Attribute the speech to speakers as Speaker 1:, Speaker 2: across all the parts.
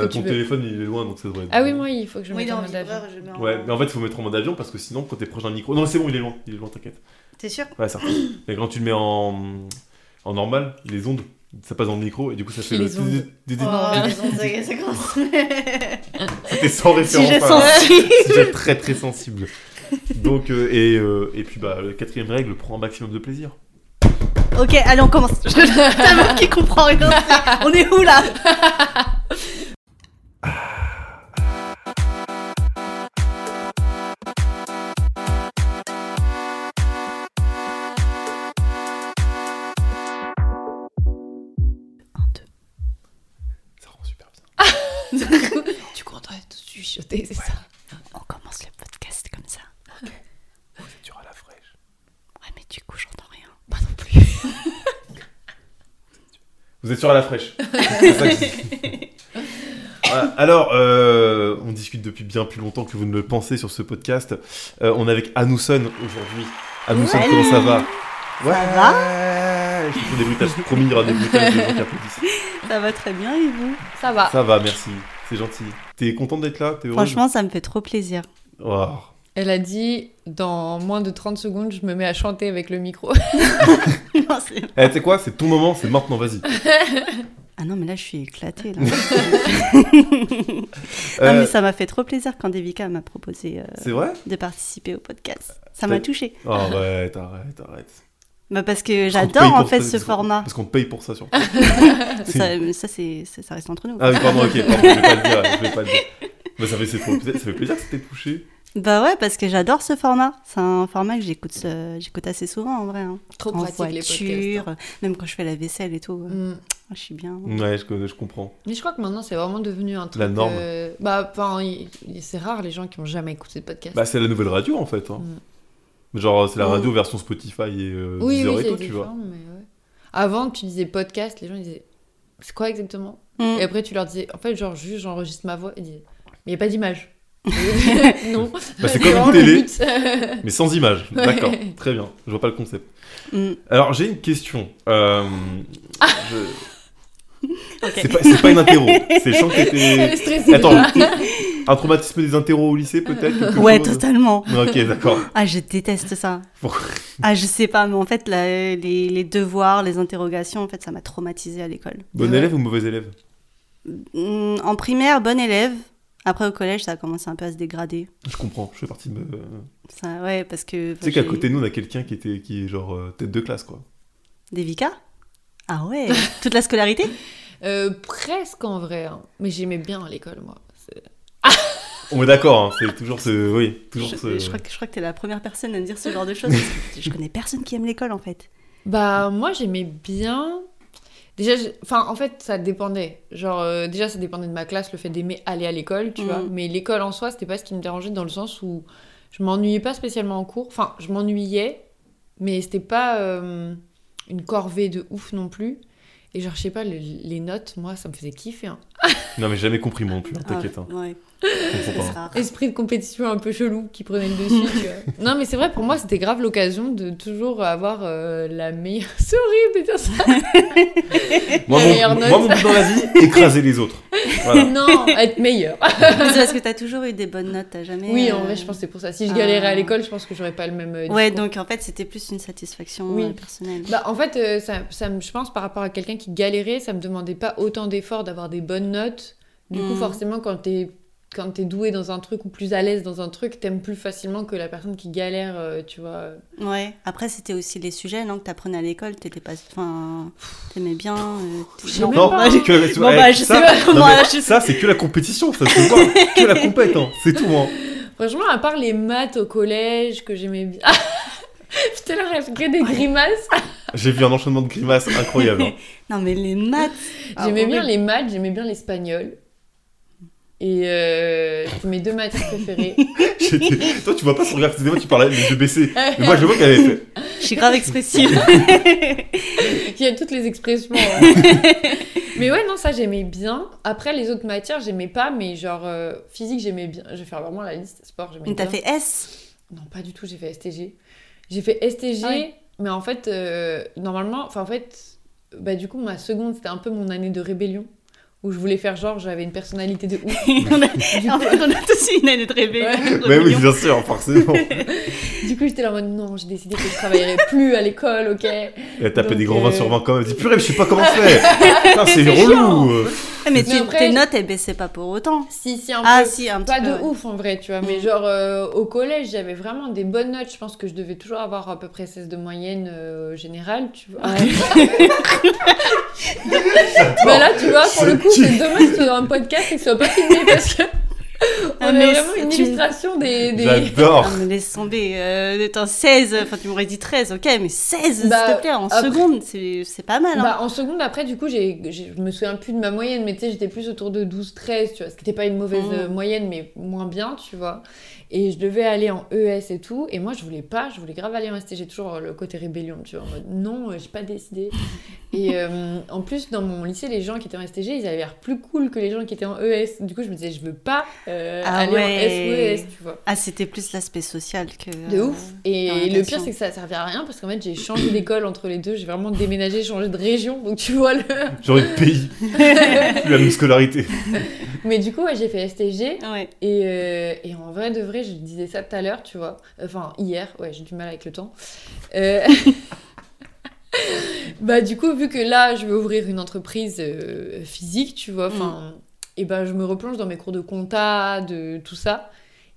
Speaker 1: Euh,
Speaker 2: tu
Speaker 1: ton
Speaker 2: peux-
Speaker 1: téléphone il est loin donc ça devrait être
Speaker 2: Ah oui,
Speaker 1: bon.
Speaker 2: moi, il faut que je
Speaker 3: Oui,
Speaker 2: mette en
Speaker 3: dans
Speaker 2: mode avion.
Speaker 3: vibreur, je mets en-
Speaker 1: Ouais, mais en fait, il faut mettre en mode avion parce que sinon, quand t'es proche d'un micro. Non, c'est bon, il est loin, il est loin, t'inquiète.
Speaker 3: T'es sûr
Speaker 1: Ouais, ça. Mais quand tu le mets en, en normal, les ondes, ça passe dans le micro et du coup, ça fait
Speaker 2: Les
Speaker 1: le.
Speaker 2: ondes.
Speaker 1: Dédé-
Speaker 3: Oh,
Speaker 2: Non.
Speaker 3: les ondes, ça ça commence.
Speaker 2: Oh.
Speaker 1: C'était sans référence.
Speaker 3: Sujet
Speaker 1: hein.
Speaker 3: sensible.
Speaker 1: Sujet très très sensible. Donc, euh, et, euh, et puis, bah, la quatrième règle, prends un maximum de plaisir.
Speaker 3: Ok, allez, on commence. T'as meuf qui comprend rien. c'est- On est où là
Speaker 1: Ça rend super bien.
Speaker 2: Du coup, on doit tout chuchoter, c'est ça
Speaker 3: On commence le podcast comme ça.
Speaker 1: C'est dur à la fraîche.
Speaker 3: Ouais, mais du coup, j'entends rien.
Speaker 2: Moi non plus.
Speaker 1: Vous êtes sûr à la fraîche. C'est ça que c'est. Voilà. Alors, euh, on discute depuis bien plus longtemps que vous ne le pensez sur ce podcast. Euh, on est avec Anouson aujourd'hui. Anouson,
Speaker 3: Ouais.
Speaker 1: comment ça va Ouais.
Speaker 3: va
Speaker 1: Je fais des bruitages, promis, il y aura des bruitages de gens qui applaudissent.
Speaker 3: Ça va très bien, et vous
Speaker 2: Ça va.
Speaker 1: Ça va, merci. C'est gentil. T'es contente d'être là Oh. T'es heureuse
Speaker 3: Ah. Franchement, ça me fait trop plaisir.
Speaker 1: Waouh.
Speaker 2: Elle a dit dans moins de 30 secondes, je me mets à chanter avec le micro.
Speaker 3: Non, c'est-
Speaker 1: Eh, tu sais quoi C'est ton moment, c'est maintenant, vas-y.
Speaker 3: ah non, mais là, je suis éclatée. Là.
Speaker 1: Euh,
Speaker 3: Non, Ah, mais ça m'a fait trop plaisir quand Devika m'a proposé euh,
Speaker 1: C'est vrai
Speaker 3: de participer au podcast. Ça m'a
Speaker 1: T'as-
Speaker 3: touchée.
Speaker 1: Arrête, arrête, arrête.
Speaker 3: Bah, parce que
Speaker 1: Parce qu'on te paye
Speaker 3: j'adore en
Speaker 1: pour
Speaker 3: fait
Speaker 1: ça,
Speaker 3: ce
Speaker 1: parce qu'on-
Speaker 3: format.
Speaker 1: Parce qu'on te paye pour ça, surtout.
Speaker 3: Ça, ça, c'est- ça, ça reste entre nous.
Speaker 1: Ah oui, pardon, ok, pardon, je vais pas le dire, je vais pas le dire. Bah, ça fait, c'est trop- ça fait plaisir que t'aies touché.
Speaker 3: Bah ouais, parce que j'adore ce format. C'est un format que j'écoute euh, j'écoute assez souvent en vrai. hein.
Speaker 2: Trop
Speaker 3: En
Speaker 2: pratique les podcasts.
Speaker 3: voiture, même quand je fais la vaisselle et tout.
Speaker 2: hein.
Speaker 3: ouais.
Speaker 2: Mm.
Speaker 3: Je suis bien.
Speaker 1: Ouais, je, je comprends.
Speaker 2: Mais je crois que maintenant, c'est vraiment devenu un truc.
Speaker 1: La norme.
Speaker 2: euh, Bah, enfin, il- il- c'est rare les gens qui ont jamais écouté de podcast.
Speaker 1: Bah, c'est la nouvelle radio, en fait. hein. Genre, c'est la radio version Spotify et euh,
Speaker 2: Mm. oui,
Speaker 1: Deezer
Speaker 2: oui,
Speaker 1: et
Speaker 2: c'est
Speaker 1: tout, tu vois.
Speaker 2: différent, mais ouais. Avant, tu disais podcast, les gens ils disaient c'est quoi exactement
Speaker 3: Mm.
Speaker 2: Et après, tu leur disais en fait, genre, juste j'enregistre ma voix. Ils disaient mais il n'y a pas d'image. non.
Speaker 1: Bah, c'est comme
Speaker 2: vraiment
Speaker 1: une
Speaker 2: le
Speaker 1: télé,
Speaker 2: but.
Speaker 1: mais sans image.
Speaker 2: Ouais.
Speaker 1: D'accord, très bien. Je vois pas le concept.
Speaker 3: Mm.
Speaker 1: Alors, j'ai une question. Euh,
Speaker 2: Ah.
Speaker 1: je-
Speaker 3: Ok.
Speaker 1: c'est, pas, c'est pas une interro. C'est je sens que t'étais-
Speaker 2: Elle est stressée.
Speaker 1: Attends, un traumatisme des interros au lycée, peut-être quelque
Speaker 3: Ouais,
Speaker 1: chose
Speaker 3: totalement.
Speaker 1: Ok, d'accord.
Speaker 3: Ah, je déteste ça.
Speaker 1: Pourquoi
Speaker 3: ah, je sais pas, mais en fait, la- les, les devoirs, les interrogations, en fait, ça m'a traumatisée à l'école.
Speaker 1: Bon
Speaker 2: Ouais.
Speaker 1: élève ou mauvais élève
Speaker 3: Mm, En primaire, bonne élève. Après, au collège, ça a commencé un peu à se dégrader.
Speaker 1: Je comprends, je fais partie de. euh, me-
Speaker 3: Ça, ouais, parce que.
Speaker 1: Tu sais qu'à
Speaker 3: j'ai-
Speaker 1: côté de nous, on a quelqu'un qui, était, qui est genre euh, tête de classe, quoi.
Speaker 3: Des vicas Ah ouais Toute la scolarité
Speaker 2: Euh, presque en vrai, hein. mais j'aimais bien l'école moi. C'est-
Speaker 1: On est d'accord, hein, c'est toujours ce. Oui, toujours
Speaker 3: je,
Speaker 1: ce.
Speaker 3: je crois que, je crois que t'es la première personne à me dire ce genre de choses. parce que je connais personne qui aime l'école en fait.
Speaker 2: Bah moi j'aimais bien. Déjà, j'ai- enfin en fait ça dépendait. Genre euh, déjà ça dépendait de ma classe, le fait d'aimer aller à l'école, tu
Speaker 3: Mhm.
Speaker 2: vois. Mais l'école en soi c'était pas ce qui me dérangeait dans le sens où je m'ennuyais pas spécialement en cours. Enfin je m'ennuyais, mais c'était pas euh, une corvée de ouf non plus. Et genre je sais pas le- les notes, moi ça me faisait kiffer. hein.
Speaker 1: Non, mais j'ai jamais compris moi non plus, hein,
Speaker 3: Ah,
Speaker 1: t'inquiète. hein,
Speaker 3: ouais,
Speaker 1: je comprends
Speaker 3: c'est
Speaker 1: pas, hein.
Speaker 3: rare.
Speaker 2: Esprit de compétition un peu chelou qui prenait le dessus. tu vois. Non, mais c'est vrai, pour moi, c'était grave l'occasion de toujours avoir euh, la meilleure. C'est horrible de dire ça.
Speaker 1: Moi,
Speaker 2: meilleure
Speaker 1: mon,
Speaker 2: note.
Speaker 1: moi, mon but dans la vie, écraser les autres. Voilà.
Speaker 2: Non, être meilleur.
Speaker 3: Mais c'est parce que t'as toujours eu des bonnes notes, t'as jamais.
Speaker 2: Oui, en
Speaker 3: euh,
Speaker 2: vrai, je pense que c'est pour ça. Si je
Speaker 3: Ah.
Speaker 2: galérais à l'école, je pense que j'aurais pas le même. euh,
Speaker 3: Ouais,
Speaker 2: discours.
Speaker 3: donc en fait, c'était plus une satisfaction
Speaker 2: Oui.
Speaker 3: euh, personnelle.
Speaker 2: Bah, en fait, euh, ça, ça me- je pense par rapport à quelqu'un qui galérait, ça me demandait pas autant d'efforts d'avoir des bonnes notes. Du coup,
Speaker 3: Mm.
Speaker 2: forcément, quand t'es quand t'es doué dans un truc ou plus à l'aise dans un truc, t'aimes plus facilement que la personne qui galère, euh, tu vois.
Speaker 3: Ouais. Après, c'était aussi les sujets non, que t'apprenais à l'école. T'étais pas. Enfin. T'aimais bien. euh, t'es-
Speaker 2: Je sais même
Speaker 1: Non,
Speaker 2: pas.
Speaker 1: que, tu vois,
Speaker 3: Bon, bah,
Speaker 1: eh,
Speaker 3: je
Speaker 1: ça,
Speaker 3: sais pas comment.
Speaker 1: non, mais
Speaker 3: je sais-
Speaker 1: ça, c'est que la compétition, ça se voit. que la compète, hein, c'est tout. Hein.
Speaker 2: Franchement, à part les maths au collège que j'aimais bien. Ah Putain, là, elle fait des grimaces.
Speaker 1: J'ai vu un enchaînement de grimaces incroyable. hein.
Speaker 3: Non, mais les maths. Ah,
Speaker 2: j'aimais bien
Speaker 3: horrible.
Speaker 2: les maths, j'aimais bien l'espagnol. Et euh, c'était mes deux matières préférées.
Speaker 1: J'étais- Toi, tu vois pas son regard, excusez-moi, tu parlais les yeux baissés. Mais moi, je vois qu'elle avait fait.
Speaker 3: Je suis grave expressive.
Speaker 2: Il y a toutes les expressions. hein. mais ouais, non, ça j'aimais bien. Après, les autres matières, j'aimais pas, mais genre euh, physique, j'aimais bien. Je vais faire vraiment la liste. Sport, j'aimais
Speaker 3: Donc, t'as
Speaker 2: bien.
Speaker 3: fait S.
Speaker 2: Non, pas du tout, j'ai fait STG. J'ai fait STG,
Speaker 3: Ah ouais.
Speaker 2: mais en fait, euh, normalement, enfin en fait, bah du coup, ma seconde, c'était un peu mon année de rébellion. où je voulais faire genre j'avais une personnalité de ouf.
Speaker 3: on a, en fait, on a tous une année de rêver.
Speaker 2: Ouais.
Speaker 1: Mais oui, bien sûr, forcément.
Speaker 2: Du coup, j'étais là en mode non, j'ai décidé que je travaillerais plus à l'école, ok.
Speaker 1: Elle a tapé
Speaker 2: Donc,
Speaker 1: des gros 20
Speaker 2: euh,
Speaker 1: sur 20 quand même. Elle dit purée, mais je sais pas comment faire. Putain, c'est
Speaker 2: C'est chiant.
Speaker 1: relou.
Speaker 3: Ah,
Speaker 2: Mais
Speaker 3: mais tu-
Speaker 2: après-
Speaker 3: tes notes, elles baissaient pas pour autant.
Speaker 2: Si, si, un
Speaker 3: Ah,
Speaker 2: peu.
Speaker 3: si, un petit
Speaker 2: Pas
Speaker 3: peu.
Speaker 2: de ouf en vrai, tu vois, mais
Speaker 3: Mm.
Speaker 2: genre euh, au collège, j'avais vraiment des bonnes notes. Je pense que je devais toujours avoir à peu près 16 de moyenne euh, générale, tu vois. Bah là, tu vois, pour le coup,
Speaker 1: C'est
Speaker 2: c'est dommage que ce soit un podcast et que ce soit pas filmé parce que on
Speaker 3: Ah,
Speaker 2: a
Speaker 3: mais
Speaker 2: vraiment une
Speaker 3: tu me-
Speaker 2: illustration des. des...
Speaker 1: J'adore.
Speaker 3: Non, mais laisse tomber. Euh, étant 16, enfin, tu m'aurais dit 13, ok, mais 16,
Speaker 2: Bah,
Speaker 3: s'il te plaît, en
Speaker 2: après-
Speaker 3: seconde, c'est c'est pas mal. Hein.
Speaker 2: Bah, en seconde, après, du coup, j'ai, j'ai- je me souviens plus de ma moyenne, mais tu sais, j'étais plus autour de 12-13, tu vois, ce qui n'était pas une mauvaise
Speaker 3: Mm.
Speaker 2: euh, moyenne, mais moins bien, tu vois. Et je devais aller en ES et tout, et moi, je voulais pas, je voulais grave aller en ST, j'ai toujours euh, le côté rébellion, tu vois, en mode non, euh, j'ai pas décidé. et euh, en plus, dans mon lycée, les gens qui étaient en STG, ils avaient l'air plus cool que les gens qui étaient en ES. Du coup, je me disais, je veux pas euh,
Speaker 3: Ah
Speaker 2: aller
Speaker 3: ouais.
Speaker 2: en S ou ES, tu vois.
Speaker 3: Ah, c'était plus l'aspect social que.
Speaker 2: De
Speaker 3: euh,
Speaker 2: ouf. Et le
Speaker 3: l'orientation.
Speaker 2: pire, c'est que ça servait à rien parce qu'en fait, j'ai changé d'école entre les deux. J'ai vraiment déménagé, changé de région. Donc tu vois le.
Speaker 1: J'aurais le pays. Plus la même scolarité.
Speaker 2: Mais du coup, ouais, j'ai fait STG.
Speaker 3: Ouais.
Speaker 2: Et, euh, et en vrai de vrai, je disais ça tout à l'heure, tu vois. Enfin, hier, ouais, j'ai du mal avec le temps. Euh, bah, du coup, vu que là, je vais ouvrir une entreprise euh, physique, tu vois, enfin, et ben, je me replonge dans mes cours de compta, de tout ça.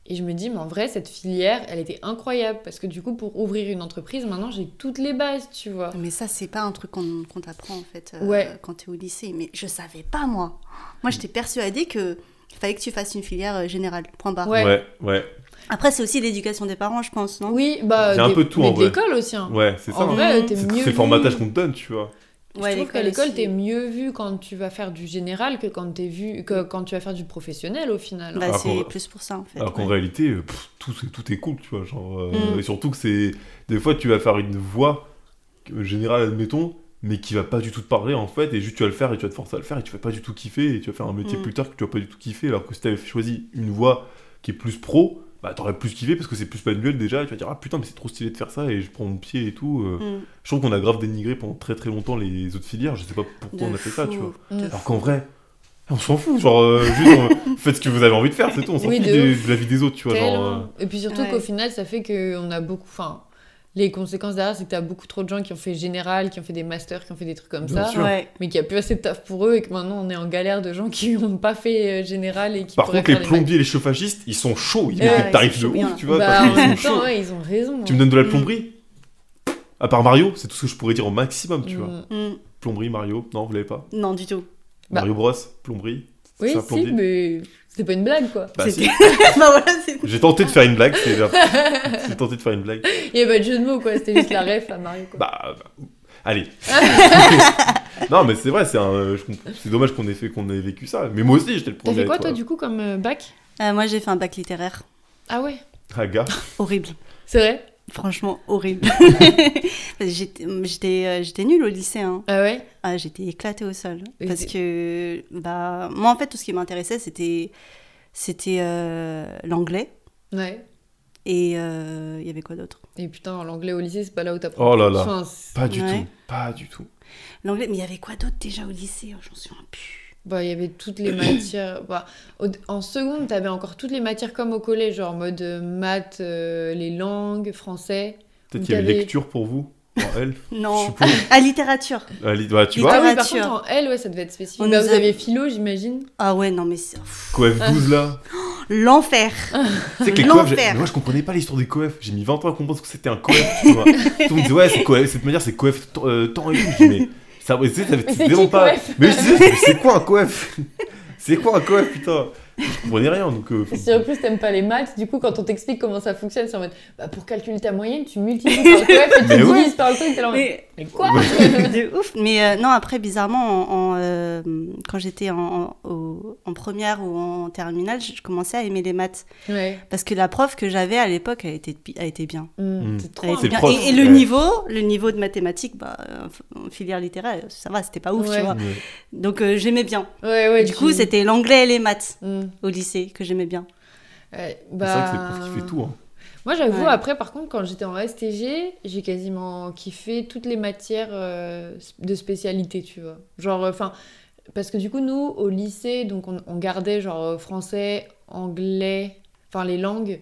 Speaker 2: Et je me dis, mais en vrai, cette filière, elle était incroyable. Parce que du coup, pour ouvrir une entreprise, maintenant, j'ai toutes les bases, tu vois.
Speaker 3: Mais ça, c'est pas un truc qu'on qu'on t'apprend en fait euh,
Speaker 2: Ouais.
Speaker 3: quand t'es au lycée. Mais je savais pas moi. Moi, j'étais persuadée que il fallait que tu fasses une filière euh, générale. Point barre.
Speaker 2: Ouais.
Speaker 1: Ouais, ouais,
Speaker 3: Après, c'est aussi l'éducation des parents, je pense, non
Speaker 2: Oui, bah.
Speaker 1: Il y a un
Speaker 2: des-
Speaker 1: peu de tout,
Speaker 2: mais
Speaker 1: en
Speaker 2: de
Speaker 1: vrai.
Speaker 2: l'école aussi, hein.
Speaker 1: ouais, c'est ça.
Speaker 2: En
Speaker 1: hein.
Speaker 2: vrai, t'es
Speaker 1: C'est
Speaker 2: mieux.
Speaker 1: tous ces
Speaker 2: vu.
Speaker 1: formatages qu'on te donne, tu vois.
Speaker 2: je trouve qu'à
Speaker 3: aussi.
Speaker 2: l'école, t'es mieux vu quand tu vas faire du général que quand, t'es vu, que quand tu vas faire du professionnel au final.
Speaker 3: Bah,
Speaker 1: Alors
Speaker 3: c'est
Speaker 1: qu'on-
Speaker 3: plus pour ça en fait.
Speaker 1: Alors qu'en
Speaker 3: ouais.
Speaker 1: réalité, euh, pff, tout, c'est- tout est cool, tu vois. Genre, euh,
Speaker 2: Mm.
Speaker 1: Et surtout que c'est. Des fois, tu vas faire une voix euh, générale, admettons, mais qui va pas du tout te parler, en fait, et juste tu vas le faire et tu vas te forcer à le faire et tu vas pas du tout kiffer et tu vas faire un métier
Speaker 3: Mm.
Speaker 1: plus tard que tu vas pas du tout kiffer. Alors que si t'avais choisi une voix qui est plus pro, bah t'aurais plus kiffé parce que c'est plus manuel déjà. Et tu vas dire, ah putain, mais c'est trop stylé de faire ça et je prends mon pied et tout. euh.
Speaker 3: Mm.
Speaker 1: Je trouve qu'on a grave dénigré pendant très très longtemps les autres filières. Je sais pas pourquoi
Speaker 3: De
Speaker 1: on a fait ça, tu
Speaker 3: fou,
Speaker 1: vois.
Speaker 3: de
Speaker 2: Mm.
Speaker 1: Alors qu'en vrai, on s'en fout, genre, euh, juste, on- faites ce que vous avez envie de faire, c'est tout, on s'en
Speaker 2: Oui,
Speaker 1: fout
Speaker 2: de
Speaker 1: des- de la vie des autres, tu vois, genre... euh,
Speaker 2: Tellement. Et puis surtout
Speaker 3: Ouais.
Speaker 2: qu'au final, ça fait qu'on a beaucoup. Enfin, les conséquences derrière, c'est que t'as beaucoup trop de gens qui ont fait général, qui ont fait des masters, qui ont fait des trucs comme
Speaker 1: Bien
Speaker 2: ça,
Speaker 1: sûr.
Speaker 3: Ouais.
Speaker 2: mais qui a plus assez de taf pour eux et que maintenant on est en galère de gens qui n'ont pas fait euh, général et
Speaker 1: euh.
Speaker 2: qui
Speaker 1: Par
Speaker 2: pourraient
Speaker 1: contre, les
Speaker 2: faire des maths.
Speaker 1: plombiers et les chauffagistes, ils sont chauds, ils
Speaker 2: Ouais,
Speaker 1: mettent
Speaker 2: ouais,
Speaker 1: des
Speaker 3: ils
Speaker 1: tarifs
Speaker 3: sont
Speaker 1: de
Speaker 3: chauds bien.
Speaker 1: ouf, tu vois,
Speaker 2: Bah,
Speaker 1: parce
Speaker 2: en
Speaker 1: qu'ils sont
Speaker 2: même
Speaker 1: chauds.
Speaker 2: temps, ouais, ils ont raison.
Speaker 1: Tu me donnes de la
Speaker 3: Mm.
Speaker 1: plomberie À part Mario, c'est tout ce que je pourrais dire au maximum, tu vois.
Speaker 2: Mm.
Speaker 3: Mm.
Speaker 1: Plomberie, Mario, non, vous l'avez pas
Speaker 3: Non, du tout.
Speaker 2: Bah.
Speaker 1: Mario Bros, plomberie,
Speaker 2: Oui,
Speaker 1: c'est un
Speaker 2: si,
Speaker 1: plombier.
Speaker 2: mais c'est pas une blague quoi.
Speaker 1: Bah si,
Speaker 3: bah voilà, c'est.
Speaker 1: j'ai tenté de faire une blague, c'est... J'ai tenté de faire une blague.
Speaker 2: Il y avait pas de jeu de mots quoi, c'était juste la ref à Mario quoi.
Speaker 1: Bah, bah, allez. non, mais c'est vrai, c'est un- je comp- c'est dommage qu'on ait fait, qu'on ait vécu ça. Mais moi aussi, j'étais le
Speaker 2: T'as
Speaker 1: premier.
Speaker 2: fait quoi
Speaker 1: à être,
Speaker 2: toi du coup comme euh, bac
Speaker 3: Euh, moi, j'ai fait un bac littéraire.
Speaker 2: Ah ouais,
Speaker 1: euh, un gars.
Speaker 3: Horrible.
Speaker 2: c'est vrai
Speaker 3: Franchement, horrible. j'étais, j'étais, euh, j'étais nulle au lycée. hein.
Speaker 2: Ah ouais
Speaker 3: Ah, j'étais éclatée au sol.
Speaker 2: Et
Speaker 3: Parce
Speaker 2: c'est-
Speaker 3: que, bah, moi, en fait, tout ce qui m'intéressait, c'était, c'était euh, l'anglais.
Speaker 2: Ouais.
Speaker 3: Et euh, il y avait quoi d'autre
Speaker 2: Et putain, l'anglais au lycée, c'est pas là où t'apprends.
Speaker 1: Oh là là.
Speaker 2: Enfin, c'est-
Speaker 1: Pas du
Speaker 3: Ouais.
Speaker 1: tout. Pas du tout.
Speaker 3: L'anglais, mais il y avait quoi d'autre déjà au lycée Oh, J'en suis un pu.
Speaker 2: bah, il y avait toutes les matières. Bah, au- en seconde, t'avais encore toutes les matières comme au collège, genre en mode euh, maths, euh, les langues, français.
Speaker 1: Peut-être
Speaker 2: Vous
Speaker 1: qu'il y avait
Speaker 2: avez-
Speaker 1: lecture pour vous, pour elle. je
Speaker 3: Non.
Speaker 1: suppose.
Speaker 3: À littérature.
Speaker 1: Ah, li- bah, tu
Speaker 3: Et
Speaker 1: vois,
Speaker 2: Ah oui, par
Speaker 3: Littérature.
Speaker 2: contre, en L, ouais, ça devait être spécifique.
Speaker 3: On
Speaker 2: Bah,
Speaker 3: nous
Speaker 2: vous
Speaker 3: a-
Speaker 2: avez philo, j'imagine.
Speaker 3: Ah ouais, non, mais c'est... pff,
Speaker 1: coef 12 là.
Speaker 3: l'enfer.
Speaker 1: Tu sais que les coefs, j'ai-
Speaker 3: L'enfer.
Speaker 1: mais moi je comprenais pas l'histoire des coefs. J'ai mis 20 ans à comprendre ce que c'était un coef. tu vois. Tout le monde me disait, ouais, c'est coef. Cette manière, c'est coef tant euh, tant et tout. Je dis, mais ça, mais tu sais, ça
Speaker 2: Mais
Speaker 1: c'était
Speaker 2: c'est
Speaker 1: vraiment
Speaker 2: qui,
Speaker 1: pas.
Speaker 2: coef
Speaker 1: Mais je disais, mais c'est quoi un coef C'est quoi un coef, putain Je comprenais rien donc. euh,
Speaker 2: Si en plus t'aimes pas les maths, du coup, quand on t'explique comment ça fonctionne, c'est en mode bah, pour calculer ta moyenne, tu multiplies par le coef et tu
Speaker 1: Mais oui.
Speaker 2: divises par le truc. T'es là en mode,
Speaker 3: Mais-
Speaker 2: mais quoi
Speaker 3: de ouf. Mais euh, non, après, bizarrement, en- en, euh, quand j'étais en, en- au- en première ou en terminale, je je commençais à aimer les maths.
Speaker 2: Ouais.
Speaker 3: Parce que la prof que j'avais à l'époque, elle était, pi- elle était bien.
Speaker 2: Mm,
Speaker 1: Mm.
Speaker 2: C'est
Speaker 3: Elle
Speaker 2: trop
Speaker 3: était
Speaker 1: le
Speaker 3: bien.
Speaker 1: prof.
Speaker 3: Et, et le
Speaker 1: Ouais.
Speaker 3: niveau, le niveau de mathématiques, bah, euh, en filière littéraire, ça va, c'était pas ouf,
Speaker 2: Ouais.
Speaker 3: tu vois.
Speaker 1: ouais.
Speaker 3: Donc euh, j'aimais bien.
Speaker 2: Ouais, ouais,
Speaker 3: du
Speaker 2: tu-
Speaker 3: coup, c'était l'anglais et les maths
Speaker 2: Mm.
Speaker 3: au lycée que j'aimais bien.
Speaker 2: Ouais,
Speaker 1: C'est vrai
Speaker 2: bah...
Speaker 1: que c'est le prof qui fait tout. Hein.
Speaker 2: Moi, j'avoue,
Speaker 3: Ouais.
Speaker 2: après, par contre, quand j'étais en STG, j'ai quasiment kiffé toutes les matières euh, de spécialité, tu vois. Genre, enfin, Parce que du coup, nous, au lycée, donc on, on gardait genre euh, français, anglais, enfin les langues,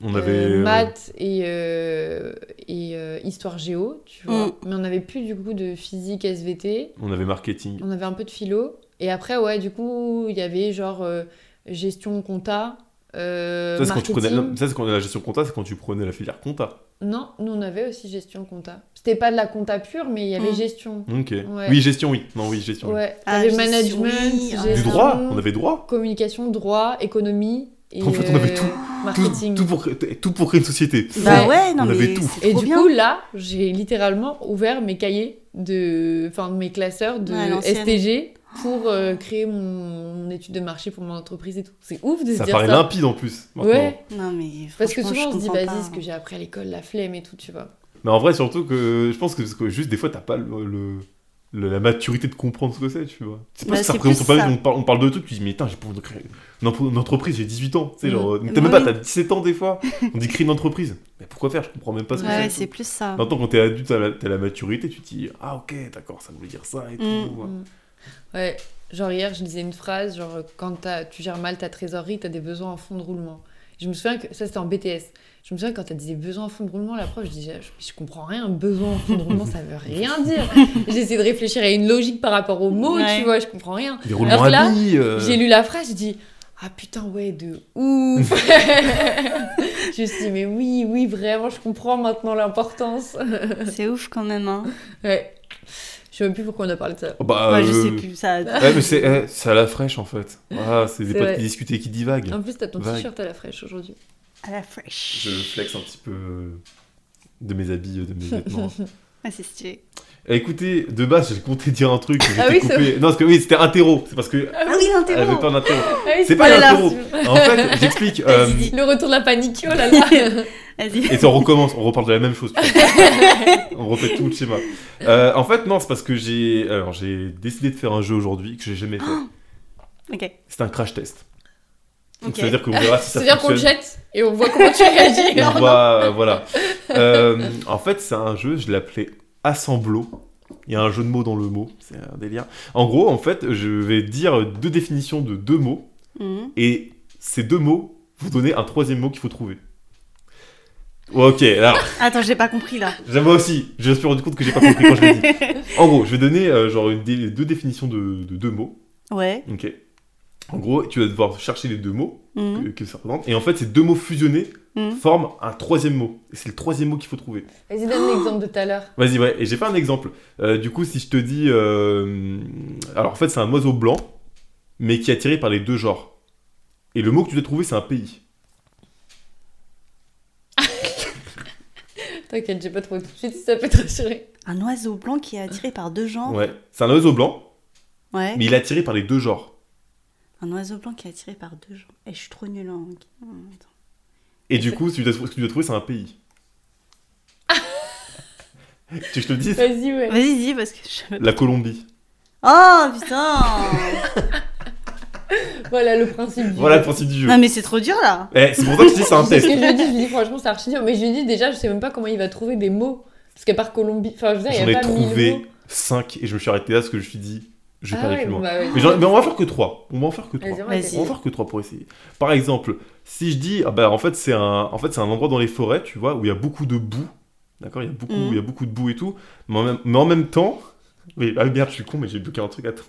Speaker 1: On
Speaker 2: euh,
Speaker 1: avait.
Speaker 2: maths et, euh, et euh, histoire géo, tu vois.
Speaker 3: Mm.
Speaker 2: Mais on n'avait plus du coup de physique SVT,
Speaker 1: On avait marketing.
Speaker 2: on avait un peu de philo. Et après, ouais, du coup, il y avait genre euh, gestion compta, euh,
Speaker 1: Ça, c'est quand tu
Speaker 2: marketing.
Speaker 1: prenais. non, ça, c'est quand la gestion compta, c'est quand tu prenais la filière compta.
Speaker 2: Non, nous on avait aussi gestion compta. C'était pas de la compta pure, mais il y avait
Speaker 3: Mm.
Speaker 2: gestion.
Speaker 1: Ok.
Speaker 2: Ouais.
Speaker 1: Oui, gestion, oui. Non, oui, gestion. oui.
Speaker 2: Ouais,
Speaker 3: Ah,
Speaker 2: t'avais
Speaker 3: gestion,
Speaker 2: management,
Speaker 3: oui. ah. Du
Speaker 1: Du
Speaker 2: gestion,
Speaker 1: droit On avait droit
Speaker 2: communication, droit, économie et
Speaker 1: En fait, on avait
Speaker 2: euh,
Speaker 1: tout- tout,
Speaker 2: marketing.
Speaker 1: tout, pour, tout pour créer une société.
Speaker 3: Bah ouais, non
Speaker 1: On
Speaker 3: mais
Speaker 1: avait tout.
Speaker 3: c'est
Speaker 2: Et
Speaker 3: trop
Speaker 2: du
Speaker 3: bien.
Speaker 2: coup, là, j'ai littéralement ouvert mes cahiers de, enfin, de mes classeurs de
Speaker 3: Ouais, à l'ancienne.
Speaker 2: STG pour euh, créer mon, mon étude de marché pour mon entreprise et tout. C'est ouf de se
Speaker 1: Ça
Speaker 2: dire
Speaker 1: paraît
Speaker 2: ça.
Speaker 1: limpide en plus. maintenant.
Speaker 2: Ouais,
Speaker 3: non mais
Speaker 2: parce que
Speaker 3: franchement,
Speaker 2: souvent on
Speaker 3: je
Speaker 2: se dit,
Speaker 3: comprends
Speaker 2: vas-y,
Speaker 3: pas. hein.
Speaker 2: ce que j'ai appris à l'école, la flemme et tout, tu vois.
Speaker 1: Mais en vrai, surtout que je pense que, parce que juste des fois, t'as pas le, le- le- la maturité de comprendre ce que c'est, tu vois. C'est pas
Speaker 3: Bah,
Speaker 1: que ça
Speaker 3: c'est
Speaker 1: représente
Speaker 3: plus
Speaker 1: pas,
Speaker 3: ça.
Speaker 1: on parle, on parle de trucs, tu dis, mais putain, j'ai pas envie de créer une, entre- une entreprise, j'ai 18 ans. Tu sais,
Speaker 2: Mhm.
Speaker 1: genre, mais
Speaker 3: Bah
Speaker 1: t'as même pas,
Speaker 3: oui.
Speaker 1: t'as 17 ans des fois. On dit, crée une entreprise. Mais pourquoi faire Je comprends même pas ce que
Speaker 3: Ouais,
Speaker 1: c'est.
Speaker 3: c'est plus ça.
Speaker 1: Maintenant, quand t'es adulte, t'as la, t'as la maturité, tu te dis, ah ok, d'accord, ça voulait dire ça et tout. ouais.
Speaker 2: Mm. Ouais, genre hier, je lisais une phrase, genre quand t'as- tu gères mal ta trésorerie, t'as des besoins en fonds de roulement. Je me souviens que ça c'était en BTS. Je me souviens quand t'as des besoins en fonds de roulement, la prof, je disais, je, je comprends rien, besoin en fonds de roulement, ça veut rien dire. J'essaie de réfléchir à une logique par rapport aux mots,
Speaker 3: Ouais.
Speaker 2: tu vois, je comprends rien.
Speaker 1: Des roulements
Speaker 2: Alors que là,
Speaker 1: à billes. euh,
Speaker 2: J'ai lu la phrase, j'ai dit ah putain ouais de ouf. je me suis dit mais oui oui vraiment je comprends maintenant l'importance.
Speaker 3: C'est ouf quand même. Hein.
Speaker 2: ouais. Je sais même plus pourquoi on a parlé de ça.
Speaker 1: Bah,
Speaker 3: Moi, je sais
Speaker 1: euh,
Speaker 3: plus ça.
Speaker 1: Ouais, mais c'est eh, c'est à la fraîche en fait. Ah, c'est des
Speaker 2: C'est
Speaker 1: potes
Speaker 2: vrai.
Speaker 1: qui discutent et qui divaguent.
Speaker 2: En plus t'as ton
Speaker 1: Vague.
Speaker 2: t-shirt à la fraîche aujourd'hui.
Speaker 3: À la fraîche.
Speaker 1: Je flex un petit peu euh, de mes habits, euh, de mes vêtements.
Speaker 3: Ouais, c'est stylé.
Speaker 1: Eh, Écoutez, de base, j'ai compté dire un truc. mais
Speaker 2: Ah
Speaker 1: j'étais
Speaker 2: oui, c'est
Speaker 1: coupé. Non, parce que oui, c'était interro. C'est parce que
Speaker 3: Ah oui,
Speaker 1: elle avait
Speaker 3: l'interro.
Speaker 1: peur d'interro.
Speaker 2: Ah oui,
Speaker 1: C'est pas
Speaker 2: oh là là.
Speaker 1: l'interro. En fait, j'explique. euh,
Speaker 3: Vas-y, dis.
Speaker 2: Le retour de la panique, oh là là.
Speaker 3: Vas-y.
Speaker 1: Et ça, on recommence, on reparle de la même chose. tu vois. on refait tout le schéma. Euh, en fait, non, c'est parce que j'ai alors j'ai décidé de faire un jeu aujourd'hui que j'ai jamais fait.
Speaker 2: Ah.
Speaker 3: Ok.
Speaker 1: C'est un crash test. Donc,
Speaker 3: Ok.
Speaker 1: Ça veut dire qu'on verra si ça
Speaker 2: C'est-à-dire qu'on le
Speaker 1: fonctionne.
Speaker 2: jette et on voit comment tu réagis.
Speaker 1: Et on
Speaker 2: Non, non.
Speaker 1: voit, euh, voilà. Euh, en fait, c'est un jeu, je l'appelais Assemblo. Il y a un jeu de mots dans le mot, c'est un délire. En gros, en fait, je vais dire deux définitions de deux mots,
Speaker 3: Mhm.
Speaker 1: et ces deux mots, vous donnez un troisième mot qu'il faut trouver. Ouais, ok, alors,
Speaker 3: Attends, j'ai pas compris là.
Speaker 1: j'avoue moi aussi, je me suis rendu compte que j'ai pas compris quand je l'ai dit. En gros, je vais donner euh, genre une dé- deux définitions de, de deux mots,
Speaker 3: ouais.
Speaker 1: ok. En gros, tu vas devoir chercher les deux mots
Speaker 3: Mhm.
Speaker 1: que, que ça représente, et en fait, ces deux mots fusionnés
Speaker 3: Mhm.
Speaker 1: forment un troisième mot, et c'est le troisième mot qu'il faut trouver.
Speaker 2: Vas-y, donne l'exemple de tout à l'heure.
Speaker 1: Vas-y, ouais, et j'ai pas un exemple. Euh, du coup, si je te dis. euh, Alors, en fait, c'est un oiseau blanc, mais qui est attiré par les deux genres. Et le mot que tu dois trouver, c'est un pays.
Speaker 2: T'inquiète, j'ai pas trouvé tout de suite si ça peut te rassurer.
Speaker 3: Un oiseau blanc qui est attiré par deux gens.
Speaker 2: Oh.
Speaker 3: Ouais.
Speaker 1: Ouais. C'est un oiseau blanc, mais il est attiré par les deux genres.
Speaker 3: Un oiseau blanc qui est attiré par deux gens. Et je suis trop nulle en. en- attends.
Speaker 1: Et du coup, ce que tu dois, ce que tu dois trouver, c'est un pays. tu veux que je te le dise
Speaker 2: Vas-y, ouais.
Speaker 3: Vas-y, dis parce que je.
Speaker 1: La Colombie.
Speaker 3: Oh putain
Speaker 2: Voilà le principe du
Speaker 1: Voilà le
Speaker 2: jeu.
Speaker 1: principe du jeu.
Speaker 3: Non mais c'est trop dur là.
Speaker 1: Eh, c'est pour ça que je dis c'est un
Speaker 2: C'est ce
Speaker 1: test.
Speaker 2: que Ah, je lui dis, je lui dis franchement, c'est archi dur. Mais je lui dis déjà, je sais même pas comment il va trouver des mots. Parce qu'à part Colombie, enfin, je veux dire, il
Speaker 1: J'en
Speaker 2: y
Speaker 1: ai
Speaker 2: a pas mille mots.
Speaker 1: trouvé 5 et je me suis arrêté là parce que je me suis dit, je vais
Speaker 2: Ah
Speaker 1: pas aller
Speaker 2: ouais,
Speaker 1: plus loin.
Speaker 2: bah ouais.
Speaker 1: Mais, j'en- mais on va faire que 3. On va en faire que 3.
Speaker 2: Vas-y, on va
Speaker 3: Vas-y.
Speaker 1: On va
Speaker 2: essayer.
Speaker 1: faire que trois pour essayer. Par exemple, si je dis, ah bah, en fait, c'est un, en fait, c'est un endroit dans les forêts, tu vois, où il y a beaucoup de boue. D'accord il, y a beaucoup-
Speaker 2: Mm.
Speaker 3: Mhm.
Speaker 1: il y a beaucoup de boue et tout. Mais en même, mais en même temps. Mais, ah merde, je suis con, mais j'ai bloqué un truc, attends.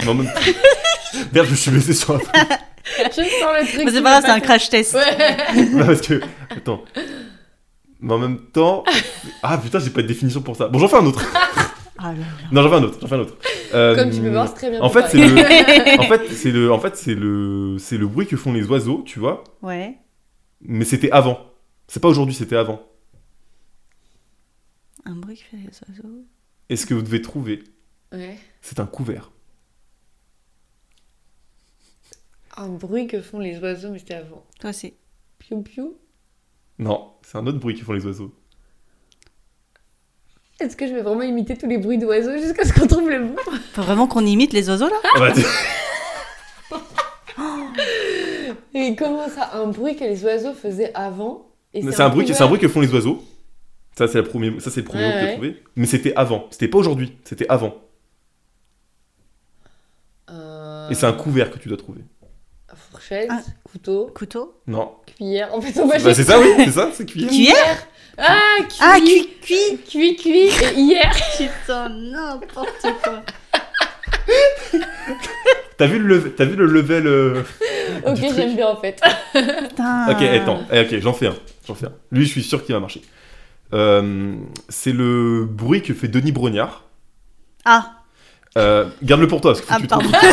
Speaker 1: Mais en même temps. merde, je me suis blessé sur un truc.
Speaker 2: Je sens le truc.
Speaker 3: Mais c'est
Speaker 2: qui
Speaker 3: pas
Speaker 2: va
Speaker 3: grave, c'est un
Speaker 2: faire.
Speaker 3: crash test.
Speaker 2: Ouais.
Speaker 1: Non, parce que. Attends. Mais en même temps. Ah putain, j'ai pas de définition pour ça. Bon, j'en fais un autre.
Speaker 3: Ah là
Speaker 1: Non, j'en fais un autre. J'en fais un autre. Euh,
Speaker 2: Comme tu peux voir, c'est très bien.
Speaker 1: En fait, c'est
Speaker 2: préparé.
Speaker 1: le.
Speaker 3: là.
Speaker 1: En fait, c'est le. En fait, c'est le. C'est le bruit que font les oiseaux, tu vois.
Speaker 3: ouais.
Speaker 1: Mais c'était avant. C'est pas aujourd'hui, c'était avant.
Speaker 3: Un bruit qui fait des oiseaux.
Speaker 1: Et ce que vous devez trouver,
Speaker 2: Ouais.
Speaker 1: c'est un couvert.
Speaker 2: Un bruit que font les oiseaux, mais c'était avant.
Speaker 3: Toi c'est.
Speaker 2: Piou piou.
Speaker 1: Non, c'est un autre bruit qu'ils font les oiseaux.
Speaker 2: Est-ce que je vais vraiment imiter tous les bruits d'oiseaux jusqu'à ce qu'on trouve le bon
Speaker 3: Faut vraiment qu'on imite les oiseaux là
Speaker 1: Ah bah, tu-
Speaker 2: Et comment ça Un bruit que les oiseaux faisaient avant et
Speaker 1: c'est un, bruit, que- c'est un
Speaker 2: couvert
Speaker 1: bruit que font les oiseaux. Ça, c'est, la première, ça, c'est le premier
Speaker 2: Ouais,
Speaker 1: mot que
Speaker 2: ouais.
Speaker 1: j'ai trouvé. Mais c'était avant. C'était pas aujourd'hui, c'était avant.
Speaker 2: un.
Speaker 1: Et c'est un couvert que tu dois trouver.
Speaker 2: Euh, Fourchette,
Speaker 3: Ah.
Speaker 2: couteau,
Speaker 3: Couteau
Speaker 1: Non.
Speaker 2: cuillère. En fait, on va
Speaker 1: Bah, c'est ça, oui, c'est ça, c'est cuillère.
Speaker 2: Cuillère Ah, cuit
Speaker 3: Ah, cuit, cuit
Speaker 2: Cuit, cuit, et hier
Speaker 3: Putain, n'importe quoi
Speaker 1: T'as vu, le level- t'as vu le level. euh,
Speaker 2: Ok,
Speaker 1: Du truc.
Speaker 2: j'aime bien en fait.
Speaker 3: Putain
Speaker 1: Ok, attends, Eh, ok, j'en fais un. J'en fais un. Lui, je suis sûr qu'il va marcher. Euh, c'est le bruit que fait Denis Brognard.
Speaker 3: Ah,
Speaker 1: Euh, Garde-le pour toi, parce que faut
Speaker 3: ah
Speaker 1: que tu trouves.
Speaker 3: pardon.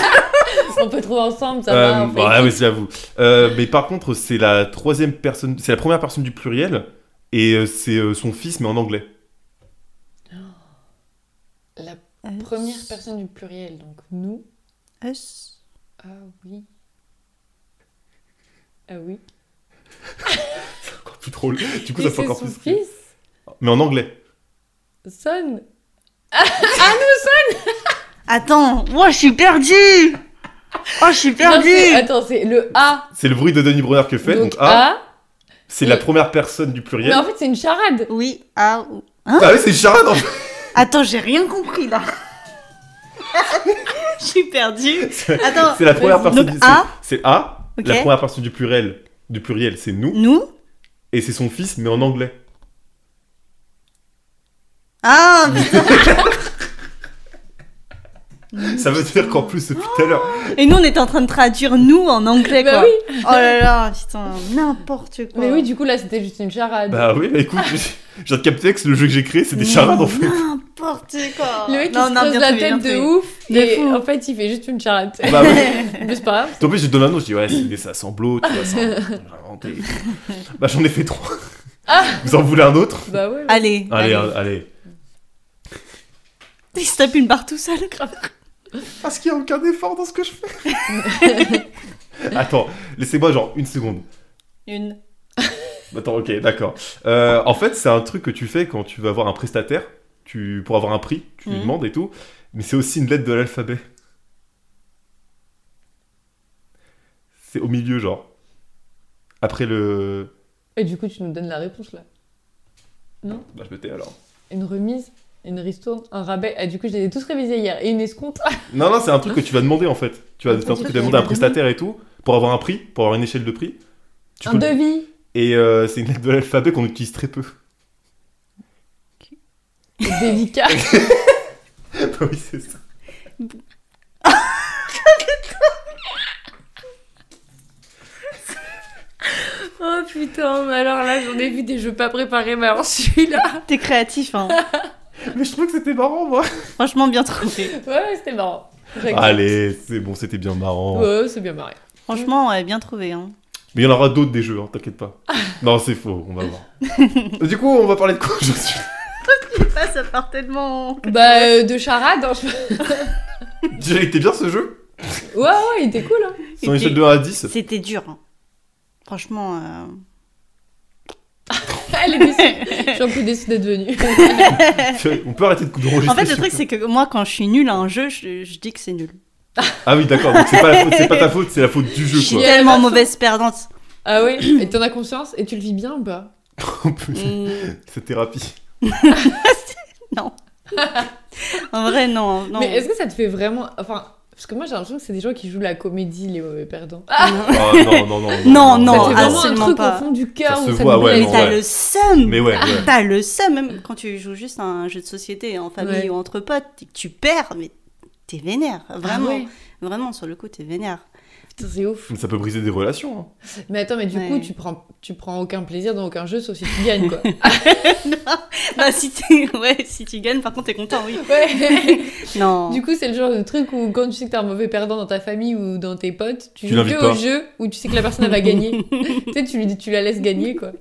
Speaker 2: On peut trouver ensemble, ça
Speaker 1: Euh,
Speaker 2: va en fait.
Speaker 1: ouais, oui, c'est à vous. Euh, mais par contre, c'est la troisième personne, c'est la première personne du pluriel, et euh, c'est euh, son fils, mais en anglais.
Speaker 2: La
Speaker 3: Euh,
Speaker 2: première personne du pluriel, donc nous.
Speaker 3: euh,
Speaker 2: Ah oui. Ah oui.
Speaker 1: Encore plus drôle. Du coup,
Speaker 2: Mais
Speaker 1: ça fait
Speaker 2: c'est
Speaker 1: encore
Speaker 2: son
Speaker 1: plus. rire.
Speaker 2: fils
Speaker 1: Mais en anglais.
Speaker 2: Son
Speaker 3: Attends, moi je suis perdue Oh, je suis
Speaker 2: Non, c'est-
Speaker 3: perdue
Speaker 2: Attends, c'est le A.
Speaker 1: C'est le bruit de Denis Brunner que fait. Donc,
Speaker 2: Donc
Speaker 1: ah,
Speaker 2: A.
Speaker 1: c'est
Speaker 2: et-
Speaker 1: la première personne du pluriel.
Speaker 2: Mais en fait, c'est une charade.
Speaker 3: Oui, ah, ou-
Speaker 1: Ah oui, c'est Charade en fait.
Speaker 3: Attends, j'ai rien compris là Je suis perdue
Speaker 1: C'est
Speaker 3: Attends,
Speaker 1: c'est la première
Speaker 2: vas-y.
Speaker 1: personne.
Speaker 3: donc
Speaker 1: du- c'est-
Speaker 3: A,
Speaker 1: C'est A.
Speaker 3: Ok.
Speaker 1: La première personne du pluriel. Du pluriel, c'est nous.
Speaker 3: nous
Speaker 1: Et c'est son fils, mais en anglais.
Speaker 3: Ah, putain.
Speaker 1: Ça veut dire qu'en plus, depuis tout à l'heure.
Speaker 3: Et nous on était en train de traduire nous en
Speaker 1: Eh
Speaker 3: anglais
Speaker 1: ben
Speaker 2: Bah
Speaker 3: quoi
Speaker 2: oui.
Speaker 3: Oh là là, putain, n'importe quoi
Speaker 2: Mais oui, du coup, là, c'était juste une charade.
Speaker 1: Bah oui, bah, écoute, je je viens de capter que le jeu que j'ai créé, c'est des charades en fait.
Speaker 3: N'importe quoi
Speaker 2: le mec,
Speaker 3: Non,
Speaker 2: il
Speaker 3: non,
Speaker 2: se pose
Speaker 3: bien
Speaker 2: la
Speaker 3: trouvé, bien
Speaker 2: tête de
Speaker 3: trouvé.
Speaker 2: ouf.
Speaker 3: De
Speaker 2: et
Speaker 3: fou.
Speaker 2: en fait, il fait juste une charade.
Speaker 1: Bah oui.
Speaker 2: Mais c'est pas grave.
Speaker 1: En plus, j'ai donné un nom, je dis ouais, c'est des assemblaux, tu vois, ça, j'ai inventé. bah, j'en ai fait trois.
Speaker 2: Ah.
Speaker 1: Vous en voulez un autre
Speaker 2: Bah ouais.
Speaker 3: Allez,
Speaker 1: Allez, un- allez.
Speaker 3: Il se tape une barre tout seul grave.
Speaker 1: Parce qu'il n'y a aucun effort dans ce que je fais. Attends, laissez-moi genre une seconde.
Speaker 3: Une.
Speaker 1: Attends, ok, d'accord. Euh, en fait, c'est un truc que tu fais quand tu vas voir un prestataire, tu, pour avoir un prix, tu lui
Speaker 3: Mhm.
Speaker 1: demandes et tout, mais c'est aussi une lettre de l'alphabet. C'est au milieu, genre. Après le.
Speaker 2: Et du coup, tu nous donnes la réponse là.
Speaker 1: Bah, je me tais alors.
Speaker 2: Une remise, une ristourne, un rabais. Ah, du coup, je les ai tous révisés hier. Et une escompte.
Speaker 1: Non, non, c'est un truc que tu vas demander en fait. Tu vas, c'est un truc que tu vas demander à un prestataire et tout, pour avoir un prix, pour avoir une échelle de prix. Tu
Speaker 2: un
Speaker 1: peux-
Speaker 2: devis.
Speaker 1: Et euh, c'est une lettre de l'alphabet qu'on utilise très peu.
Speaker 2: Délicat.
Speaker 1: bah oui, c'est ça.
Speaker 2: oh putain, mais alors là, j'en ai vu des jeux pas préparés, mais alors celui-là.
Speaker 3: T'es créatif, hein.
Speaker 1: Mais je trouve que c'était marrant, moi.
Speaker 3: Franchement, bien trouvé.
Speaker 2: Ouais, ouais, c'était marrant. J'accepte.
Speaker 1: Allez, c'est bon, c'était bien marrant.
Speaker 2: Ouais, ouais, c'est bien marré.
Speaker 3: Franchement, ouais, bien trouvé, hein.
Speaker 1: Mais il y en aura d'autres des jeux, hein, t'inquiète pas. non, c'est faux, on va voir. Euh, du coup, on va parler de quoi aujourd'hui
Speaker 3: Ça, ça part tellement...
Speaker 2: Bah, euh, de charade. hein, je-
Speaker 1: Déjà, il était bien ce jeu
Speaker 2: Ouais, ouais, il était cool. Hein.
Speaker 1: Sur une échelle de 1 à 10
Speaker 3: C'était dur. hein. Franchement, euh,
Speaker 2: Elle est déçue. Je suis un peu déçue d'être venue.
Speaker 1: On peut arrêter de couper
Speaker 3: En fait, le truc, c'est que moi, quand je suis nulle à un jeu, je, je dis que c'est nul.
Speaker 1: Ah oui, d'accord, donc c'est pas, la faute- c'est pas ta faute, c'est la faute du
Speaker 3: Je
Speaker 1: jeu,
Speaker 3: suis
Speaker 1: quoi.
Speaker 3: tellement mauvaise perdante.
Speaker 2: Ah ouais Et t'en as conscience Et tu le vis bien ou pas
Speaker 1: En plus,
Speaker 3: Mm,
Speaker 1: c'est thérapie.
Speaker 3: en vrai, non. non.
Speaker 2: Mais est-ce que ça te fait vraiment. Enfin, parce que moi, j'ai l'impression que c'est des gens qui jouent la comédie, les mauvais perdants. Ah,
Speaker 1: Ah, non, non, non.
Speaker 3: Non, non,
Speaker 2: c'est vraiment un
Speaker 3: absolument
Speaker 2: truc
Speaker 3: pas.
Speaker 2: au fond du cœur
Speaker 1: Ça
Speaker 2: où
Speaker 1: se
Speaker 2: ça
Speaker 1: voit,
Speaker 2: nous Ah
Speaker 1: ouais,
Speaker 2: blesse.
Speaker 3: Mais
Speaker 1: non, Mais
Speaker 3: t'as le seum
Speaker 1: ouais, ouais.
Speaker 3: T'as le seum, même quand tu joues juste à un jeu de société, en famille
Speaker 2: Ouais.
Speaker 3: ou entre potes, et que tu perds, mais t'es vénère. Vraiment,
Speaker 2: Ah ouais.
Speaker 3: vraiment, sur le coup, t'es vénère.
Speaker 2: Putain, c'est ouf.
Speaker 1: Mais Ça peut briser des relations. hein.
Speaker 2: Mais attends, mais du
Speaker 3: Ouais.
Speaker 2: coup, tu prends, tu prends aucun plaisir dans aucun jeu sauf si tu gagnes, quoi.
Speaker 3: bah, si, t'es- ouais, si tu gagnes, par contre, t'es content, oui.
Speaker 2: ouais.
Speaker 3: Non.
Speaker 2: du coup, c'est le genre de truc où quand tu sais que t'es un mauvais perdant dans ta famille ou dans tes potes, tu,
Speaker 1: Tu
Speaker 2: joues
Speaker 1: l'invites
Speaker 2: que
Speaker 1: pas.
Speaker 2: au jeu où tu sais que la personne elle va gagner. tu sais, tu, lui dis- tu la laisses gagner, quoi.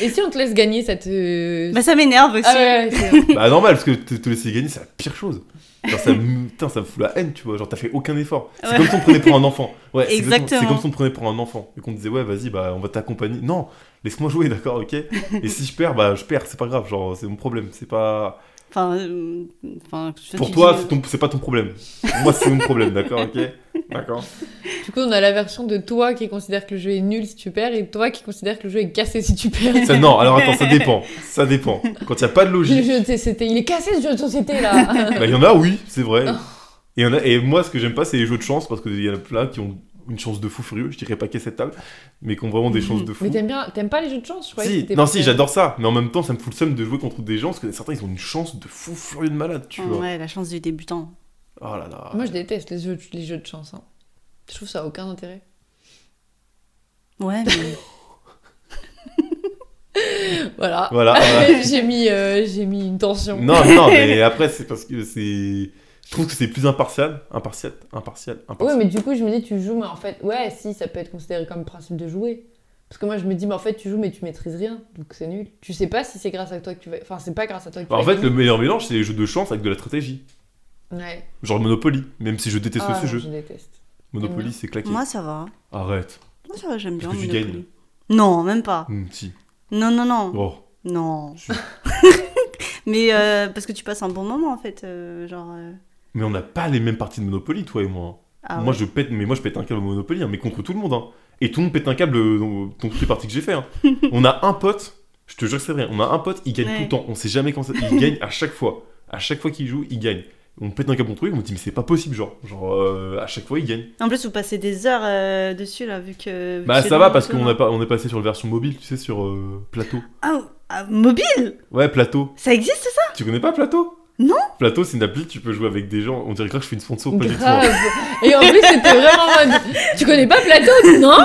Speaker 2: Et si on te laisse gagner, ça te.
Speaker 3: Bah, ça m'énerve aussi.
Speaker 2: ah ouais, ouais, c'est-
Speaker 1: Bah normal, parce que te, te laisser gagner, c'est la pire chose. Genre, ça, me- putain, ça me fout la haine, tu vois. Genre, t'as fait aucun effort. C'est
Speaker 3: Ouais.
Speaker 1: comme si on te prenait pour un enfant. Ouais, c'est C'est
Speaker 3: Exactement.
Speaker 1: comme si on te prenait pour un enfant. Et qu'on te disait, ouais, vas-y, bah, on va t'accompagner. Non, laisse-moi jouer, d'accord, ok. Et si je perds, bah, je perds, c'est pas grave. Genre, c'est mon problème. C'est pas.
Speaker 3: Enfin, euh, enfin, je-
Speaker 1: Pour
Speaker 3: tu
Speaker 1: toi,
Speaker 3: dis-
Speaker 1: c'est ton- c'est pas ton problème. Pour Moi, c'est mon problème, d'accord, ok. D'accord.
Speaker 2: Du coup, on a la version de toi qui considère que le jeu est nul si tu perds et toi qui considère que le jeu est cassé si tu perds.
Speaker 1: Ça, non, alors attends, ça dépend. Ça dépend. Quand il y a pas de
Speaker 2: Le
Speaker 1: logique.
Speaker 2: jeu, c'est- c'était, il est cassé ce jeu de société là. Oh.
Speaker 1: Bah, il y en a, oui, c'est vrai. Et, y en a- et moi, ce que j'aime pas, c'est les jeux de chance, parce qu'il y en a plein qui ont une chance de fou furieux, je dirais pas qu'à cette table, mais qui ont vraiment des chances de fou.
Speaker 2: Mais t'aimes bien, t'aimes pas les jeux de chance, je croyais que
Speaker 1: Si,
Speaker 2: c'était
Speaker 1: non,
Speaker 2: parce
Speaker 1: si,
Speaker 2: que-
Speaker 1: j'adore ça, mais en même temps, ça me fout le seum de jouer contre des gens, parce que certains, ils ont une chance de fou furieux de malade, tu vois.
Speaker 3: Ouais, la chance du débutant.
Speaker 1: Oh là là.
Speaker 2: Moi, je déteste les jeux, les jeux de chance. hein. Je trouve ça a aucun intérêt.
Speaker 3: Ouais, mais
Speaker 2: Voilà.
Speaker 1: Voilà. voilà.
Speaker 2: j'ai mis, euh, j'ai mis une tension.
Speaker 1: non, non, mais après, c'est parce que c'est. Je trouve que c'est plus impartial, impartial, impartial,
Speaker 2: Ouais,
Speaker 1: impartial.
Speaker 2: mais du coup, je me dis, tu joues, mais en fait, ouais, si, ça peut être considéré comme principe de jouer. Parce que moi, je me dis, mais en fait, tu joues, mais tu maîtrises rien, donc c'est nul. Tu sais pas si c'est grâce à toi que tu vas. Enfin, c'est pas grâce à toi que tu
Speaker 1: Bah, en
Speaker 2: vas
Speaker 1: fait, le
Speaker 2: gagner.
Speaker 1: meilleur mélange, c'est les jeux de chance avec de la stratégie.
Speaker 2: Ouais.
Speaker 1: Genre Monopoly, même si je déteste
Speaker 2: Ah,
Speaker 1: ce
Speaker 2: non,
Speaker 1: jeu.
Speaker 2: Je déteste.
Speaker 1: Monopoly, c'est claqué.
Speaker 3: moi ça va.
Speaker 1: Arrête.
Speaker 3: Moi ça va, j'aime bien.
Speaker 1: Parce que tu
Speaker 3: Monopoly. Non, même pas.
Speaker 1: Hum, si.
Speaker 3: Non, non, non.
Speaker 1: Oh.
Speaker 3: Non.
Speaker 1: je-
Speaker 3: Mais euh, parce que tu passes un bon moment en fait. euh, genre. euh,
Speaker 1: Mais on n'a pas les mêmes parties de Monopoly, toi et moi.
Speaker 3: ah
Speaker 1: moi,
Speaker 3: ouais.
Speaker 1: je pète, mais moi, je pète un câble au Monopoly, hein, mais contre tout le monde. hein. Et tout le monde pète un câble euh, dans, dans toutes les parties que j'ai fait. hein. on a un pote, je te jure que c'est vrai, on a un pote, il gagne
Speaker 3: Ouais.
Speaker 1: tout le temps. On sait jamais quand ça... Il gagne à chaque fois. À chaque fois qu'il joue, il gagne. On pète un câble contre lui, on me dit, mais c'est pas possible, genre. Genre, euh, à chaque fois, il gagne.
Speaker 3: En plus, vous passez des heures euh, dessus là, vu que. vu
Speaker 1: Bah,
Speaker 3: que
Speaker 1: ça
Speaker 3: c'est
Speaker 1: va
Speaker 3: long,
Speaker 1: parce
Speaker 3: tout le
Speaker 1: qu'on
Speaker 3: long.
Speaker 1: a pas, on est passé sur la version mobile, tu sais, sur euh, Plateau.
Speaker 3: Ah, ah, mobile
Speaker 1: Ouais, Plateau.
Speaker 3: Ça existe ça
Speaker 1: Tu connais pas Plateau
Speaker 3: Non.
Speaker 1: Plateau, c'est une appli, tu peux jouer avec des gens. On dirait que je fais une sponsor, pas du tout. hein.
Speaker 2: Grave. Et en plus, c'était vraiment en mode, Tu connais pas Plateau Non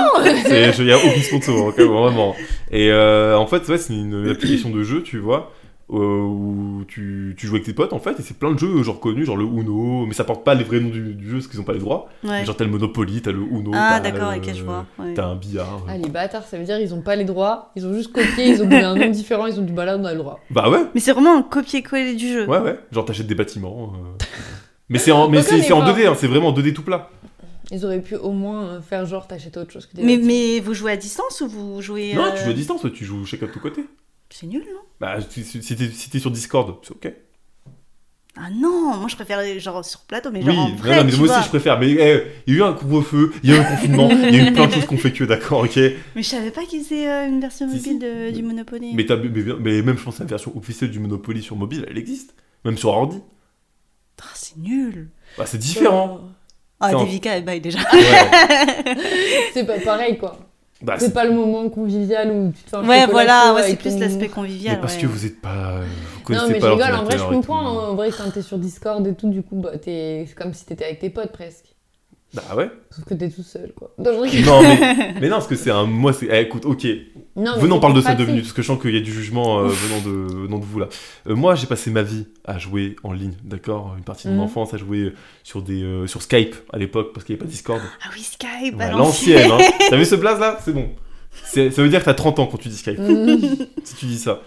Speaker 1: C'est- je- Il y a aucune sponsor, hein, quand même, vraiment. Et euh, en fait, ouais, c'est une application de jeu, tu vois, euh, où tu, tu joues avec tes potes, en fait, et c'est plein de jeux, genre connus, genre le Uno, mais ça porte pas les vrais noms du, du jeu parce qu'ils ont pas les droits.
Speaker 3: Ouais.
Speaker 1: Mais Genre, t'as le Monopoly, t'as le Uno.
Speaker 3: ah,
Speaker 1: t'as,
Speaker 3: d'accord,
Speaker 1: euh,
Speaker 3: ok, je vois. ouais.
Speaker 1: T'as un billard.
Speaker 2: Ah, les bâtards, ça veut dire, ils ont pas les droits, ils ont juste copié, ils ont donné un nom différent, ils ont dit, bah là, on a le droit.
Speaker 1: Bah ouais,
Speaker 3: Mais c'est vraiment un copier-coller du jeu.
Speaker 1: ouais, ouais. Genre, t'achètes des bâtiments. euh. Mais c'est en, mais
Speaker 2: Aucun
Speaker 1: c'est, c'est en
Speaker 2: effort.
Speaker 1: 2D, hein, c'est vraiment en 2D tout plat.
Speaker 2: Ils auraient pu au moins euh, faire genre, t'achètes autre chose que des
Speaker 3: Mais,
Speaker 2: bâtiments.
Speaker 3: mais vous jouez à distance ou vous jouez.
Speaker 1: Non,
Speaker 3: euh,
Speaker 1: tu joues à distance, ouais, tu joues chacun de ton côté.
Speaker 3: C'est nul, non
Speaker 1: Bah, si, si- si t'es, si t'es sur Discord, c'est ok.
Speaker 3: Ah non, moi je préfère genre sur plateau, mais
Speaker 1: Oui,
Speaker 3: genre en
Speaker 1: non,
Speaker 3: vrai,
Speaker 1: non, mais
Speaker 3: tu
Speaker 1: moi
Speaker 3: vois.
Speaker 1: aussi je préfère. Mais eh, il y a eu un couvre-feu, il y a eu un confinement, il y a eu plein de choses qu'on fait que, d'accord, ok.
Speaker 3: Mais je savais pas qu'ils faisaient euh, une version
Speaker 1: Si,
Speaker 3: mobile
Speaker 1: si.
Speaker 3: de- du Monopoly.
Speaker 1: Mais, t'as- mais- mais même, je pense, la version officielle du Monopoly sur mobile, elle existe. Même sur ordi.
Speaker 3: Ah, c'est nul.
Speaker 1: Bah, c'est différent.
Speaker 3: Ah,
Speaker 1: Non.
Speaker 3: Devika, elle baille déjà.
Speaker 1: Ouais.
Speaker 2: Euh, C'est pas pareil, quoi.
Speaker 1: Bah, c'est-
Speaker 2: C'est pas le moment convivial où tu te fais un
Speaker 3: Ouais,
Speaker 2: chocolat
Speaker 3: voilà,
Speaker 2: chaud
Speaker 3: ouais, c'est
Speaker 2: avec
Speaker 3: plus
Speaker 2: ton-
Speaker 3: l'aspect
Speaker 1: mais
Speaker 3: convivial.
Speaker 1: parce
Speaker 3: ouais.
Speaker 1: que vous êtes pas. euh, Vous
Speaker 2: Non,
Speaker 1: connaissez
Speaker 2: mais je
Speaker 1: pas
Speaker 2: rigole, en vrai, je
Speaker 1: l'ordinateur et
Speaker 2: comprends.
Speaker 1: tout.
Speaker 2: hein. En vrai, quand t'es sur Discord et tout, du coup, bah, t'es- c'est comme si t'étais avec tes potes presque.
Speaker 1: Bah ouais.
Speaker 2: Sauf que t'es tout seul, quoi. Non, je rigole.
Speaker 1: Non, mais, mais non, parce que c'est un. Moi, c'est. eh, écoute, ok.
Speaker 2: Non, mais
Speaker 1: Venons, on
Speaker 2: c'est
Speaker 1: parle de ça deux
Speaker 2: pratique.
Speaker 1: minutes, parce que je sens qu'il y a du jugement euh, venant, de, venant de vous là. Euh, moi, j'ai passé ma vie à jouer en ligne, d'accord Une partie de mon
Speaker 2: Mhm.
Speaker 1: enfance à jouer sur, des, euh, sur Skype à l'époque, parce qu'il n'y avait pas Discord.
Speaker 3: Ah oui, Skype,
Speaker 1: Ouais,
Speaker 3: à
Speaker 1: L'ancienne, hein. T'as vu ce blaze là C'est bon. C'est- Ça veut dire que t'as 30 ans quand tu dis Skype,
Speaker 2: Mhm.
Speaker 1: si tu dis ça.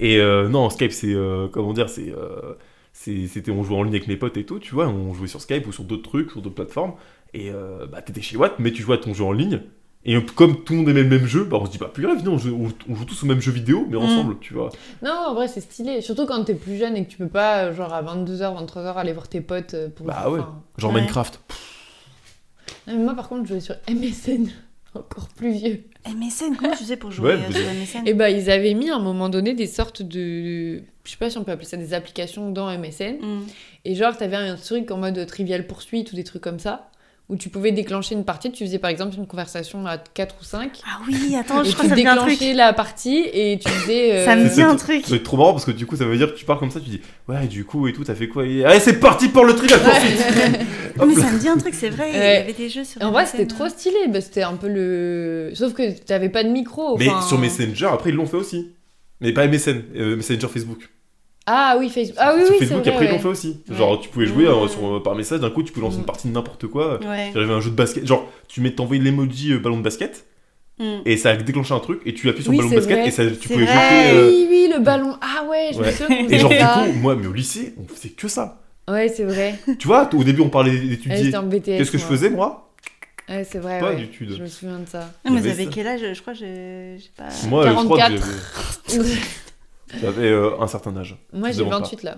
Speaker 1: Et euh, non, Skype, c'est. euh, comment dire C'est. euh, c'est- c'était on jouait en ligne avec mes potes et tout, tu vois, on jouait sur Skype ou sur d'autres trucs, sur d'autres plateformes, et euh, bah t'étais chez Watt, mais tu jouais à ton jeu en ligne, et comme tout le monde aimait le même jeu, bah on se dit bah plus grave, viens, on joue, on- on joue tous au même jeu vidéo, mais
Speaker 3: Mm.
Speaker 1: ensemble, tu vois.
Speaker 2: Non, en vrai, c'est stylé. Surtout quand t'es plus jeune et que tu peux pas, euh, genre, à 22h, 23h, aller voir tes potes euh, pour.
Speaker 1: Bah ouais.
Speaker 2: enfin.
Speaker 1: Genre
Speaker 3: Ouais.
Speaker 1: Minecraft.
Speaker 2: Non, mais moi, par contre, je jouais sur MSN. Encore plus vieux.
Speaker 3: MSN, eh, comment tu faisais pour jouer
Speaker 1: Ouais,
Speaker 3: euh, sur MSN
Speaker 2: Et bah, ils avaient mis à un moment donné des sortes de. Je sais pas si on peut appeler ça des applications dans MSN.
Speaker 3: Mm.
Speaker 2: Et genre, t'avais un truc en mode trivial poursuite ou des trucs comme ça, où tu pouvais déclencher une partie. Tu faisais par exemple une conversation à 4 ou 5.
Speaker 3: Ah oui, attends,
Speaker 2: et
Speaker 3: je crois
Speaker 2: tu
Speaker 3: que ça me dit un truc.
Speaker 2: déclenchais la partie et tu faisais. euh,
Speaker 3: Ça me
Speaker 1: C'est-
Speaker 3: dit un
Speaker 1: c'est-
Speaker 3: truc.
Speaker 1: Ça va être trop marrant parce que du coup ça veut dire que tu pars comme ça, tu dis ouais du coup et tout, t'as fait quoi et... Allez c'est parti pour le trivial poursuite Hop
Speaker 2: Ouais.
Speaker 3: Oh, Mais
Speaker 1: là.
Speaker 3: ça me dit un truc, c'est vrai. Il y
Speaker 2: Ouais.
Speaker 3: avait des jeux sur
Speaker 2: Et en vrai,
Speaker 3: MSN,
Speaker 2: c'était trop
Speaker 3: hein.
Speaker 2: stylé. Bah, c'était un peu le. Sauf que t'avais pas de micro.
Speaker 1: Mais
Speaker 2: enfin.
Speaker 1: sur Messenger, après, ils l'ont fait aussi. Mais pas MSN, euh, Messenger Facebook.
Speaker 2: Ah oui, Facebook. Ah oui,
Speaker 1: sur
Speaker 2: oui, c'est
Speaker 1: Facebook,
Speaker 2: vrai,
Speaker 1: après, ils
Speaker 2: ouais.
Speaker 1: l'ont fait aussi.
Speaker 2: Ouais.
Speaker 1: Genre, tu pouvais jouer euh,
Speaker 3: Mm.
Speaker 1: sur, euh, par message, d'un coup, tu peux lancer une
Speaker 2: Mm.
Speaker 1: partie de n'importe quoi.
Speaker 3: Ouais.
Speaker 1: J'avais un jeu de basket, genre, tu mets, t'envoyais l'emoji euh, ballon de basket,
Speaker 3: Mm.
Speaker 1: et ça déclenchait un truc, et tu appuies sur
Speaker 2: Oui,
Speaker 1: le ballon de
Speaker 2: c'est
Speaker 1: basket,
Speaker 2: vrai.
Speaker 1: et ça, tu
Speaker 3: C'est
Speaker 1: pouvais
Speaker 3: vrai.
Speaker 1: jeter. euh,
Speaker 2: Oui, oui, le ballon. Ah ouais, je me
Speaker 1: Ouais.
Speaker 2: souviens. qu'on
Speaker 1: Et genre, du
Speaker 2: faisait ça.
Speaker 1: coup, moi, mais au lycée, on faisait que ça.
Speaker 2: Ouais, c'est vrai.
Speaker 1: Tu vois, au début, on parlait
Speaker 2: Ouais,
Speaker 1: d'étudier.
Speaker 2: J'étais en BTS.
Speaker 1: Qu'est-ce que je
Speaker 2: moi.
Speaker 1: faisais, moi
Speaker 2: Ouais, c'est vrai.
Speaker 1: Pas
Speaker 2: ouais.
Speaker 1: d'études.
Speaker 2: Je me souviens de ça.
Speaker 3: Non, Ah, mais
Speaker 1: Il y
Speaker 3: vous
Speaker 1: avait
Speaker 3: avez
Speaker 1: ça.
Speaker 3: quel âge Je crois que je je sais pas.
Speaker 2: Euh,
Speaker 1: Moi, je crois que
Speaker 2: 44.
Speaker 1: j'avais- j'avais euh, un certain âge.
Speaker 2: Moi,
Speaker 1: Je
Speaker 2: j'ai
Speaker 1: demande pas.
Speaker 2: 28 là.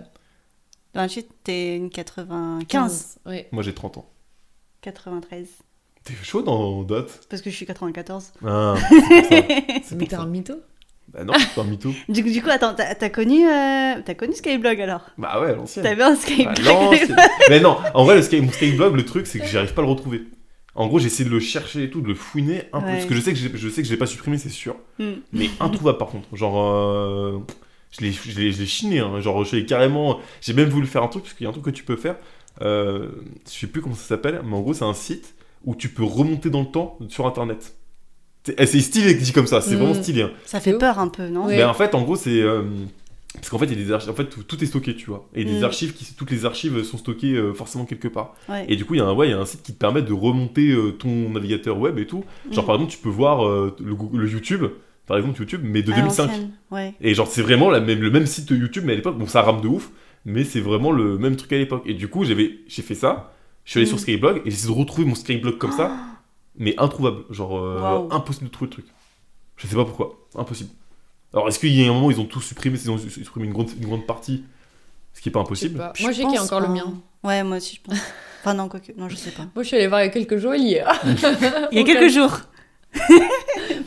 Speaker 3: 28, t'es une 95,
Speaker 2: Ouais.
Speaker 1: Moi, j'ai 30 ans.
Speaker 3: 93.
Speaker 1: T'es chaud dans date
Speaker 3: Parce que je suis 94.
Speaker 1: Ah, c'est pour ça. C'est
Speaker 2: Mais
Speaker 1: pour
Speaker 2: t'es
Speaker 1: ça.
Speaker 2: un mytho.
Speaker 1: Bah non, pas MeToo.
Speaker 3: Du, coup- du coup, attends, t'as t'as connu, euh, t'as connu Skyblog alors
Speaker 1: Bah ouais, à l'ancienne.
Speaker 3: T'avais un Skyblog
Speaker 1: Bah, l'ancienne. Mais non, en vrai, le sky, mon Skyblog, le truc, c'est que j'arrive pas à le retrouver. En gros, j'ai essayé de le chercher et tout, de le fouiner un peu.
Speaker 3: Ouais.
Speaker 1: Parce que je sais que j'ai- je sais que je l'ai pas supprimé, c'est sûr.
Speaker 3: Hmm.
Speaker 1: Mais introuvable par contre. Genre. euh, je l'ai- je l'ai je l'ai chiné. hein. Genre, je l'ai carrément. J'ai même voulu faire un truc, parce qu'il y a un truc que tu peux faire. euh, je sais plus comment ça s'appelle, mais en gros, c'est un site où tu peux remonter dans le temps sur internet. C'est eh, c'est stylé dit comme ça, c'est
Speaker 2: Mm.
Speaker 1: vraiment stylé. hein.
Speaker 3: Ça fait
Speaker 2: ouf.
Speaker 3: peur un peu, non
Speaker 2: Ouais.
Speaker 1: Ben, en fait, en gros, c'est. euh, parce qu'en fait, il y a des archives. En fait, tout, tout est stocké, tu vois. Et des
Speaker 3: Mm.
Speaker 1: archives qui. Toutes les archives sont stockées euh, forcément quelque part.
Speaker 3: Ouais.
Speaker 1: Et du coup, il y, a un- ouais, il y a un site qui te permet de remonter euh, ton navigateur web et tout. Genre,
Speaker 3: Mm.
Speaker 1: par exemple, tu peux voir euh, le, Google- le YouTube, par exemple, YouTube, mais de
Speaker 3: À
Speaker 1: 2005.
Speaker 3: Ah, l'ancienne, Ouais.
Speaker 1: Et genre, c'est vraiment la même, le même site de YouTube, mais à l'époque, bon, ça rame de ouf, mais c'est vraiment le même truc à l'époque. Et du coup, j'avais, j'ai fait ça, je suis allé
Speaker 3: Mm.
Speaker 1: sur Skyblog, et j'ai essayé de retrouver mon Skyblog comme ça, mais introuvable. Genre, euh,
Speaker 3: Waouh.
Speaker 1: impossible de trouver le truc. Je sais pas pourquoi, impossible. Alors, est-ce qu'il y a un moment, ils ont tout supprimé, ils ont su- supprimé une grande, une grande partie Ce qui est pas
Speaker 2: Je sais
Speaker 1: impossible.
Speaker 2: pas.
Speaker 3: Je
Speaker 2: Moi, j'ai qui est
Speaker 3: pense
Speaker 2: encore le
Speaker 3: pas.
Speaker 2: mien.
Speaker 3: Ouais, moi aussi, je pense. Enfin, non, quoique. Non, je sais pas.
Speaker 2: Moi, je suis allée voir il y a quelques jours, il y a.
Speaker 3: Il y a
Speaker 2: Aucun-
Speaker 3: quelques jours.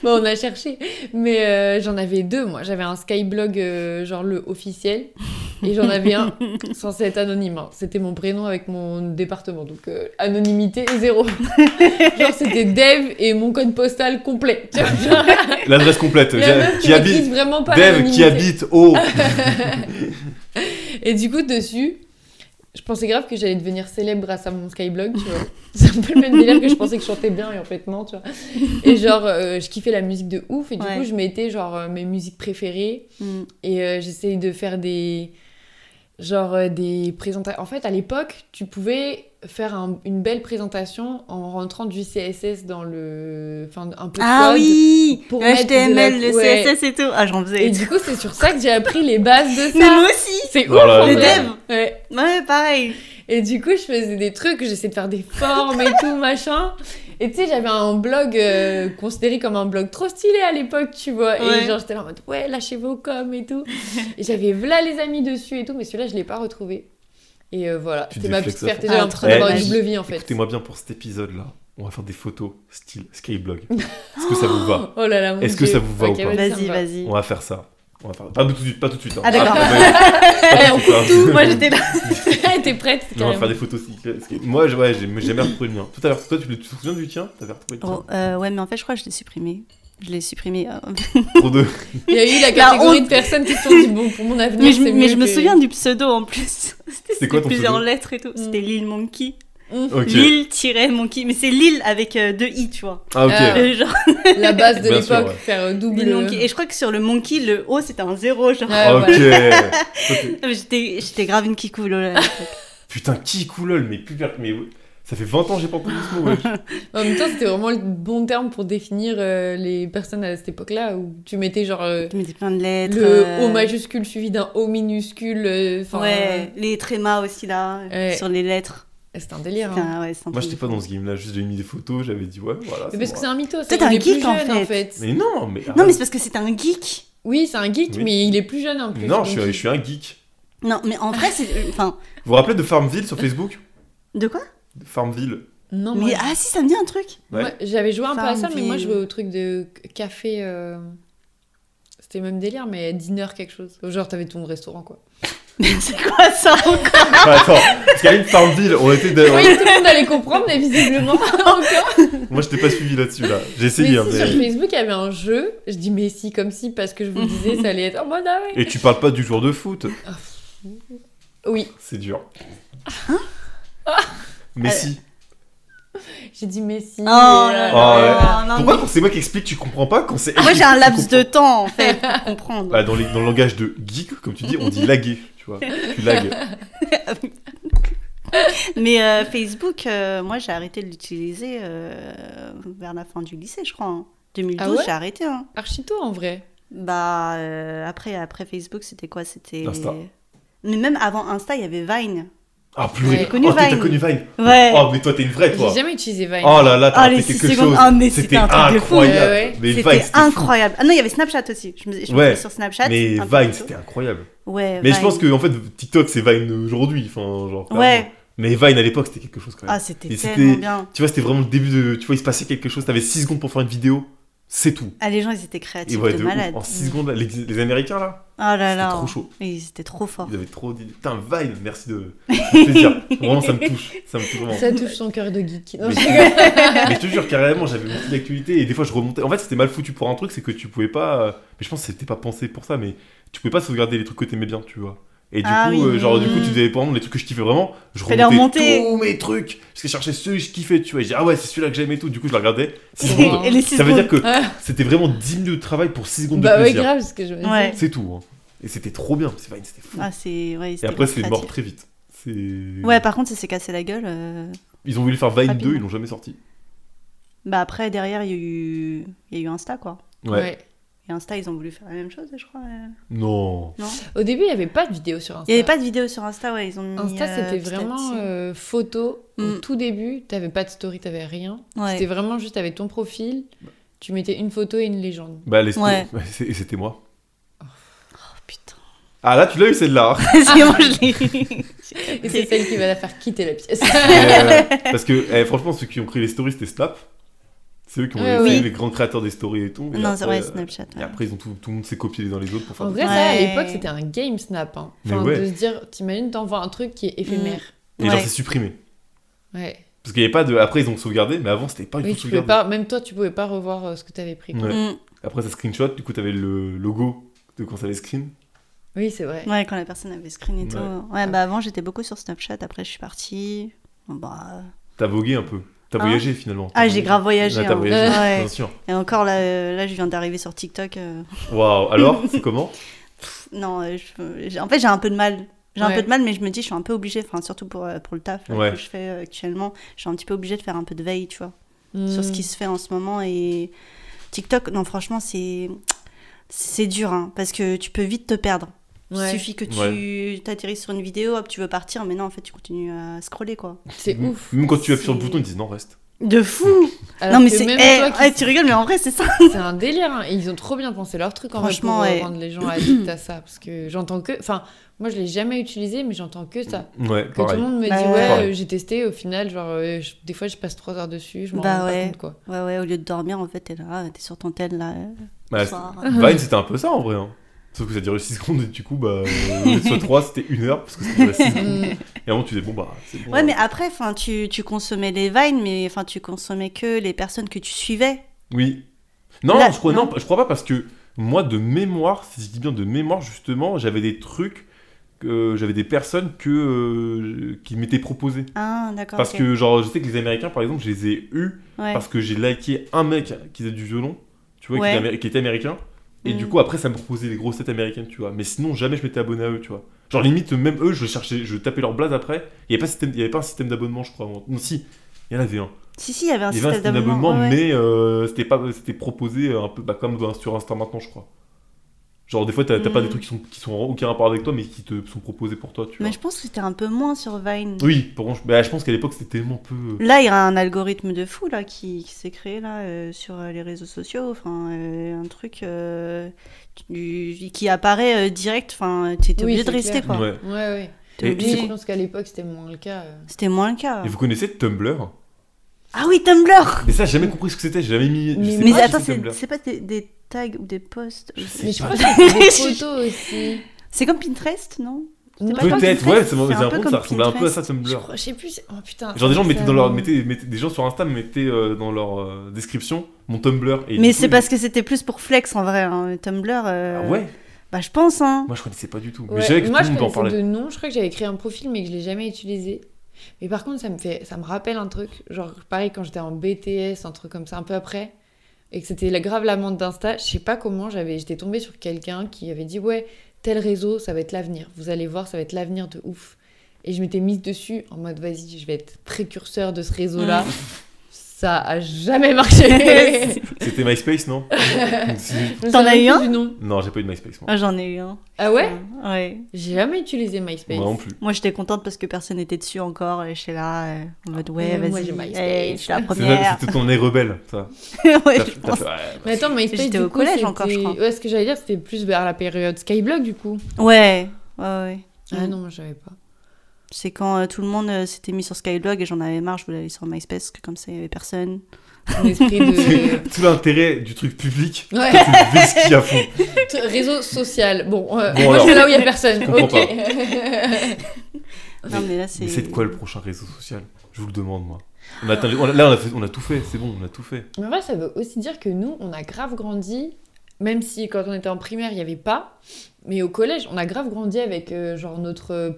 Speaker 2: Bon, on a cherché. Mais euh, j'en avais deux, moi. J'avais un Skyblog, euh, genre le officiel. Et j'en avais un censé être anonyme. hein. C'était mon prénom avec mon département. Donc, euh, anonymité zéro. genre, c'était Dev et mon code postal complet. Tu vois, genre,
Speaker 1: L'adresse complète,
Speaker 2: la
Speaker 1: j'ai-
Speaker 2: meuf
Speaker 1: qui habite.
Speaker 2: maîtrise vraiment pas
Speaker 1: Dev qui
Speaker 2: l'anonymité.
Speaker 1: habite au.
Speaker 2: Et du coup, dessus, je pensais grave que j'allais devenir célèbre grâce à mon Skyblog, tu vois. C'est un peu le même délire que je pensais que je chantais bien et en fait, non, tu vois. Et genre, euh, je kiffais la musique de ouf et du
Speaker 3: Ouais.
Speaker 2: coup, je mettais genre euh, mes musiques préférées
Speaker 3: Mm.
Speaker 2: et euh, j'essayais de faire des. Genre euh, des présentations. En fait, à l'époque, tu pouvais faire un- une belle présentation en rentrant du CSS dans le. Enfin, un peu de
Speaker 3: Ah
Speaker 2: code.
Speaker 3: oui
Speaker 2: pour
Speaker 3: Le
Speaker 2: mettre de la-
Speaker 3: HTML, le
Speaker 2: ouais.
Speaker 3: CSS et tout. Ah, j'en faisais.
Speaker 2: Et du coup, c'est sur ça que j'ai appris les bases de ça.
Speaker 3: Mais moi aussi
Speaker 2: C'est ouf!
Speaker 1: Voilà,
Speaker 2: en
Speaker 3: Ah
Speaker 1: les
Speaker 2: vrai.
Speaker 3: devs.
Speaker 2: Ouais.
Speaker 3: Ouais, pareil.
Speaker 2: Et du coup, je faisais des trucs, j'essayais de faire des formes et tout, machin. Et tu sais, j'avais un blog euh, considéré comme un blog trop stylé à l'époque, tu vois.
Speaker 3: Ouais.
Speaker 2: Et genre, j'étais là en mode, ouais, lâchez vos coms et tout. Et j'avais v'là les amis dessus et tout, mais celui-là, je l'ai pas retrouvé. Et euh, voilà,
Speaker 1: Tu
Speaker 2: c'était ma petite
Speaker 1: déflexes à
Speaker 2: fierté.
Speaker 3: fond.
Speaker 2: J'avais
Speaker 3: Ah,
Speaker 2: l'impression
Speaker 1: trop
Speaker 2: d'avoir une
Speaker 1: dommage.
Speaker 2: double vie, en fait.
Speaker 1: Écoutez-moi bien pour cet épisode-là. On va faire des photos style Skyblog. Est-ce que ça vous va
Speaker 2: Oh là là, mon
Speaker 1: Est-ce que
Speaker 2: Dieu.
Speaker 1: ça vous va ou
Speaker 2: Ok,
Speaker 1: pas
Speaker 2: ouais, ça me
Speaker 3: Vas-y,
Speaker 2: va.
Speaker 3: vas-y.
Speaker 1: On va faire ça. On va faire... Pas tout de suite, pas tout de suite. hein.
Speaker 3: Ah, d'accord.
Speaker 1: pas
Speaker 2: Eh,
Speaker 1: tout de suite, hein.
Speaker 3: Moi, j'étais là.
Speaker 2: Elle était prête, c'était
Speaker 1: Mais On va faire des
Speaker 2: carrément.
Speaker 1: photos cyclistes. Parce que Moi, je- ouais, j'ai j'ai jamais retrouvé le mien. Tout à l'heure, toi, tu, le- tu te souviens du tien T'avais retrouvé le tien
Speaker 3: Oh, euh, ouais, mais en fait, je crois que je l'ai supprimé. Je l'ai supprimé. euh,
Speaker 1: Trop de.
Speaker 2: Il y a eu la
Speaker 3: La
Speaker 2: catégorie
Speaker 3: honte.
Speaker 2: de personnes qui se sont dit, bon, pour mon avenir,
Speaker 3: Mais je,
Speaker 2: c'est
Speaker 3: mais
Speaker 2: mieux
Speaker 3: je me
Speaker 2: que-
Speaker 3: souviens du pseudo en plus. C'était
Speaker 1: C'était quoi
Speaker 3: c'était
Speaker 1: ton
Speaker 3: plusieurs
Speaker 1: pseudo
Speaker 3: lettres et tout. C'était Lille Monkey.
Speaker 2: Mmh,
Speaker 1: Ok.
Speaker 3: Lille-Monkey. Mais c'est Lille avec euh, deux i, tu vois.
Speaker 1: Ah, ok.
Speaker 2: Ah.
Speaker 3: Euh, genre
Speaker 2: La base de
Speaker 1: Bien sûr,
Speaker 2: l'époque,
Speaker 1: ouais.
Speaker 2: faire euh, double.
Speaker 3: Lille Monkey. Et je crois que sur le Monkey, le O c'était un zéro. Genre.
Speaker 2: Ouais. Ah,
Speaker 1: ok. Ok.
Speaker 3: Ah, mais J'étais j'étais grave une kikoule. oh là là.
Speaker 1: Putain, qui coulole Mais putain, mais ouais. ça fait 20 ans que j'ai pas entendu ce mot. wesh.
Speaker 2: En même temps, c'était vraiment le bon terme pour définir euh, les personnes à cette époque-là où tu mettais genre euh,
Speaker 3: Tu mettais plein de lettres.
Speaker 2: le
Speaker 3: euh,
Speaker 2: O majuscule suivi d'un O minuscule. euh, Enfin,
Speaker 3: Ouais, les trémas aussi là,
Speaker 2: Ouais.
Speaker 3: sur les lettres.
Speaker 2: euh, c'était un délire. hein.
Speaker 3: Putain, ouais, c'est un
Speaker 1: Moi,
Speaker 3: truc
Speaker 1: j'étais
Speaker 3: de
Speaker 1: pas
Speaker 3: fou.
Speaker 1: dans ce game-là. Juste, j'ai mis des photos, j'avais dit, ouais, voilà.
Speaker 2: Mais parce que c'est
Speaker 1: moi.
Speaker 2: un mytho, c'est
Speaker 3: Peut-être un
Speaker 2: il est plus
Speaker 3: geek, en
Speaker 2: jeune en fait.
Speaker 3: fait.
Speaker 1: Mais non, mais.
Speaker 3: Non, mais c'est parce que c'est un geek.
Speaker 2: Oui, c'est un geek,
Speaker 1: Oui.
Speaker 2: mais il est plus jeune en plus.
Speaker 1: Non,
Speaker 2: donc
Speaker 1: je suis, je suis un geek.
Speaker 3: Non, mais en vrai, c'est. euh, Enfin,
Speaker 1: Vous vous rappelez de Farmville sur Facebook
Speaker 3: de quoi
Speaker 1: Farmville.
Speaker 2: Non, moi,
Speaker 3: mais, Ah, si, ça me dit un truc.
Speaker 1: Ouais.
Speaker 2: moi, j'avais joué un peu à ça, mais moi
Speaker 3: Farmville.
Speaker 2: je jouais au truc de c- café. euh, C'était le même délire, mais dîner quelque chose. Genre, t'avais ton restaurant quoi.
Speaker 3: Mais c'est quoi ça encore
Speaker 1: Enfin, attends, parce qu'à une Farmville, on était. de-
Speaker 2: Oui, tout le monde allait comprendre, mais visiblement pas encore.
Speaker 1: Moi, je t'ai pas suivi là-dessus, là. J'ai essayé,
Speaker 2: Mais
Speaker 1: hein,
Speaker 2: si,
Speaker 1: mais-
Speaker 2: sur Facebook, il y avait un jeu. Je dis mais si, comme si, parce que je vous le disais, ça allait être en mode ah ouais.
Speaker 1: Et tu parles pas du joueur de foot,
Speaker 2: Oui,
Speaker 1: c'est dur.
Speaker 3: Hein
Speaker 2: Euh,
Speaker 1: mais si.
Speaker 2: j'ai dit mais euh, si.
Speaker 3: Oh là
Speaker 1: Oh,
Speaker 3: là. non,
Speaker 1: Pourquoi
Speaker 3: mais-
Speaker 1: quand c'est moi qui explique, tu comprends pas quand c'est. elle
Speaker 3: Ah, Moi,
Speaker 1: qui
Speaker 3: j'ai un
Speaker 1: explique, tu
Speaker 3: laps
Speaker 1: comprends.
Speaker 3: de temps en fait pour comprendre.
Speaker 1: Bah, dans, les- dans le langage de geek, comme tu dis, on dit laguer, tu vois. Tu lagues.
Speaker 3: Mais euh, Facebook, euh, moi j'ai arrêté de l'utiliser euh, vers la fin du lycée, je crois. hein. 2012,
Speaker 2: Ah ouais
Speaker 3: j'ai arrêté. hein.
Speaker 2: Archito en vrai.
Speaker 3: Bah, euh, après, après Facebook, c'était quoi C'était.
Speaker 1: Insta.
Speaker 3: Mais même avant Insta, il y avait Vine.
Speaker 1: Ah, purée.
Speaker 2: J'ai
Speaker 3: connu
Speaker 1: oh, t'as-
Speaker 3: Vine.
Speaker 1: t'as connu Vine.
Speaker 3: Ouais.
Speaker 1: Oh, mais toi, t'es une vraie, toi.
Speaker 2: J'ai jamais utilisé Vine.
Speaker 1: Oh là là, t'as
Speaker 3: Ah, les
Speaker 1: raté
Speaker 3: six
Speaker 1: quelque
Speaker 3: secondes.
Speaker 1: chose.
Speaker 3: Ah, mais c'était un truc de fou.
Speaker 1: incroyable.
Speaker 2: Ouais, ouais.
Speaker 1: Mais Vine,
Speaker 3: C'était
Speaker 1: c'était fou.
Speaker 3: incroyable. Ah non, il y avait Snapchat aussi. Je me, je me
Speaker 1: Ouais.
Speaker 3: suis mis sur Snapchat.
Speaker 1: Mais
Speaker 3: un peu
Speaker 1: Vine,
Speaker 3: plus tôt.
Speaker 1: c'était incroyable.
Speaker 3: Ouais.
Speaker 1: Mais je
Speaker 3: Vine.
Speaker 1: pense que en fait TikTok c'est Vine aujourd'hui, enfin genre. clairement.
Speaker 3: Ouais.
Speaker 1: Mais Vine à l'époque c'était quelque chose quand même.
Speaker 3: Ah, c'était
Speaker 1: Et
Speaker 3: tellement
Speaker 1: c'était-
Speaker 3: bien.
Speaker 1: Tu vois, c'était vraiment le début de. Tu vois, il se passait quelque chose. T'avais 6 secondes pour faire une vidéo. C'est tout.
Speaker 3: Ah, les gens, ils étaient créatifs
Speaker 1: Et ouais,
Speaker 3: de,
Speaker 1: de ouf.
Speaker 3: malade.
Speaker 1: En 6 secondes, là, les, les Américains là,
Speaker 3: Oh là
Speaker 1: c'était
Speaker 3: là.
Speaker 1: trop chaud.
Speaker 3: Ils étaient trop forts.
Speaker 1: Ils avaient trop dit. Putain, vibe, merci de. de plaisir. Vraiment, ça me touche. Ça me touche vraiment.
Speaker 2: Ça touche son cœur de geek. Non,
Speaker 1: Mais-
Speaker 2: je rigole.
Speaker 1: Mais je te jure, carrément, j'avais mon fil d'actualité et des fois je remontais. En fait, c'était mal foutu pour un truc, c'est que tu pouvais pas. euh, Mais je pense que c'était pas pensé pour ça, mais tu pouvais pas sauvegarder les trucs que t'aimais bien, tu vois. Et du
Speaker 3: Ah
Speaker 1: coup,
Speaker 3: oui.
Speaker 1: euh, genre, du coup,
Speaker 2: Mm.
Speaker 1: tu faisais, par exemple, les trucs que je kiffais vraiment, je
Speaker 3: Fallait
Speaker 1: remontais
Speaker 3: remonter.
Speaker 1: tous mes trucs, parce que je cherchais ceux que je kiffais, tu vois. Et je disais, ah ouais, c'est celui-là que j'aimais et tout. Du coup, je le regardais. six
Speaker 2: Wow.
Speaker 1: secondes.
Speaker 3: Et les 6
Speaker 1: Ça veut
Speaker 3: secondes.
Speaker 1: dire que
Speaker 2: Ah.
Speaker 1: c'était vraiment 10 minutes de travail pour 6 secondes
Speaker 2: bah
Speaker 1: de
Speaker 2: ouais,
Speaker 1: plaisir.
Speaker 2: grave, ce que je veux dire.
Speaker 3: Ouais.
Speaker 1: c'est tout. hein. Et c'était trop bien, c'est Vine, c'était fou.
Speaker 3: Ah, c'est. Ouais,
Speaker 1: et
Speaker 3: c'était
Speaker 1: après, c'est
Speaker 3: créatif.
Speaker 1: mort très vite. C'est-
Speaker 3: Ouais, par contre, ça s'est cassé la gueule. euh,
Speaker 1: Ils ont voulu faire Vine 2,
Speaker 3: Rapidement.
Speaker 1: ils l'ont jamais sorti.
Speaker 3: Bah, après, derrière, il y a eu. Il y a eu Insta, quoi.
Speaker 1: ouais.
Speaker 2: Ouais.
Speaker 3: Et Insta, ils ont voulu faire la même chose, je crois. euh.
Speaker 1: Non.
Speaker 2: Au début, il n'y avait pas de vidéo sur Insta.
Speaker 3: Il n'y avait pas de vidéo sur Insta, ouais, ils ont mis.
Speaker 2: Insta,
Speaker 3: euh,
Speaker 2: c'était
Speaker 3: petit à
Speaker 2: vraiment
Speaker 3: petit.
Speaker 2: euh, photo. Au
Speaker 3: Mm.
Speaker 2: tout début, t'avais pas de story, t'avais rien.
Speaker 3: Ouais.
Speaker 2: euh, C'était vraiment juste, t'avais ton profil, tu mettais une photo et une légende.
Speaker 1: Bah, les
Speaker 3: Ouais.
Speaker 1: c'est- et c'était moi.
Speaker 3: Oh, putain.
Speaker 1: Ah là, tu l'as eu celle-là.
Speaker 3: c'est moi, je l'ai.
Speaker 2: Et c'est celle qui va la faire quitter la pièce.
Speaker 1: Euh, parce que eh, franchement, ceux qui ont créé les stories, c'était Snap. C'est eux qui ont
Speaker 2: Ouais,
Speaker 1: été
Speaker 2: ouais.
Speaker 1: les grands créateurs des stories et tout. Et
Speaker 3: Non,
Speaker 1: après,
Speaker 3: c'est ouais,
Speaker 1: euh,
Speaker 3: Snapchat.
Speaker 1: et
Speaker 3: ouais.
Speaker 1: après, ils ont tout, tout le monde s'est copié les uns les autres pour faire.
Speaker 2: En
Speaker 1: des
Speaker 2: vrai,
Speaker 1: trucs.
Speaker 2: ça, à
Speaker 3: Ouais.
Speaker 2: l'époque, c'était un game snap. hein.
Speaker 1: Mais
Speaker 2: Enfin,
Speaker 1: ouais.
Speaker 2: de se dire, t'imagines, t'envoies un truc qui est éphémère.
Speaker 1: et genre,
Speaker 3: Ouais.
Speaker 1: c'est supprimé.
Speaker 3: Mm.
Speaker 2: Ouais.
Speaker 1: Parce qu'il y avait pas de. Après, ils ont sauvegardé, mais avant, c'était pas du
Speaker 2: Oui,
Speaker 1: tout
Speaker 2: tu pouvais
Speaker 1: sauvegardé.
Speaker 2: pas, même toi, tu pouvais pas revoir euh, ce que t'avais pris. quoi.
Speaker 1: Ouais.
Speaker 3: Mm.
Speaker 1: Après, ça screenshot. Du coup, t'avais le logo de quand ça avait screen.
Speaker 2: Oui, c'est vrai.
Speaker 3: Ouais, quand la personne avait screen et tout.
Speaker 1: Ouais.
Speaker 3: Ouais, bah avant j'étais beaucoup sur Snapchat, après je suis partie. Bon, Bah... euh,
Speaker 1: T'as vogué un peu. T'as
Speaker 3: Hein
Speaker 1: voyagé finalement.
Speaker 3: Ah, j'ai grave voyagé.
Speaker 1: Ah, t'as
Speaker 3: hein.
Speaker 1: voyagé,
Speaker 3: Ouais.
Speaker 1: bien sûr.
Speaker 3: Et encore là, euh, là, je viens d'arriver sur TikTok. euh,
Speaker 1: Waouh, alors, c'est comment
Speaker 3: pff, Non, euh, je- j'ai- en fait j'ai un peu de mal. J'ai un
Speaker 2: Ouais.
Speaker 3: peu de mal, mais je me dis, je suis un peu obligée, enfin, surtout pour, euh, pour le taf là,
Speaker 1: Ouais.
Speaker 3: que je fais euh, actuellement, je suis un petit peu obligée de faire un peu de veille, tu vois,
Speaker 2: Mm.
Speaker 3: sur ce qui se fait en ce moment. Et TikTok, non, franchement, c'est c'est dur, hein, parce que tu peux vite te perdre.
Speaker 2: Mm. Ouais.
Speaker 3: Il suffit que tu t'atterris sur une vidéo, hop, tu veux partir, mais non, en fait, tu continues à scroller, quoi.
Speaker 2: C'est
Speaker 1: M-
Speaker 2: ouf.
Speaker 1: Même quand tu appuies sur le
Speaker 3: C'est-
Speaker 1: bouton, ils disent non, reste.
Speaker 3: De
Speaker 1: Mm.
Speaker 3: fou
Speaker 2: Alors
Speaker 3: Non, mais
Speaker 2: que
Speaker 3: c'est.
Speaker 2: même
Speaker 3: eh,
Speaker 2: toi qui-
Speaker 3: ouais, tu rigoles, mais en vrai, c'est ça.
Speaker 2: C'est un délire. hein. Et ils ont trop bien pensé leur truc en vrai pour
Speaker 3: Franchement,
Speaker 2: euh,
Speaker 3: ouais.
Speaker 2: rendre les gens addicts à ça. Parce que j'entends que. Enfin, moi, je l'ai jamais utilisé, mais j'entends que ça.
Speaker 1: Ouais,
Speaker 2: Que tout le
Speaker 1: pareil.
Speaker 2: monde me dit,
Speaker 3: Bah,
Speaker 2: ouais,
Speaker 1: pareil.
Speaker 2: euh, j'ai testé, au final, genre, euh, je- des fois, je passe trois heures dessus, je m'en
Speaker 3: Bah
Speaker 2: rends
Speaker 3: ouais.
Speaker 2: pas compte, quoi.
Speaker 3: Ouais, ouais, au lieu de dormir, en fait, t'es là, t'es sur ton tel, là. euh,
Speaker 1: Bah,
Speaker 3: le soir.
Speaker 1: Vine, c'était un peu ça en vrai. hein. Sauf que ça durait 6 secondes et du coup, bah, euh, au lieu de soit 3, c'était 1 heure parce que ça durait 6 secondes.
Speaker 2: Mm.
Speaker 1: Et avant, tu disais, bon, bah, c'est bon.
Speaker 3: Ouais, mais après, enfin, tu, tu consommais les vines, mais enfin, tu consommais que les personnes que tu suivais.
Speaker 1: Oui. Non,
Speaker 3: Là-
Speaker 1: je crois, non.
Speaker 3: non.
Speaker 1: je crois pas parce que moi, de mémoire, si je dis bien de mémoire, justement, j'avais des trucs, que j'avais des personnes que, euh, qui m'étaient proposées.
Speaker 3: Ah, d'accord.
Speaker 1: Parce
Speaker 3: ok.
Speaker 1: que, genre, je sais que les Américains, par exemple, je les ai eus
Speaker 3: Ouais.
Speaker 1: parce que j'ai liké un mec qui faisait du violon, tu vois, qui
Speaker 3: Ouais.
Speaker 1: était améri- qui, était américain. Et
Speaker 3: Mm.
Speaker 1: du coup, après, ça me proposait des grosses têtes américaines, tu vois. Mais sinon, jamais je m'étais abonné à eux, tu vois. Genre, limite, même eux, je cherchais, je tapais leur blaze après. Il n'y avait, pas système- il y avait pas un système d'abonnement, je crois. avant. Non, si, il y en avait un.
Speaker 3: Si, si, il y avait un
Speaker 1: Il y avait un système
Speaker 3: système d'abonnement.
Speaker 1: d'abonnement,
Speaker 3: ouais, ouais.
Speaker 1: mais euh, c'était pas, c'était proposé un peu bah, comme dans- sur Insta maintenant, je crois. Genre, des fois, t'as t'as pas
Speaker 3: Mm.
Speaker 1: des trucs qui sont, qui sont en aucun rapport avec toi, mais qui te sont proposés pour toi, tu vois.
Speaker 3: Mais je pense que c'était un peu moins sur Vine.
Speaker 1: Oui, par contre, je, bah, je pense qu'à l'époque, c'était tellement peu. euh,
Speaker 3: Là, il y a un algorithme de fou là qui, qui s'est créé là euh, sur euh, les réseaux sociaux, enfin euh, un truc euh, qui, qui apparaît euh, direct. Enfin, t'étais
Speaker 2: Oui,
Speaker 3: obligé de
Speaker 2: c'est
Speaker 3: rester
Speaker 2: clair.
Speaker 3: quoi.
Speaker 1: Ouais.
Speaker 2: Ouais, ouais.
Speaker 1: Et
Speaker 3: T'es
Speaker 2: Mais
Speaker 1: c'est
Speaker 2: je
Speaker 3: obligé.
Speaker 2: pense qu'à l'époque, c'était moins le cas. euh.
Speaker 3: C'était moins le cas.
Speaker 1: Et vous connaissez Tumblr
Speaker 3: Ah oui, Tumblr.
Speaker 1: Mais ça, j'ai jamais compris ce que c'était, j'ai jamais mis. je
Speaker 2: Mais-
Speaker 1: sais
Speaker 3: Mais
Speaker 1: pas
Speaker 3: attends,
Speaker 1: si
Speaker 3: c'est
Speaker 1: Tumblr.
Speaker 3: c'est pas des, des tags ou des posts
Speaker 1: Je sais
Speaker 2: Mais je
Speaker 1: pas.
Speaker 2: crois que c'était des photos aussi.
Speaker 3: C'est comme Pinterest, non
Speaker 2: Non,
Speaker 3: pas comme
Speaker 1: Peut-être,
Speaker 3: Pinterest,
Speaker 1: ouais, c'est j'ai
Speaker 3: c'est un peu
Speaker 1: l'impression que ça
Speaker 3: comme
Speaker 1: ressemblait un peu à ça,
Speaker 2: je,
Speaker 1: Tumblr.
Speaker 2: crois- je sais plus. c'est- Oh putain.
Speaker 1: Genre des gens
Speaker 2: ça,
Speaker 1: mettaient dans leur,
Speaker 2: euh,
Speaker 1: mettaient, mettaient- des gens sur Insta mettaient euh, dans leur euh, description mon Tumblr. Et
Speaker 3: Mais
Speaker 1: du coup,
Speaker 3: c'est
Speaker 1: ils-
Speaker 3: parce que c'était plus pour flex en vrai. hein. Tumblr. euh,
Speaker 1: Ah ouais,
Speaker 3: Bah je pense hein.
Speaker 1: moi je connaissais pas du tout.
Speaker 2: Ouais,
Speaker 1: Mais je savais que
Speaker 2: moi,
Speaker 1: tout le
Speaker 2: je
Speaker 1: monde en
Speaker 2: connaissais
Speaker 1: parlait.
Speaker 2: de nom. Je crois que j'avais créé un profil, mais que je l'ai jamais utilisé. Mais par contre, ça me fait, ça me rappelle un truc. Genre, pareil, quand j'étais en BTS, un truc comme ça, un peu après, et que c'était la grave l'amende d'Insta. Je sais pas comment. J'avais, j'étais tombée sur quelqu'un qui avait dit ouais, tel réseau, ça va être l'avenir. Vous allez voir, ça va être l'avenir de ouf. Et je m'étais mise dessus en mode vas-y, je vais être précurseur de ce réseau-là.
Speaker 3: Mm.
Speaker 2: Ça a jamais marché.
Speaker 1: C'était MySpace, non Si-
Speaker 2: Je me
Speaker 3: T'en
Speaker 2: souviens
Speaker 3: as eu
Speaker 2: plus
Speaker 3: un
Speaker 2: du nom.
Speaker 1: Non, j'ai pas eu de MySpace, moi.
Speaker 3: Ah, J'en ai eu un. Euh,
Speaker 2: Ah ouais
Speaker 3: Ouais.
Speaker 2: J'ai jamais utilisé MySpace.
Speaker 1: Moi non plus.
Speaker 3: Moi, j'étais contente parce que personne n'était dessus encore. Et j'étais là, euh, en mode, ouais,
Speaker 2: Euh, moi,
Speaker 3: vas-y,
Speaker 2: j'ai MySpace.
Speaker 3: hey, je suis la
Speaker 1: C'est ça,
Speaker 3: première.
Speaker 1: C'était ton nez rebelle, ça.
Speaker 3: ouais,
Speaker 1: T'as-
Speaker 3: je
Speaker 1: t'as
Speaker 3: pense.
Speaker 1: fait- ouais, bah.
Speaker 2: Mais attends, MySpace,
Speaker 3: J'étais
Speaker 2: du
Speaker 3: au
Speaker 2: coup,
Speaker 3: collège encore, je
Speaker 2: c'était-
Speaker 3: crois.
Speaker 2: Ouais, ce que j'allais dire, c'était plus vers la période Skyblog, du coup.
Speaker 3: Ouais, ouais, ouais.
Speaker 2: Ah
Speaker 3: Mm.
Speaker 2: non, moi, j'avais pas.
Speaker 3: C'est quand euh, tout le monde euh, s'était mis sur Skyblog et j'en avais marre, je voulais aller sur MySpace parce que comme ça, il n'y avait personne.
Speaker 2: Ton esprit de.
Speaker 1: Tout l'intérêt du truc public,
Speaker 2: Ouais,
Speaker 1: c'est de vivre ce qu'il y a à fond.
Speaker 2: t- réseau social. Bon, euh,
Speaker 1: Bon,
Speaker 2: moi je
Speaker 1: alors.
Speaker 2: vais là où il n'y a personne.
Speaker 1: Je comprends
Speaker 2: ok.
Speaker 3: Non, mais
Speaker 1: Ah,
Speaker 3: là,
Speaker 1: Mais
Speaker 3: c'est.
Speaker 1: c'est de quoi le prochain réseau social Je vous le demande, moi. On atteint- on a- là, on a, fait- on a tout fait, c'est bon, on a tout fait.
Speaker 2: Mais en vrai, ça veut aussi dire que nous, on a grave grandi, même si quand on était en primaire, il n'y avait pas, mais au collège, on a grave grandi avec euh, genre notre euh,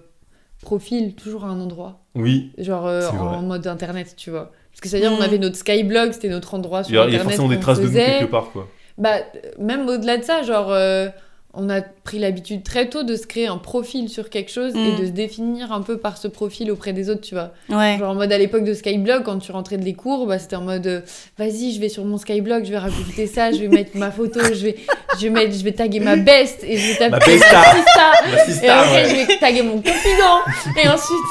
Speaker 2: profil toujours à un endroit,
Speaker 1: Oui,
Speaker 2: genre euh,
Speaker 1: C'est vrai.
Speaker 2: en mode internet, tu vois. Parce que c'est-à-dire,
Speaker 3: Mm.
Speaker 2: on avait notre Skyblog, c'était notre endroit sur
Speaker 1: il y a, il y a
Speaker 2: internet.
Speaker 1: forcément des
Speaker 2: qu'on
Speaker 1: traces de nous
Speaker 2: faisait.
Speaker 1: quelque part, quoi.
Speaker 2: Bah, euh, même au-delà de ça, genre, euh, on a pris l'habitude très tôt de se créer un profil sur quelque chose et
Speaker 3: Mm.
Speaker 2: de se définir un peu par ce profil auprès des autres, tu vois.
Speaker 3: Ouais.
Speaker 2: Genre en mode à l'époque de Skyblog, quand tu rentrais de les cours, bah, c'était en mode euh, vas-y, je vais sur mon Skyblog, je vais rajouter ça, je vais mettre ma photo, je vais, je vais, mettre, je vais taguer ma best et je vais taper
Speaker 1: Ma besta
Speaker 2: ça.
Speaker 1: Ma
Speaker 2: Et
Speaker 1: sister,
Speaker 2: après,
Speaker 1: ouais.
Speaker 2: je vais taguer mon confident. Et ensuite,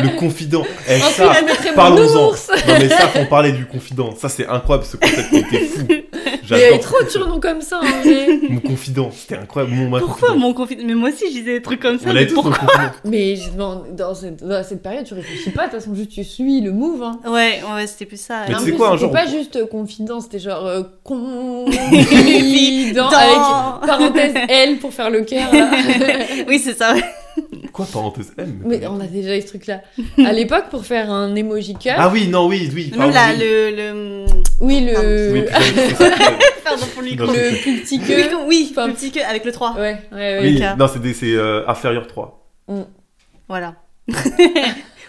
Speaker 1: Le confident. Eh,
Speaker 2: ensuite
Speaker 1: ça,
Speaker 2: je mettrai mon
Speaker 1: parlons-en.
Speaker 2: ours.
Speaker 1: Non mais ça, faut en parler du confident. Ça, c'est incroyable, ce concept était fou.
Speaker 2: Mais il y avait
Speaker 1: J'adore.
Speaker 2: trop de surnoms comme ça. hein, en vrai.
Speaker 1: Mon confident, c'était incroyable. Mon ma
Speaker 3: Pourquoi
Speaker 1: confident.
Speaker 3: mon confinement Mais moi aussi, je disais des trucs comme ça.
Speaker 1: On
Speaker 3: mais
Speaker 1: l'avait tous
Speaker 3: pourquoi
Speaker 1: mon confident.
Speaker 2: Mais je- dans, dans cette, dans cette période, tu réfléchis pas, de toute façon, juste tu suis le move. Hein.
Speaker 3: Ouais, ouais, c'était plus ça.
Speaker 1: Mais
Speaker 2: En
Speaker 1: tu sais
Speaker 2: plus,
Speaker 1: quoi, un
Speaker 2: c'était
Speaker 1: jour, on-
Speaker 2: pas juste euh, confident, c'était genre euh, confident avec parenthèse L pour faire le cœur. là.
Speaker 3: Oui, c'est ça.
Speaker 1: Quoi, parenthèse M mais
Speaker 2: Mais on a déjà eu ce truc-là. À l'époque, pour faire un emoji cœur,
Speaker 1: Ah oui, non, oui, oui.
Speaker 3: Même
Speaker 1: pardon,
Speaker 3: là,
Speaker 1: oui.
Speaker 3: le. le...
Speaker 2: oui, le,
Speaker 1: Oui, putain, c'est ça.
Speaker 3: Pardon pour le micro.
Speaker 1: Ah, Non,
Speaker 3: Le-
Speaker 2: le plus petit
Speaker 3: le
Speaker 2: que.
Speaker 3: micro, Oui,
Speaker 2: Enfin,
Speaker 3: le petit que avec le 3.
Speaker 2: Ouais, ouais, ouais.
Speaker 1: Oui,
Speaker 3: Ok.
Speaker 1: non, c'est des- c'est euh, inférieur 3.
Speaker 3: Voilà.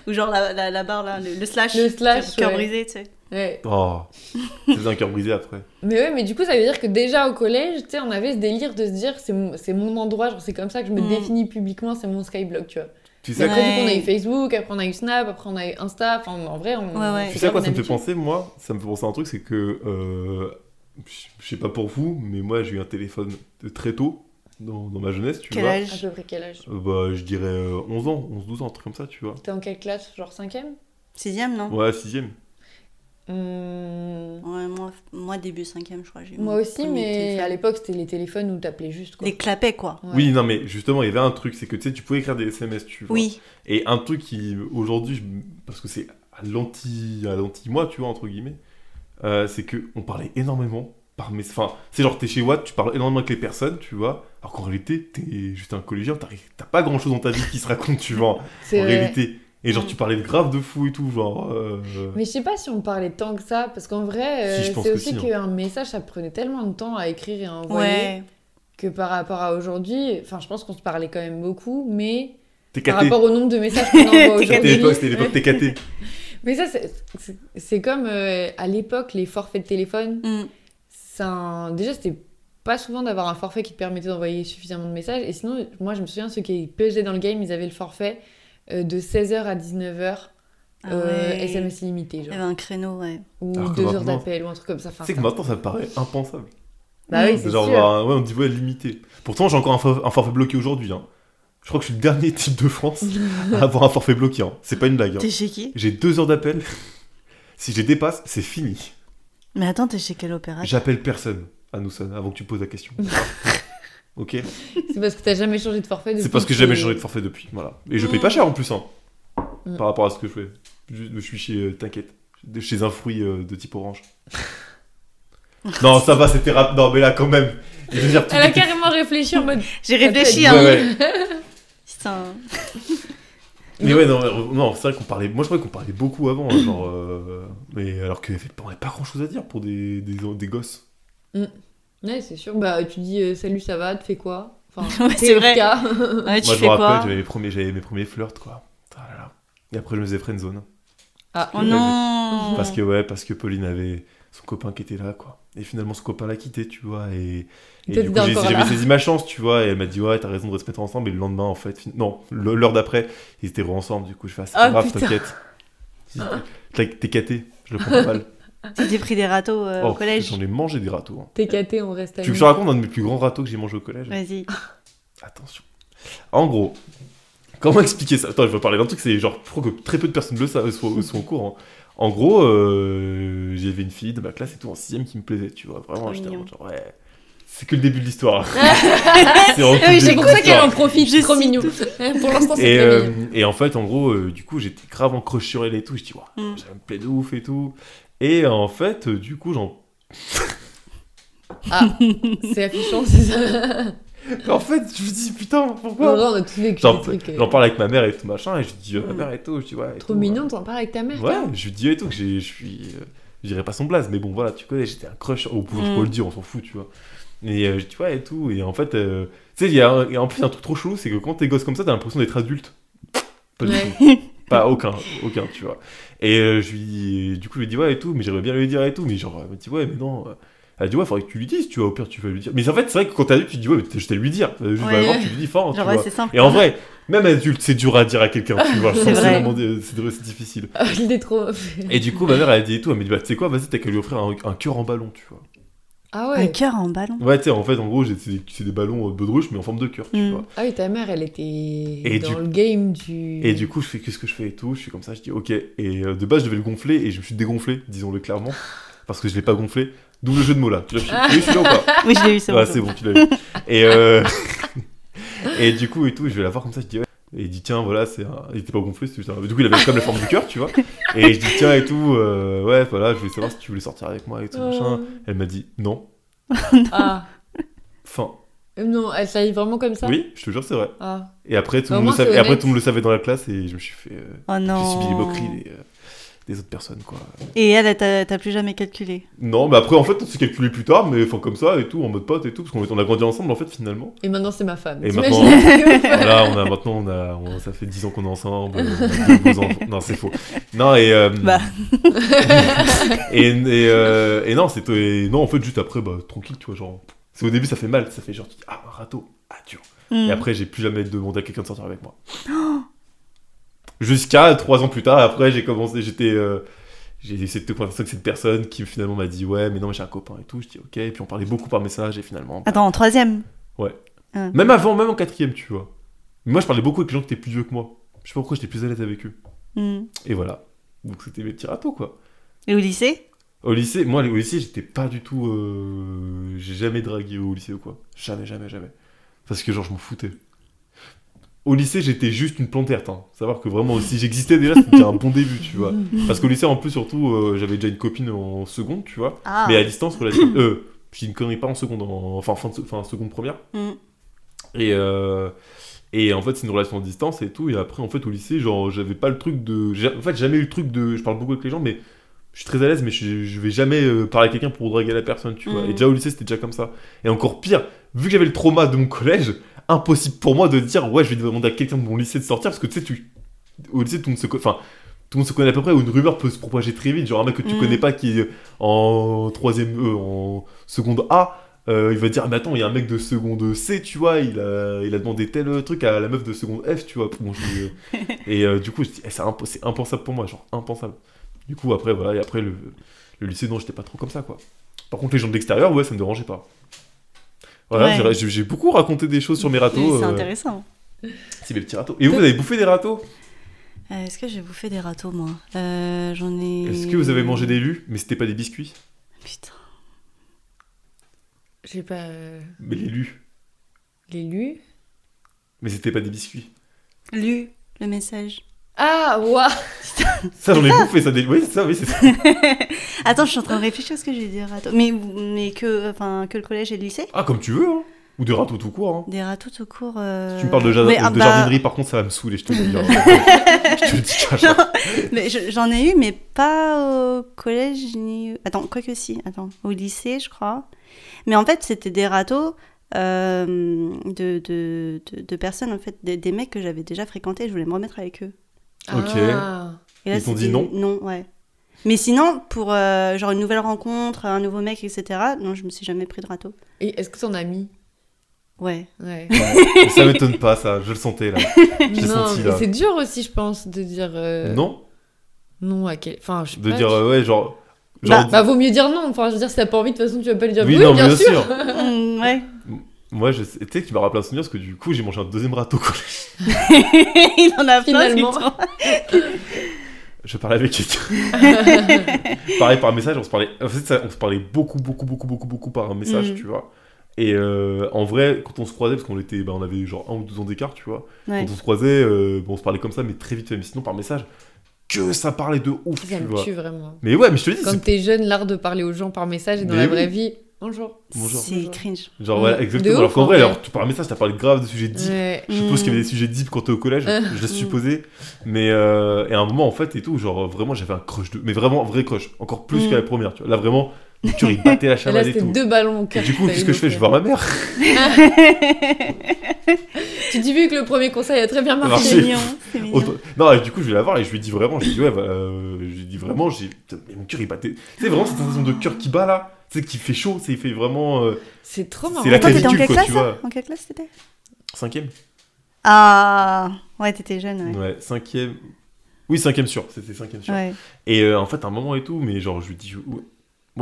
Speaker 3: Ou genre la, la, la barre là, le, le slash.
Speaker 2: Le slash,
Speaker 3: Cœur
Speaker 2: ouais.
Speaker 3: brisé, tu sais.
Speaker 2: ouais.
Speaker 1: Oh, c'est un cœur brisé après.
Speaker 2: Mais ouais, mais du coup, ça veut dire que déjà au collège, tu sais, on avait ce délire de se dire c'est mon, c'est mon endroit, genre c'est comme ça que je me
Speaker 3: Mm.
Speaker 2: définis publiquement, c'est mon skyblog, tu vois.
Speaker 1: Tu sais,
Speaker 2: Mais après, du coup, on a
Speaker 3: Ouais.
Speaker 2: eu Facebook, après, on a eu Snap, après, on a eu Insta, enfin, en vrai, on.
Speaker 3: Ouais, ouais.
Speaker 1: tu sais à quoi
Speaker 2: on
Speaker 1: ça me fait
Speaker 2: habitue.
Speaker 1: penser, moi Ça me fait penser à un truc, c'est que. euh, je- je sais pas pour vous, mais moi, j'ai eu un téléphone de très tôt, dans, dans ma jeunesse, tu
Speaker 3: Quel
Speaker 1: vois.
Speaker 2: À
Speaker 3: âge
Speaker 2: peu près quel âge
Speaker 1: Euh, Bah, je dirais euh, 11 ans, 11, 12 ans, un truc comme ça, tu vois.
Speaker 2: T'es en quelle classe Genre 5ème
Speaker 3: 6ème, non
Speaker 1: Ouais, 6ème.
Speaker 3: Ouais, moi, moi début 5ème, je crois. j'ai eu
Speaker 2: Moi
Speaker 3: mon
Speaker 2: aussi,
Speaker 3: premier
Speaker 2: mais
Speaker 3: téléphone.
Speaker 2: à l'époque, c'était les téléphones où t'appelais juste quoi.
Speaker 3: Les clapets, quoi.
Speaker 2: Ouais.
Speaker 1: Oui, non, mais justement, il y avait un truc, c'est que tu sais, tu pouvais écrire des SMS, tu vois.
Speaker 3: Oui.
Speaker 1: Et un truc qui, aujourd'hui, je- parce que c'est à l'anti, à l'anti-moi, tu vois, entre guillemets, euh, c'est que on parlait énormément par mes... Enfin, c'est genre, t'es chez Watt, tu parles énormément avec les personnes, tu vois, alors qu'en réalité, t'es juste un collégien, t'as t'as pas grand-chose dans ta vie qui se raconte, tu vois, en
Speaker 2: C'est vrai.
Speaker 1: réalité. Et genre, tu parlais de grave de fou et tout, genre... euh,
Speaker 2: Mais je sais pas si on parlait tant que ça, parce qu'en vrai,
Speaker 1: Si, je
Speaker 2: euh,
Speaker 1: pense
Speaker 2: c'est
Speaker 1: que
Speaker 2: aussi
Speaker 1: si, hein.
Speaker 2: qu'un message, ça prenait tellement de temps à écrire et à envoyer
Speaker 3: Ouais.
Speaker 2: que par rapport à aujourd'hui, enfin, je pense qu'on se parlait quand même beaucoup, mais
Speaker 1: T'es
Speaker 2: par
Speaker 1: caté.
Speaker 2: rapport au nombre de messages qu'on envoie
Speaker 1: T'es caté à l'époque, c'était
Speaker 2: aujourd'hui.
Speaker 1: l'époque t'es caté.
Speaker 2: Mais ça, c'est- c'est- c'est comme euh, à l'époque, les forfaits de téléphone.
Speaker 3: Mm.
Speaker 2: c'est un- Déjà, c'était pas souvent d'avoir un forfait qui te permettait d'envoyer suffisamment de messages. Et sinon, moi, je me souviens, ceux qui pesaient dans le game, ils avaient le forfait euh, de 16h à euh, 19h,
Speaker 1: Euh,
Speaker 3: Ah ouais.
Speaker 2: SMS illimité,
Speaker 3: Il y
Speaker 2: genre.
Speaker 3: avait un créneau, ouais.
Speaker 2: Ou
Speaker 1: Alors que
Speaker 2: deux heures
Speaker 1: maintenant-
Speaker 2: d'appel, ou un truc comme ça. Enfin,
Speaker 1: Tu sais que
Speaker 2: ça-
Speaker 1: maintenant, ça me paraît impensable.
Speaker 2: Bah oui, c'est
Speaker 1: Genre,
Speaker 2: sûr.
Speaker 1: bah, ouais, on dit ouais, limité. Pourtant, j'ai encore un, for- un forfait bloqué aujourd'hui. hein. Je crois que je suis le dernier type de France à avoir un forfait bloqué. hein. C'est pas une blague. hein.
Speaker 3: T'es chez qui
Speaker 1: J'ai deux heures d'appel. Si je les dépasse, c'est fini.
Speaker 3: Mais attends, t'es chez quel
Speaker 2: Ah.
Speaker 3: opérateur
Speaker 1: J'appelle personne à Noussen avant que tu poses la question. ok
Speaker 2: C'est parce que t'as jamais changé de forfait.
Speaker 1: C'est
Speaker 2: depuis
Speaker 1: parce que j'ai jamais
Speaker 2: t'es-
Speaker 1: changé de forfait depuis. Voilà. Et je paye pas cher en plus. hein,
Speaker 2: Mm.
Speaker 1: Par rapport à ce que je fais. Je, je suis chez. euh, T'inquiète. de- Chez un fruit euh, de type orange. non, ça va, c'était rapide. Non, mais là, quand même. Je veux dire, tout
Speaker 2: Elle a
Speaker 1: était-
Speaker 2: carrément réfléchi en mode.
Speaker 3: J'ai réfléchi,
Speaker 1: Ouais,
Speaker 3: hein.
Speaker 1: ouais.
Speaker 3: Putain.
Speaker 1: Mais ouais, non, euh, non c'est vrai qu'on parlait. Moi, je croyais qu'on parlait beaucoup avant, hein, genre. euh, mais alors que on avait pas grand chose à dire pour des, des, des gosses.
Speaker 2: Ouais, c'est sûr. Bah, tu dis euh, salut, ça va, tu fais quoi Enfin,
Speaker 3: Ouais, c'est vrai.
Speaker 2: TFK.
Speaker 3: Ouais, tu
Speaker 1: Moi, je
Speaker 3: fais
Speaker 1: me
Speaker 3: quoi
Speaker 1: rappelle, j'avais mes premiers, j'avais mes premiers flirts, quoi. Ah là là. Et après, je me faisais friendzone.
Speaker 2: Ah,
Speaker 3: Oh non
Speaker 1: Parce que, ouais, parce que Pauline avait son copain qui était là, quoi. Et finalement, ce copain l'a quitté, tu vois. Et, et
Speaker 2: Toi,
Speaker 1: du coup,
Speaker 2: t'étais
Speaker 1: j'ai-
Speaker 2: encore
Speaker 1: j'avais
Speaker 2: là.
Speaker 1: saisi ma chance, tu vois. Et elle m'a dit, ouais, t'as raison de se mettre ensemble. Et le lendemain, en fait, fin- non, le- l'heure d'après, ils étaient ensemble. Du coup, je fais, ah, c'est pas
Speaker 3: Oh,
Speaker 1: grave,
Speaker 3: putain.
Speaker 1: t'inquiète. T'es t'es caté, je le prends pas mal.
Speaker 3: Tu t'es pris des râteaux euh,
Speaker 1: Oh,
Speaker 3: au collège
Speaker 1: J'en ai mangé des râteaux. hein.
Speaker 2: TKT, on
Speaker 1: Tu
Speaker 2: reste
Speaker 1: veux que
Speaker 2: amis.
Speaker 1: je te raconte un de mes plus grands râteaux que j'ai mangé au collège
Speaker 3: Vas-y.
Speaker 1: Attention. En gros, comment expliquer ça Attends, je vais parler d'un truc, c'est genre, je crois que très peu de personnes le savent, sont, sont au courant. En gros, euh, j'avais une fille de ma classe et tout en 6 qui me plaisait, tu vois. Vraiment,
Speaker 3: Trop
Speaker 1: j'étais en
Speaker 3: mignon.
Speaker 1: mode genre, ouais. C'est que le début de l'histoire. c'est vraiment que
Speaker 3: Ah oui,
Speaker 1: le
Speaker 2: C'est
Speaker 1: début
Speaker 2: pour
Speaker 1: de
Speaker 2: ça qu'elle
Speaker 1: l'histoire.
Speaker 2: en profite,
Speaker 3: Je
Speaker 2: c'est trop
Speaker 3: cite.
Speaker 2: mignon. Pour l'instant, c'est
Speaker 1: Et,
Speaker 2: très
Speaker 1: euh,
Speaker 2: mignon.
Speaker 1: et en fait, en gros, euh, du coup, j'étais grave en crush sur elle et tout. Je dis, ouais,
Speaker 3: Mm.
Speaker 1: ça me plaît de ouf et tout. Et en fait, euh, du coup, j'en.
Speaker 2: Ah, c'est affichant, c'est ça.
Speaker 1: En fait, je me dis, putain,
Speaker 2: Non,
Speaker 1: pourquoi
Speaker 2: non, on a tous vécu des
Speaker 1: J'en
Speaker 2: trucs. euh,
Speaker 1: j'en parle avec ma mère et tout machin, et je lui dis, euh, ma
Speaker 3: Mm.
Speaker 1: mère et tout, je dis, ouais. et
Speaker 2: Trop
Speaker 1: tout, euh,
Speaker 2: mignon, t'en parles avec ta mère.
Speaker 1: Ouais,
Speaker 3: hein.
Speaker 2: toi.
Speaker 1: je lui dis et tout que j'ai- je suis. euh, je dirais pas son blaze, mais bon, voilà, tu connais, j'étais un crush. Au bout, je
Speaker 3: Mm.
Speaker 1: peux le dire, on s'en fout, tu vois. Et euh, je dis, ouais, et tout. Et en fait, euh, tu sais, il y a un- et en plus, il y a un truc trop chelou, c'est que quand t'es gosse comme ça, t'as l'impression d'être adulte. Pas du
Speaker 2: Ouais.
Speaker 1: tout. Pas aucun, aucun, tu vois. Et euh, je lui dis, du coup, je lui dis, ouais, et tout, mais j'aimerais bien lui dire et tout. Mais genre, elle me dit, ouais, mais non. euh, Elle dit, ouais, faudrait que tu lui dises, tu vois, au pire, tu vas lui dire. Mais en fait, c'est vrai que quand t'es adulte, tu te dis, ouais, mais je t'ai lui dire. Euh, Juste,
Speaker 3: Ouais.
Speaker 1: bah, avant, tu lui dis fort, tu
Speaker 3: Genre,
Speaker 1: vois.
Speaker 3: ouais, c'est simple.
Speaker 1: Et en vrai, même adulte, c'est dur à dire à quelqu'un, tu vois.
Speaker 3: C'est
Speaker 1: Forcément,
Speaker 3: vrai.
Speaker 1: euh, c'est c'est difficile.
Speaker 2: Ah, je l'ai trop.
Speaker 1: Et du coup, ma mère, elle a dit et tout, elle m'a dit, bah, tu sais quoi, vas-y, t'as qu'à lui offrir un, un cœur en ballon, tu vois.
Speaker 2: Ah
Speaker 3: Un
Speaker 2: ouais.
Speaker 3: cœur en ballon.
Speaker 1: Ouais, tu sais, en fait, en gros, j'ai- c'est des, c'est des ballons euh, baudruches, mais en forme de cœur, tu
Speaker 3: Mm.
Speaker 1: vois.
Speaker 2: Ah oui, ta mère, elle était dans
Speaker 1: du-
Speaker 2: le game du.
Speaker 1: Et du coup, je fais, qu'est-ce que je fais et tout, je suis comme ça, je dis, ok. Et euh, de base, je devais le gonfler, et je me suis dégonflé, disons-le clairement, parce que je l'ai pas gonflé. D'où le jeu de mots là. Tu l'as tu l'as eu, celui-là ou pas
Speaker 3: Oui, je l'ai eu, c'est
Speaker 1: Ouais,
Speaker 3: bon.
Speaker 1: c'est bon, tu l'as eu. Et, euh, et du coup, et tout, je vais la voir comme ça, je dis, ouais. Et il dit, tiens, voilà, c'est un... il était pas gonflé, c'était juste un- Du coup, il avait comme la forme du cœur, tu vois. Et je dis, tiens, et tout, euh, ouais, voilà, je voulais savoir si tu voulais sortir avec moi et tout, machin. Elle m'a dit, non.
Speaker 2: Oh. Ah.
Speaker 1: Enfin,
Speaker 2: Euh, Non, elle s'habille vraiment comme ça.
Speaker 1: oui, je te jure, c'est vrai.
Speaker 2: Ah.
Speaker 1: Et après, tout le
Speaker 2: Au
Speaker 1: monde le
Speaker 2: moins,
Speaker 1: savait,
Speaker 2: c'est
Speaker 1: et après,
Speaker 2: honnête.
Speaker 1: tout le monde le savait dans la classe, et je me suis fait. euh,
Speaker 3: Oh
Speaker 1: J'ai
Speaker 3: non.
Speaker 1: subi les moqueries des, euh, des autres personnes, quoi.
Speaker 3: Et elle, elle t'a- t'as plus jamais calculé.
Speaker 1: Non, mais après, en fait, on s'est calculé plus tard, mais enfin, comme ça et tout, en mode pote et tout, parce qu'on est- on a grandi ensemble, en fait, finalement.
Speaker 2: Et maintenant, c'est ma femme.
Speaker 1: Et
Speaker 2: T'imagines
Speaker 1: Voilà, on a, maintenant, on a, on- ça fait 10 ans qu'on est ensemble, euh, on a deux beaux enfants. Non, c'est faux. Non, et. euh,
Speaker 3: Bah.
Speaker 1: et, et, euh, et non, c'était. et Non, en fait, juste après, bah, tranquille, tu vois, genre. C'est au début, ça fait mal, ça fait genre, tu dis, ah, un râteau, ah, dur.
Speaker 3: Hmm.
Speaker 1: Et après, j'ai plus jamais demandé à quelqu'un de sortir avec moi. Jusqu'à trois ans plus tard, après, j'ai commencé, j'étais. euh, j'ai essayé de te convaincre avec cette personne qui finalement m'a dit Ouais, mais non, mais j'ai un copain et tout. Je dis Ok, et puis on parlait beaucoup par message et finalement. bah,
Speaker 3: Attends, en troisième.
Speaker 1: Même avant, même en quatrième, tu vois. Mais moi, je parlais beaucoup avec les gens qui étaient plus vieux que moi. Je sais pas pourquoi j'étais plus à l'aise avec eux.
Speaker 3: Hmm.
Speaker 1: Et voilà. Donc c'était mes petits râteaux, quoi.
Speaker 3: Et au lycée
Speaker 1: Au lycée, moi, au lycée, j'étais pas du tout. euh, J'ai jamais dragué au lycée ou quoi. Jamais, jamais, jamais. Parce que, genre, je m'en foutais. Au lycée, j'étais juste une planterte. Hein. Savoir que vraiment, si j'existais déjà, c'était déjà un bon début, tu vois. Parce qu'au lycée, en plus, surtout, euh, j'avais déjà une copine en seconde, tu vois.
Speaker 3: Ah.
Speaker 1: Mais à distance, relativement. euh, je dis une connerie pas en seconde, en... enfin, fin de... enfin, seconde première.
Speaker 3: Hmm.
Speaker 1: Et, euh, et en fait, c'est une relation à distance et tout. Et après, en fait, au lycée, genre, j'avais pas le truc de. j'ai- En fait, j'ai jamais eu le truc de. Je parle beaucoup avec les gens, mais je suis très à l'aise, mais je, je vais jamais euh, parler à quelqu'un pour draguer la personne, tu vois.
Speaker 3: Mhm.
Speaker 1: Et déjà au lycée, c'était déjà comme ça. Et encore pire, vu que j'avais le trauma de mon collège, impossible pour moi de dire, ouais, je vais demander à quelqu'un de mon lycée de sortir, parce que tu sais, tu. Au lycée, tout le monde se. co- Enfin. Tout le monde se connaît à peu près, ou une rumeur peut se propager très vite. Genre un mec que tu
Speaker 3: Mhm.
Speaker 1: connais pas qui est en troisième, euh, en seconde A, euh, il va dire, Ah, mais attends, il y a un mec de seconde C, tu vois, il a, il a demandé tel euh, truc à la meuf de seconde F, tu vois. Bon, je- et euh, du coup, je dis, Eh, c'est impo- c'est impensable pour moi, genre impensable. Du coup, après, voilà, et après, le, le lycée, non, j'étais pas trop comme ça, quoi. Par contre, les gens de l'extérieur, ouais, ça me dérangeait pas. Voilà,
Speaker 3: Ouais.
Speaker 1: j'ai- j'ai beaucoup raconté des choses sur mes
Speaker 3: Mais
Speaker 1: râteaux.
Speaker 3: C'est
Speaker 1: euh,
Speaker 3: intéressant.
Speaker 1: c'est mes petits râteaux. Et vous, vous avez bouffé des râteaux
Speaker 3: Euh, Est-ce que j'ai bouffé des râteaux, moi Euh, J'en ai.
Speaker 1: Est-ce que vous avez mangé des lus Mais c'était pas des biscuits
Speaker 3: Putain.
Speaker 2: J'ai pas euh,
Speaker 1: Mais les lus.
Speaker 2: les lu.
Speaker 1: Mais c'était pas des biscuits.
Speaker 3: Lu le message.
Speaker 2: Ah, waouh
Speaker 1: Ça, j'en ai bouffé, ça. Des... Oui, c'est ça, oui, c'est ça.
Speaker 3: Attends, je suis en train de réfléchir à ce que j'ai des râteaux. Mais, mais que, enfin, que le collège et le lycée
Speaker 1: Ah, comme tu veux, hein. Ou des râteaux tout court, hein.
Speaker 3: Des râteaux tout court. euh,
Speaker 1: Si tu me parles de, ja-
Speaker 3: mais,
Speaker 1: de
Speaker 3: ah, bah,
Speaker 1: jardinerie, par contre, ça va me saouler, je te le dis. hein. je te le dis, Chacha.
Speaker 3: mais je- J'en ai eu, mais pas au collège ni. Attends, quoi que si. Attends, au lycée, je crois. Mais en fait, c'était des râteaux euh, de, de, de, de personnes, en fait, des, des mecs que j'avais déjà fréquentés. Je voulais me remettre avec eux.
Speaker 1: Ok.
Speaker 2: Ah.
Speaker 3: Et
Speaker 1: Ils t'ont
Speaker 3: c'était
Speaker 1: dit non
Speaker 3: Non, ouais. Mais sinon, pour euh, genre une nouvelle rencontre, un nouveau mec, etc., non, je me suis jamais pris de râteau.
Speaker 2: Et est-ce que t'en as mis
Speaker 3: Ouais.
Speaker 2: Ouais.
Speaker 1: Ouais, ça m'étonne pas, ça. Je le sentais, là. l'ai
Speaker 2: non,
Speaker 1: senti,
Speaker 2: mais
Speaker 1: là.
Speaker 2: c'est dur aussi, je pense, de dire euh,
Speaker 1: Non
Speaker 2: non à quel. Enfin, je sais
Speaker 1: De
Speaker 2: pas,
Speaker 1: dire,
Speaker 2: tu-
Speaker 1: euh, ouais, genre.
Speaker 3: Bah,
Speaker 1: genre-
Speaker 2: Bah, vaut mieux dire non. Enfin, je veux dire, si t'as pas envie, de toute façon, tu vas pas lui dire oui,
Speaker 1: non, mais
Speaker 2: bien, sûr.
Speaker 3: Mm, ouais.
Speaker 1: Moi, je sais- tu sais que tu m'as rappelé un souvenir parce que du coup, j'ai mangé un deuxième râteau. quand je-
Speaker 3: Il en a plein,
Speaker 2: Finalement.
Speaker 3: putain.
Speaker 1: Je parlais avec quelqu'un. Pareil, par message, on se parlait. En fait, ça, on se parlait beaucoup, beaucoup, beaucoup, beaucoup, beaucoup par un message,
Speaker 3: Mhm.
Speaker 1: tu vois. Et euh, en vrai, quand on se croisait, parce qu'on était, bah, on avait genre un ou deux ans d'écart, tu vois.
Speaker 3: Ouais.
Speaker 1: Quand on se croisait, euh, bon, on se parlait comme ça, mais très vite fait, mais sinon par message. que ça parlait de ouf,
Speaker 2: Ça
Speaker 1: tu
Speaker 2: me
Speaker 1: vois.
Speaker 2: tue vraiment.
Speaker 1: Mais ouais, mais je te dis,
Speaker 2: Quand
Speaker 1: c'est-
Speaker 2: t'es jeune, l'art de parler aux gens par message et dans
Speaker 1: Mais
Speaker 2: la
Speaker 1: oui.
Speaker 2: vraie vie, bonjour.
Speaker 1: Bonjour.
Speaker 3: C'est
Speaker 2: Bonjour.
Speaker 3: cringe.
Speaker 1: genre voilà,
Speaker 2: de
Speaker 1: exactement.
Speaker 2: ouf,
Speaker 1: alors qu'en
Speaker 2: en
Speaker 1: vrai,
Speaker 2: vrai.
Speaker 1: alors tu par message, t'as parlé de grave de sujets deep.
Speaker 2: Ouais.
Speaker 1: Je suppose qu'il y avait
Speaker 3: Mm.
Speaker 2: Hmm.
Speaker 1: des sujets deep quand t'es au collège,
Speaker 2: Euh,
Speaker 1: je
Speaker 3: Mm.
Speaker 1: supposais. Mais euh, et à un moment en fait et tout, genre vraiment j'avais un crush de, mais vraiment vrai crush, encore plus
Speaker 3: Mm.
Speaker 1: que la première. Tu vois. Là vraiment, tu il battait la
Speaker 2: Hmm. Et là,
Speaker 1: chamade et,
Speaker 2: c'était
Speaker 1: tout.
Speaker 2: deux ballons au
Speaker 1: Et
Speaker 2: cœur.
Speaker 1: du coup,
Speaker 2: fallait
Speaker 1: qu'est-ce que je fais Je vais
Speaker 2: gonfler.
Speaker 1: voir ma mère.
Speaker 2: Tu dis, vu que le premier conseil a très bien marché.
Speaker 1: Marché.
Speaker 3: c'est mignon. C'est mignon.
Speaker 1: Autre- Non, et du coup, je vais la voir et je lui dis vraiment, je lui dis, ouais, bah, euh, je lui dis vraiment, j'ai... putain, mais mon cœur il battait. Tu sais, vraiment cette sensation de cœur qui bat là, tu sais, qui fait chaud, c'est, il fait vraiment. euh,
Speaker 2: C'est trop marrant.
Speaker 1: c'est la
Speaker 3: Attends, t'étais en
Speaker 1: clavicule, quoi,
Speaker 3: quelle classe
Speaker 1: tu
Speaker 3: ça
Speaker 1: vois.
Speaker 3: En quelle classe t'étais
Speaker 1: Cinquième
Speaker 3: Ah Ouais, t'étais jeune, ouais.
Speaker 1: Ouais, cinquième. Oui, cinquième sûr, c'était cinquième sûr.
Speaker 3: Ouais.
Speaker 1: Et euh, en fait, à un moment et tout, mais genre, je lui dis, ouais,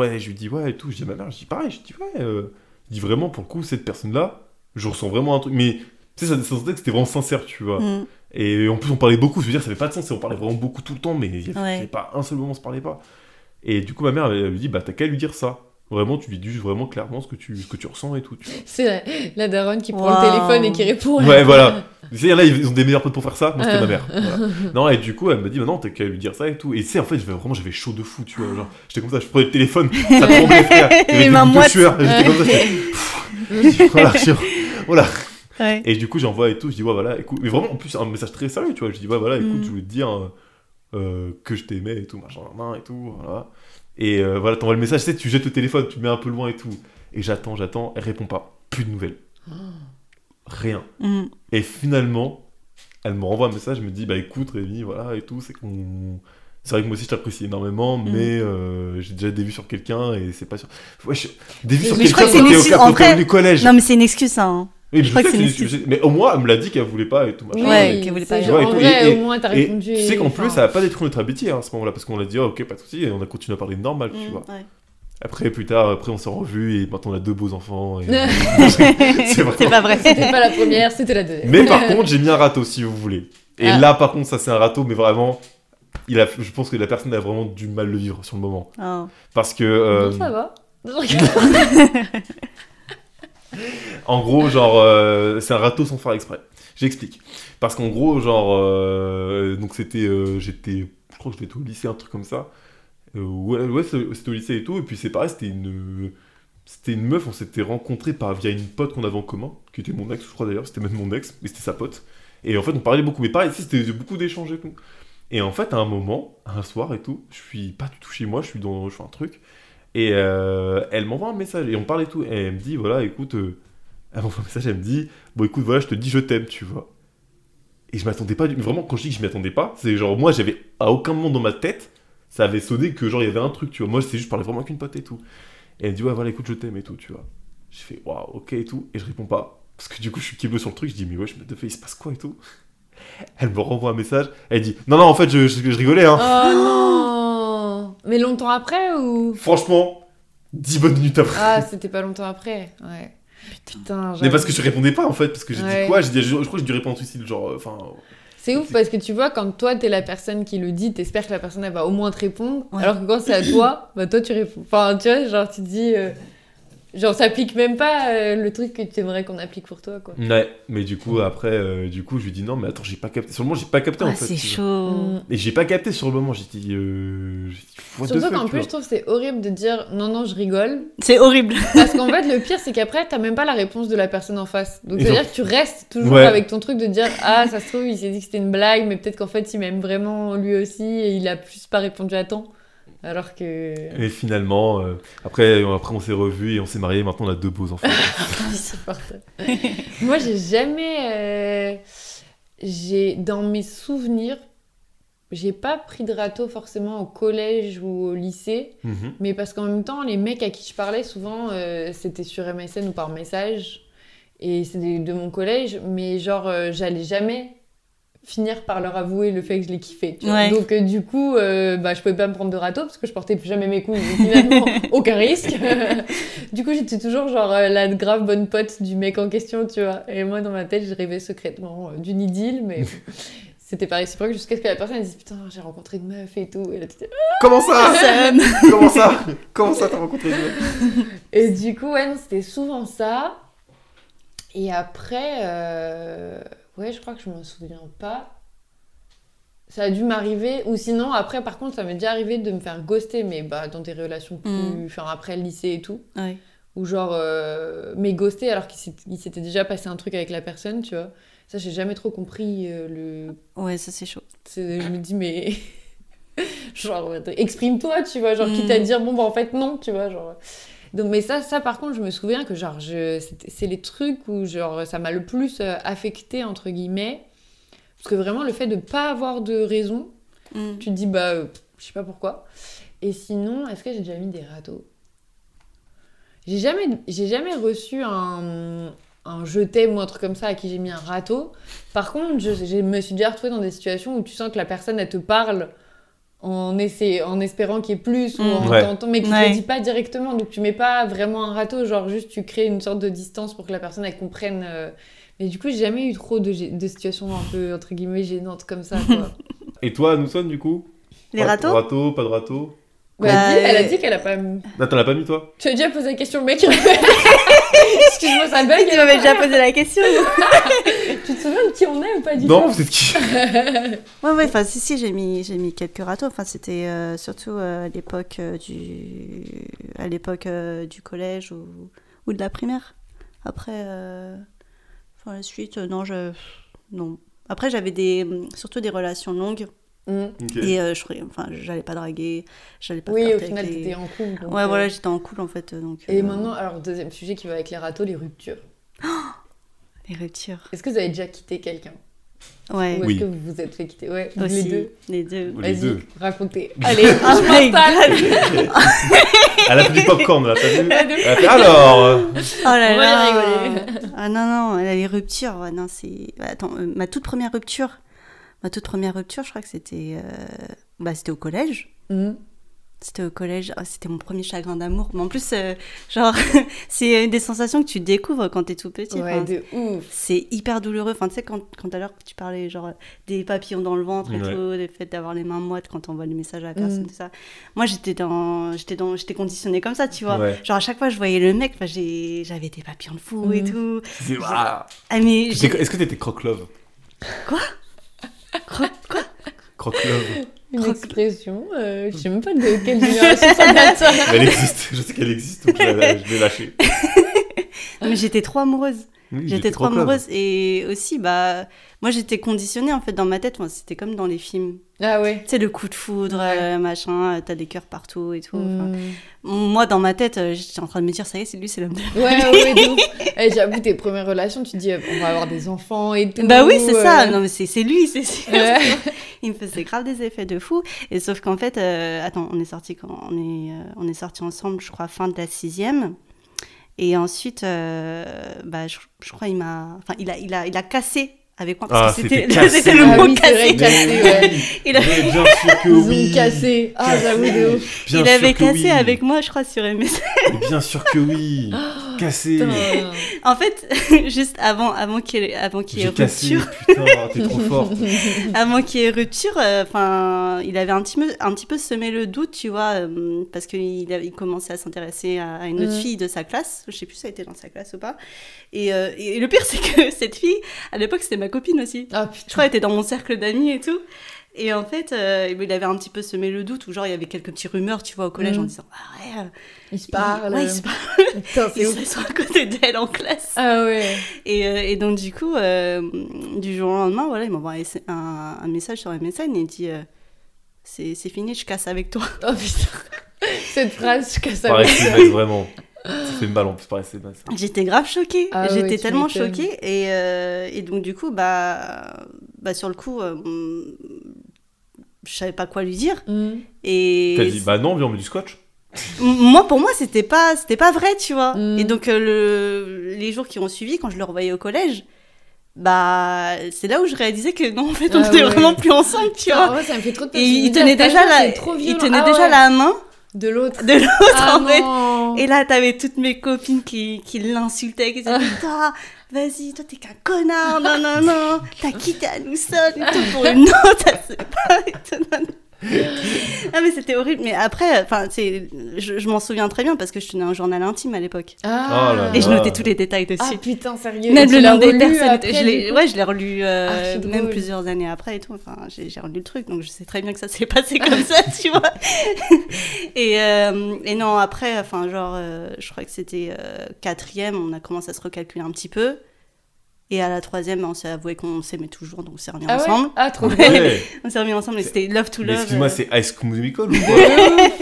Speaker 1: ouais, je lui dis, ouais, et tout, je dis à ma mère, je dis pareil, je dis, ouais, euh, je dis vraiment, pour le coup, cette personne-là, je ressens vraiment un truc, mais tu sais, ça, ça sentait que c'était vraiment sincère, tu vois.
Speaker 3: Mm.
Speaker 1: Et en plus, on parlait beaucoup, je veux dire, ça fait pas de sens, on parlait vraiment beaucoup tout le temps, mais il y avait-
Speaker 3: Ouais.
Speaker 1: il y avait pas un seul moment où on se parlait pas. Et du coup, ma mère, elle, elle lui dit, bah, t'as qu'à lui dire ça. Vraiment, tu lui dis juste vraiment clairement ce que tu, ce que tu ressens et tout. tu vois.
Speaker 2: C'est la, la daronne qui prend le
Speaker 3: Waouh.
Speaker 2: téléphone et qui répond.
Speaker 1: Ouais, voilà. C'est-à-dire, là, ils ont des meilleurs potes pour faire ça. Moi,
Speaker 3: Euh.
Speaker 1: c'était ma mère. Voilà. Non, et du coup, elle me dit, bah non, t'as qu'à lui dire ça et tout. Et c'est en fait, j'avais- vraiment, j'avais chaud de fou, tu vois. Genre, j'étais comme ça, je prenais le téléphone, ça tremblait, frère.
Speaker 3: Les
Speaker 1: J'avais des
Speaker 3: mains
Speaker 1: gouttes de
Speaker 3: moites.
Speaker 1: sueur. J'étais comme ça, j'étais- Pff, voilà, je- voilà.
Speaker 3: Ouais.
Speaker 1: Et du coup, j'envoie et tout. Je dis, ouais, voilà, écoute. Mais vraiment, en plus, un message très sérieux, tu vois. Je dis, ouais, voilà, écoute,
Speaker 3: Mm.
Speaker 1: je voulais te dire euh, euh, que je t'aimais et tout, machin, machin, et tout. Voilà. Et euh, voilà, t'envoies le message, tu sais, tu jettes le téléphone, tu le mets un peu loin et tout. Et j'attends, j'attends, elle répond pas. Plus de nouvelles.
Speaker 3: Oh.
Speaker 1: Rien.
Speaker 3: Mm.
Speaker 1: Et finalement, elle me renvoie un message, elle me dit bah écoute Rémi, voilà et tout, c'est qu'on c'est vrai que moi aussi je t'apprécie énormément,
Speaker 3: Mm.
Speaker 1: mais euh, j'ai déjà des vues sur quelqu'un et c'est pas sûr. Ouais, je- Des vues
Speaker 2: Mais
Speaker 1: sur
Speaker 2: je
Speaker 1: quelqu'un
Speaker 2: crois que c'est
Speaker 1: quand
Speaker 2: une
Speaker 1: t'es au-
Speaker 3: excuse-
Speaker 1: quand
Speaker 3: en
Speaker 1: t'es
Speaker 3: fait-
Speaker 1: au collège.
Speaker 3: Non, mais c'est une excuse, ça. hein.
Speaker 1: Oui, mais
Speaker 3: je crois
Speaker 1: sais
Speaker 3: que c'est
Speaker 1: une
Speaker 3: une excuse.
Speaker 1: excuse. Mais au moins, elle me l'a dit qu'elle voulait pas et tout. machin.
Speaker 3: Ouais,
Speaker 2: Oui,
Speaker 3: qu'elle voulait
Speaker 2: c'est
Speaker 3: pas y
Speaker 2: genre,
Speaker 1: aller.
Speaker 2: en
Speaker 1: Ouais, et-
Speaker 2: vrai,
Speaker 1: et-
Speaker 2: au moins, t'as
Speaker 1: Et
Speaker 2: répondu.
Speaker 1: tu sais qu'en plus,
Speaker 2: enfin,
Speaker 1: ça a pas détruit notre amitié hein, à ce moment-là, parce qu'on a dit Ah, ok, pas de souci, et on a continué à parler normal, tu
Speaker 3: Mm,
Speaker 1: vois.
Speaker 3: ouais.
Speaker 1: Après, plus tard, après, on s'est revus et maintenant on a deux beaux enfants. Et...
Speaker 3: c'est
Speaker 1: vraiment-
Speaker 3: pas vrai.
Speaker 2: C'était pas la première, c'était la deuxième.
Speaker 1: Mais par contre, j'ai mis un râteau si vous voulez. Et
Speaker 2: Ah.
Speaker 1: là, par contre, ça c'est un râteau, mais vraiment, il a, je pense que la personne a vraiment du mal le vivre sur le moment.
Speaker 3: Oh.
Speaker 1: Parce que, euh,
Speaker 2: Non, ça va. Genre,
Speaker 1: en gros, genre, euh, c'est un râteau sans faire exprès. J'explique. Parce qu'en gros, genre, euh, donc c'était, euh, j'étais, je crois que j'étais au lycée, un truc comme ça. Euh, ouais, ouais, c'est- c'était au lycée et tout. Et puis c'est pareil, c'était une, c'était une meuf, on s'était rencontrés par, via une pote qu'on avait en commun, qui était mon ex, je crois d'ailleurs, c'était même mon ex, mais c'était sa pote. Et en fait, on parlait beaucoup, mais pareil, tu sais, c'était beaucoup d'échanges et tout. Et en fait, à un moment, un soir et tout, je suis pas du tout chez moi, je suis dans, je fais un truc, et euh, elle m'envoie un message, et on parle et tout, et elle me dit, voilà, écoute, euh, elle m'envoie un message, elle me dit, bon écoute, voilà, je te dis je t'aime, tu vois. Et je m'attendais pas, du- vraiment, quand je dis que je m'y attendais pas, c'est genre, moi, j'avais, à aucun moment dans ma tête, ça avait sonné que genre, il y avait un truc, tu vois. Moi, c'est juste, je parlais vraiment avec une pote et tout. Et elle me dit, ouais, voilà, écoute, je t'aime et tout, tu vois. Je fais, waouh, ok et tout, et je réponds pas. Parce que du coup, je suis kibble sur le truc, je dis, mais ouais, je me de fait, il se passe quoi et tout. Elle me renvoie un message, elle dit, non, non, en fait, je, je- je rigolais, hein.
Speaker 2: Oh non oh. Mais longtemps après ou
Speaker 1: Franchement, 10 bonnes minutes après.
Speaker 2: Ah, c'était pas longtemps après. Ouais. Putain,
Speaker 1: mais
Speaker 2: j'avoue.
Speaker 1: parce que je répondais pas en fait, parce que j'ai
Speaker 2: Ouais.
Speaker 1: dit quoi J'ai dit- je, je crois que j'ai dû répondre suicide, genre, euh, enfin.
Speaker 2: C'est ouf parce que tu vois, quand toi t'es la personne qui le dit, t'espères que la personne elle va au moins te répondre.
Speaker 3: Ouais.
Speaker 2: Alors que quand c'est à toi, bah toi tu réponds. Enfin, tu vois, genre tu te dis. euh, Genre, ça applique même pas euh, le truc que tu aimerais qu'on applique pour toi, quoi.
Speaker 1: Ouais, mais du coup, après, euh, du coup, je lui dis non, mais attends, j'ai pas capté. Sur le moment, j'ai pas capté en
Speaker 3: Ah,
Speaker 1: fait.
Speaker 3: c'est
Speaker 1: tu vois.
Speaker 3: chaud.
Speaker 2: Mm.
Speaker 1: Et j'ai pas capté sur le moment, j'ai dit. Euh, j'ai dit, what the
Speaker 2: Surtout
Speaker 1: fuck,
Speaker 2: qu'en
Speaker 1: tu
Speaker 2: plus,
Speaker 1: vois.
Speaker 2: je trouve que c'est horrible de dire non, non, je rigole.
Speaker 3: C'est horrible.
Speaker 2: Parce qu'en fait, le pire, c'est qu'après, t'as même pas la réponse de la personne en face. Donc,
Speaker 1: Ils
Speaker 2: c'est-à-dire que tu restes toujours
Speaker 1: Ouais.
Speaker 2: avec ton truc de dire Ah, ça se trouve, il s'est dit que c'était une blague, mais peut-être qu'en fait, il m'aime vraiment lui aussi et il a plus pas répondu à temps. Alors que.
Speaker 1: Et finalement, euh, après, après, on s'est revus et on s'est mariés. Maintenant, on a deux beaux enfants.
Speaker 2: Insupportable. Moi, j'ai jamais. euh, J'ai dans mes souvenirs, j'ai pas pris de râteau forcément au collège ou au lycée.
Speaker 1: Mhm.
Speaker 2: Mais parce qu'en même temps, les mecs à qui je parlais, souvent, euh, c'était sur MSN ou par message. Et c'était de mon collège. Mais genre, euh, j'allais jamais finir par leur avouer le fait que je les kiffais. tu vois.
Speaker 3: Ouais.
Speaker 2: Donc, euh, du coup, euh, bah, je pouvais pas me prendre de râteau parce que je portais plus jamais mes couilles. Donc, finalement, aucun risque. du coup, j'étais toujours genre euh, la grave bonne pote du mec en question, tu vois. Et moi, dans ma tête, je rêvais secrètement euh, d'une idylle, mais. C'était pas réciproque jusqu'à ce que la personne elle dise putain j'ai rencontré une meuf et tout et là, t'étais,
Speaker 1: Comment ça
Speaker 3: Personne.
Speaker 1: Comment ça Comment ça t'as rencontré une meuf
Speaker 2: Et du coup, ouais, non, c'était souvent ça. Et après, euh, ouais, je crois que je m'en souviens pas. ça a dû m'arriver. Ou sinon, après, par contre, ça m'est déjà arrivé de me faire ghoster, mais bah, dans des relations plus.
Speaker 3: Mm.
Speaker 2: Enfin, après le lycée et tout.
Speaker 3: Ouais.
Speaker 2: Ou genre, euh, mais ghoster alors qu'il s'est- il s'était déjà passé un truc avec la personne, tu vois. Ça, j'ai jamais trop compris euh, le.
Speaker 3: Ouais, ça c'est chaud.
Speaker 2: c'est- Je me dis, mais. genre, exprime-toi, tu vois. Genre, quitte à
Speaker 3: Mm.
Speaker 2: dire, bon, bah, en fait, non, tu vois. Genre. Donc, mais ça, ça, par contre, je me souviens que, genre, je... c'était- c'est les trucs où, genre, ça m'a le plus euh, affecté, entre guillemets. Parce que vraiment, le fait de pas avoir de raison,
Speaker 3: Mm.
Speaker 2: tu te dis, bah, euh, je sais pas pourquoi. Et sinon, est-ce que j'ai déjà mis des râteaux J'ai jamais, j'ai jamais reçu un, un je t'aime ou un truc comme ça à qui j'ai mis un râteau. Par contre, je, je me suis déjà retrouvée dans des situations où tu sens que la personne, elle te parle en, essa- en espérant qu'il y ait plus ou
Speaker 3: Mm.
Speaker 2: en
Speaker 1: Ouais.
Speaker 2: tentant, mais qui ne
Speaker 3: Ouais.
Speaker 2: te le dit pas directement. Donc tu mets pas vraiment un râteau, genre juste tu crées une sorte de distance pour que la personne, elle comprenne. euh. Mais du coup, j'ai jamais eu trop de, gê- de situations un peu, entre guillemets, gênantes comme ça, quoi.
Speaker 1: Et toi, Nousson, du coup
Speaker 3: Les
Speaker 1: Pas de
Speaker 3: râteaux
Speaker 1: Râteau, pas de râteau
Speaker 2: Bah,
Speaker 3: Bah,
Speaker 2: dis- elle a
Speaker 3: euh,
Speaker 2: dit qu'elle a pas.
Speaker 1: Non, t'en as pas mis, toi
Speaker 2: Tu as déjà posé la question, mec. Excuse-moi, ça bug.
Speaker 3: Tu m'avais déjà posé la question.
Speaker 2: Tu te souviens de qui on est ou pas du
Speaker 1: Non,
Speaker 2: tout
Speaker 1: c'est qui
Speaker 3: Ouais, ouais, enfin, si, si, j'ai mis, j'ai mis quelques râteaux. Enfin, c'était euh, surtout euh, à l'époque euh, du, à l'époque euh, du collège ou, ou de la primaire. Après, euh, enfin, la suite, euh, non, je, non. Après, j'avais des, surtout des relations longues
Speaker 2: Mm.
Speaker 1: Ok.
Speaker 3: et euh, je, ferais- enfin, j'allais pas draguer, j'allais pas.
Speaker 2: Oui,
Speaker 3: flirter
Speaker 2: au
Speaker 3: avec
Speaker 2: final,
Speaker 3: les-
Speaker 2: t'étais en couple. donc,
Speaker 3: Ouais,
Speaker 2: euh,
Speaker 3: voilà, j'étais en couple en fait, euh, donc.
Speaker 2: Et
Speaker 3: euh,
Speaker 2: maintenant, alors, deuxième sujet qui va avec les râteaux, les ruptures.
Speaker 3: Les ruptures.
Speaker 2: Est-ce que vous avez déjà quitté quelqu'un
Speaker 3: Ouais.
Speaker 2: Ou est-ce
Speaker 1: Oui.
Speaker 2: que vous vous êtes fait quitter Ouais,
Speaker 3: Aussi,
Speaker 2: les deux.
Speaker 3: Les deux.
Speaker 1: Oh, Les
Speaker 2: Vas-y,
Speaker 1: deux.
Speaker 2: racontez.
Speaker 3: Allez, oh my God.
Speaker 1: Elle a fait du popcorn, là, t'as vu
Speaker 2: Elle a fait-
Speaker 1: Elle a fait, Alors euh,
Speaker 3: Oh là
Speaker 2: On va y
Speaker 3: là
Speaker 2: rigoler.
Speaker 3: Ah non, non, elle a les ruptures. ouais, non, c'est... Attends, euh, ma toute première rupture, ma toute première rupture, je crois que c'était... euh, Bah, c'était au collège.
Speaker 2: Mm.
Speaker 3: C'était au collège, Ah, c'était mon premier chagrin d'amour. Mais en plus, euh, genre, c'est une des sensations que tu découvres quand t'es tout petit.
Speaker 2: Ouais,
Speaker 3: enfin,
Speaker 2: de ouf.
Speaker 3: c'est hyper douloureux. Enfin, tu sais, quand, quand à l'heure que tu parlais, genre, des papillons dans le ventre et
Speaker 1: Ouais.
Speaker 3: tout, le fait d'avoir les mains moites quand on voit les messages à la
Speaker 2: Mm.
Speaker 3: personne, tout ça. Moi, j'étais dans, j'étais dans, j'étais conditionnée comme ça, tu vois.
Speaker 1: Ouais.
Speaker 3: Genre, à chaque fois, je voyais le mec, bah, j'ai- j'avais des papillons de fou et
Speaker 2: Mm.
Speaker 3: tout.
Speaker 1: c'est- ah.
Speaker 3: Ah, mais j'ai-
Speaker 1: T'étais- Est-ce que t'étais croque-love
Speaker 3: Quoi Quoi
Speaker 1: Croque-love.
Speaker 2: Une
Speaker 3: Croque-
Speaker 2: expression, euh, je sais même pas de quelle génération ça date.
Speaker 1: Elle existe, je sais qu'elle existe, donc je la- je l'ai lâchée.
Speaker 3: Non, mais j'étais trop amoureuse.
Speaker 1: Oui,
Speaker 3: J'étais trop
Speaker 1: croque-love.
Speaker 3: amoureuse et aussi, bah, moi j'étais conditionnée en fait dans ma tête. Moi, c'était comme dans les films.
Speaker 2: Ah ouais.
Speaker 3: Tu sais, le coup de foudre,
Speaker 2: Ouais.
Speaker 3: euh, machin, euh, t'as des cœurs partout et tout. enfin.
Speaker 2: Mm.
Speaker 3: Moi, dans ma tête, euh, j'étais en train de me dire, ça y est, c'est lui, c'est l'homme de
Speaker 2: Ouais, ouais, de ouf. Eh, J'avoue, tes premières relations, tu te dis, euh, on va avoir des enfants et tout.
Speaker 3: Bah oui, c'est
Speaker 2: euh,
Speaker 3: ça. Non, mais c'est c'est lui, c'est sûr.
Speaker 2: Ouais.
Speaker 3: Il me faisait grave des effets de fou. Et sauf qu'en fait, euh, attends, on est sorti quand on est, euh, on est sorti ensemble, je crois, fin de la sixième. Et ensuite, euh, bah, je, je crois, il m'a, enfin, il a, il a, il a cassé avec moi parce
Speaker 1: Ah,
Speaker 3: que c'était,
Speaker 1: c'était cassé.
Speaker 3: c'était le
Speaker 2: Ah
Speaker 3: mot
Speaker 2: oui, c'est vrai,
Speaker 3: cassé.
Speaker 2: cassé,
Speaker 1: Mais
Speaker 2: ouais.
Speaker 1: oui,
Speaker 3: Il a-
Speaker 1: mais bien sûr que
Speaker 2: Ils
Speaker 1: oui.
Speaker 2: ont cassé. Ah, j'avoue, de ouf.
Speaker 1: Bien
Speaker 3: il
Speaker 1: sûr
Speaker 3: avait
Speaker 1: que
Speaker 3: cassé
Speaker 1: oui.
Speaker 3: avec moi, je crois, sur MS.
Speaker 1: Mais Bien sûr que oui. Cassé.
Speaker 2: Putain.
Speaker 3: En fait, juste avant, avant qu'il, avant qu'il y ait
Speaker 1: J'ai cassé.
Speaker 3: rupture,
Speaker 1: Putain, t'es trop forte.
Speaker 3: avant qu'il y ait rupture, euh, enfin, il avait un petit, peu, un petit peu semé le doute, tu vois, euh, parce qu'il avait- il commençait à s'intéresser à, à une autre
Speaker 2: Mhm.
Speaker 3: fille de sa classe. Je sais plus si elle était dans sa classe ou pas. Et, euh, et- et le pire, c'est que cette fille, à l'époque, c'était ma copine aussi.
Speaker 2: Ah,
Speaker 3: Je
Speaker 2: putain.
Speaker 3: crois qu'elle était dans mon cercle d'amis et tout. Et en fait, euh, il avait un petit peu semé le doute, ou genre, il y avait quelques petites rumeurs, tu vois, au collège,
Speaker 2: Mhm.
Speaker 3: en disant, ah ouais, euh,
Speaker 2: Ils se
Speaker 3: il-
Speaker 2: parlent.
Speaker 3: ouais, il se parle,
Speaker 2: Putain, c'est
Speaker 3: ils
Speaker 2: ouf.
Speaker 3: sont à côté d'elle en classe.
Speaker 2: Ah ouais.
Speaker 3: Et, euh, et donc, du coup, euh, du jour au lendemain, voilà, il m'envoie un, S- un- un message sur MSN et il dit euh, C'est c'est fini, je casse avec toi.
Speaker 2: Oh putain. Cette phrase, je casse
Speaker 1: Par
Speaker 2: avec ça.
Speaker 1: SMS, vraiment. Ça fait mal en plus par SMS.
Speaker 3: J'étais grave choquée.
Speaker 2: Ah
Speaker 3: J'étais
Speaker 2: ouais, tu
Speaker 3: tellement
Speaker 2: m'étonnes.
Speaker 3: choquée. Et, euh, et donc, du coup, bah, bah sur le coup, euh, je savais pas quoi lui dire.
Speaker 2: Mm.
Speaker 3: Et
Speaker 1: T'as dit, bah non, viens, on met du scotch.
Speaker 3: M- moi pour moi c'était pas c'était pas vrai tu vois
Speaker 2: Mm.
Speaker 3: et donc euh, le, les jours qui ont suivi quand je le revoyais au collège bah c'est là où je réalisais que non en fait on
Speaker 2: Ah
Speaker 3: était
Speaker 2: ouais.
Speaker 3: vraiment plus ensemble tu
Speaker 2: Putain,
Speaker 3: vois
Speaker 2: en vrai, ça me fait trop de peine,
Speaker 3: et
Speaker 2: parce que je
Speaker 3: il
Speaker 2: me dis,
Speaker 3: tenait
Speaker 2: ah,
Speaker 3: déjà
Speaker 2: franchement,
Speaker 3: la
Speaker 2: c'est trop
Speaker 3: il
Speaker 2: violent.
Speaker 3: tenait
Speaker 2: Ah
Speaker 3: déjà
Speaker 2: ouais.
Speaker 3: la main
Speaker 2: De l'autre.
Speaker 3: de l'autre
Speaker 2: Ah
Speaker 3: en fait
Speaker 2: non.
Speaker 3: et là t'avais toutes mes copines qui, qui l'insultaient qui disaient putain vas-y toi t'es qu'un connard non non non t'as quitté à nous seuls et tout pour une autre t'as- c'est pas- Ah mais c'était horrible. Mais après, enfin, c'est, je, je m'en souviens très bien parce que je tenais un journal intime à l'époque.
Speaker 2: Ah,
Speaker 1: Oh là là.
Speaker 3: Et je notais tous les détails dessus.
Speaker 2: Ah putain, sérieux.
Speaker 3: même
Speaker 2: tu
Speaker 3: le
Speaker 2: l'as
Speaker 3: nom des
Speaker 2: relu
Speaker 3: personnes.
Speaker 2: après,
Speaker 3: je l'ai,
Speaker 2: du coup
Speaker 3: ouais, je l'ai relu euh,
Speaker 2: Ah, c'est drôle.
Speaker 3: même plusieurs années après et tout. Enfin, j'ai, j'ai relu le truc, donc je sais très bien que ça s'est passé comme ça, tu vois. et, euh, et non, après, enfin, genre, euh, je crois que c'était euh, quatrième, on a commencé à se recalculer un petit peu. Et à la troisième, ben, on s'est avoué qu'on s'aimait toujours, donc on s'est remis
Speaker 2: Ah ouais
Speaker 3: ensemble.
Speaker 2: Ah trop
Speaker 3: Ouais.
Speaker 1: Ouais.
Speaker 3: On s'est remis ensemble et
Speaker 1: C'est-
Speaker 3: c'était Love to
Speaker 1: Mais
Speaker 3: Love.
Speaker 1: excuse-moi,
Speaker 3: euh,
Speaker 1: c'est High School Musical ou quoi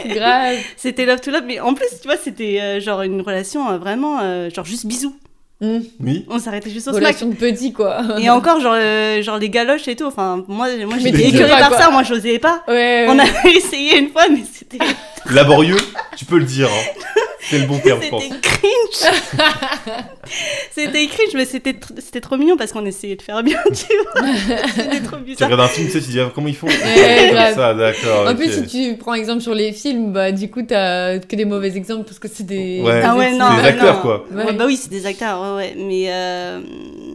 Speaker 2: grave.
Speaker 3: C'était Love to Love, mais en plus, tu vois, c'était euh, genre une relation euh, vraiment, euh, genre juste bisous.
Speaker 2: Hum,
Speaker 1: Oui.
Speaker 3: On s'arrêtait juste au smack.
Speaker 2: Relation de petit quoi.
Speaker 3: Et encore, genre, euh, genre les galoches et tout. Enfin, moi, moi
Speaker 2: Mais
Speaker 1: tu
Speaker 3: j'étais
Speaker 1: peux
Speaker 3: écœurée
Speaker 2: pas,
Speaker 3: par
Speaker 2: quoi. Euh.
Speaker 3: ça, moi, j'osais pas.
Speaker 2: Ouais.
Speaker 3: On avait essayé une fois, mais c'était
Speaker 1: Laborieux, tu peux le dire. hein. C'est le bon terme, je pense.
Speaker 3: c'était cringe. c'était cringe, mais c'était tr- c'était trop mignon parce qu'on essayait de faire bien, tu vois. c'était trop
Speaker 1: Tu
Speaker 3: bizarre.
Speaker 1: regardes un film, tu sais, tu dis ah, comment ils font.
Speaker 2: Ouais,
Speaker 1: Comme
Speaker 2: grave.
Speaker 1: ça, d'accord.
Speaker 2: En
Speaker 1: Ah, ok.
Speaker 2: plus, si tu prends exemple sur les films, bah du coup, t'as que des mauvais exemples parce que c'est des.
Speaker 1: Ouais.
Speaker 2: des
Speaker 3: Ah ouais,
Speaker 2: études.
Speaker 3: non.
Speaker 1: C'est des acteurs, quoi.
Speaker 3: Ouais,
Speaker 2: Ouais.
Speaker 3: bah oui, c'est des acteurs, ouais, ouais. Mais euh,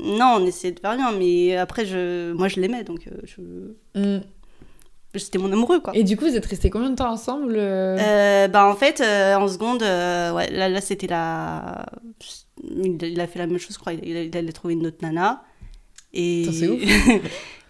Speaker 3: non, on essayait de faire bien. Mais après, je, moi, je l'aimais, donc euh, je-
Speaker 2: Hum.
Speaker 3: c'était mon amoureux, quoi.
Speaker 2: Et du coup, vous êtes restés combien de temps ensemble euh
Speaker 3: Euh, bah en fait euh, en seconde euh, ouais, là, là c'était la il il a fait la même chose je crois il, il a- il allait trouver une autre nana et
Speaker 2: Putain, c'est ouf.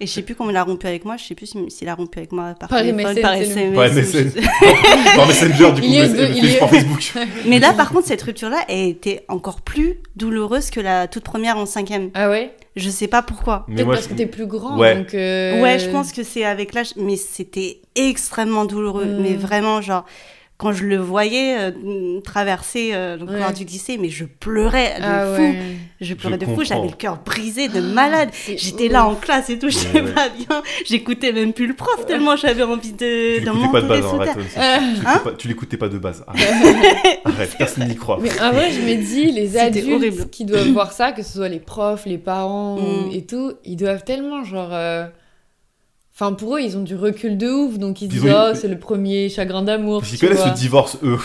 Speaker 3: et je sais plus comment il a rompu avec moi je sais plus s'il s'il a rompu avec moi par,
Speaker 2: Par
Speaker 3: téléphone
Speaker 2: MSN,
Speaker 3: par
Speaker 2: c'est le-
Speaker 3: SMS
Speaker 1: Par
Speaker 3: ou
Speaker 1: MSN.
Speaker 3: je sais-
Speaker 1: Par Messenger, du coup,
Speaker 2: Il y a
Speaker 1: mais-
Speaker 2: deux- il
Speaker 1: mais
Speaker 2: y a-
Speaker 1: par Facebook.
Speaker 3: mais là par contre cette rupture là elle était encore plus douloureuse que la toute première en cinquième
Speaker 2: Ah ouais
Speaker 3: je sais pas pourquoi
Speaker 1: Mais
Speaker 2: Peut-être
Speaker 1: moi,
Speaker 2: parce
Speaker 1: je-
Speaker 2: que t'es plus grand.
Speaker 1: Ouais.
Speaker 2: Donc, euh,
Speaker 3: Ouais, je pense que c'est avec l'âge, mais c'était extrêmement douloureux.
Speaker 2: Mm.
Speaker 3: Mais vraiment, genre, quand je le voyais euh, traverser euh, le
Speaker 2: Ouais.
Speaker 3: couloir du lycée, mais je pleurais de
Speaker 2: Ah
Speaker 3: fou.
Speaker 2: ouais.
Speaker 3: Je pleurais de fou,
Speaker 1: comprends.
Speaker 3: j'avais le cœur brisé de malade.
Speaker 2: C'est
Speaker 3: J'étais
Speaker 2: ouf.
Speaker 3: là en classe et tout, je sais
Speaker 1: Ouais, ouais.
Speaker 3: pas bien. J'écoutais même plus le prof tellement j'avais envie de
Speaker 1: Tu
Speaker 3: d'en
Speaker 1: l'écoutais pas de
Speaker 3: m'enterrer
Speaker 1: base,
Speaker 3: sous
Speaker 1: hein,
Speaker 3: terre.
Speaker 1: Ratton, ça.
Speaker 2: Euh,
Speaker 1: Tu l'écoutais
Speaker 3: hein
Speaker 1: pas- Tu l'écoutais pas de base. Arrête, Arrête, personne n'y croit.
Speaker 2: Mais en vrai, je me dis, les
Speaker 3: C'était
Speaker 2: adultes
Speaker 3: horrible.
Speaker 2: qui doivent voir ça, que ce soit les profs, les parents ou-
Speaker 3: Mm.
Speaker 2: et tout, ils doivent tellement, genre. euh, Enfin, pour eux, ils ont du recul de ouf, donc ils se
Speaker 1: Ils
Speaker 2: disent,
Speaker 1: ont-
Speaker 2: oh, c'est le premier chagrin d'amour.
Speaker 1: Parce qu'ils
Speaker 2: tu
Speaker 1: connaissent
Speaker 2: vois.
Speaker 1: le divorce, eux.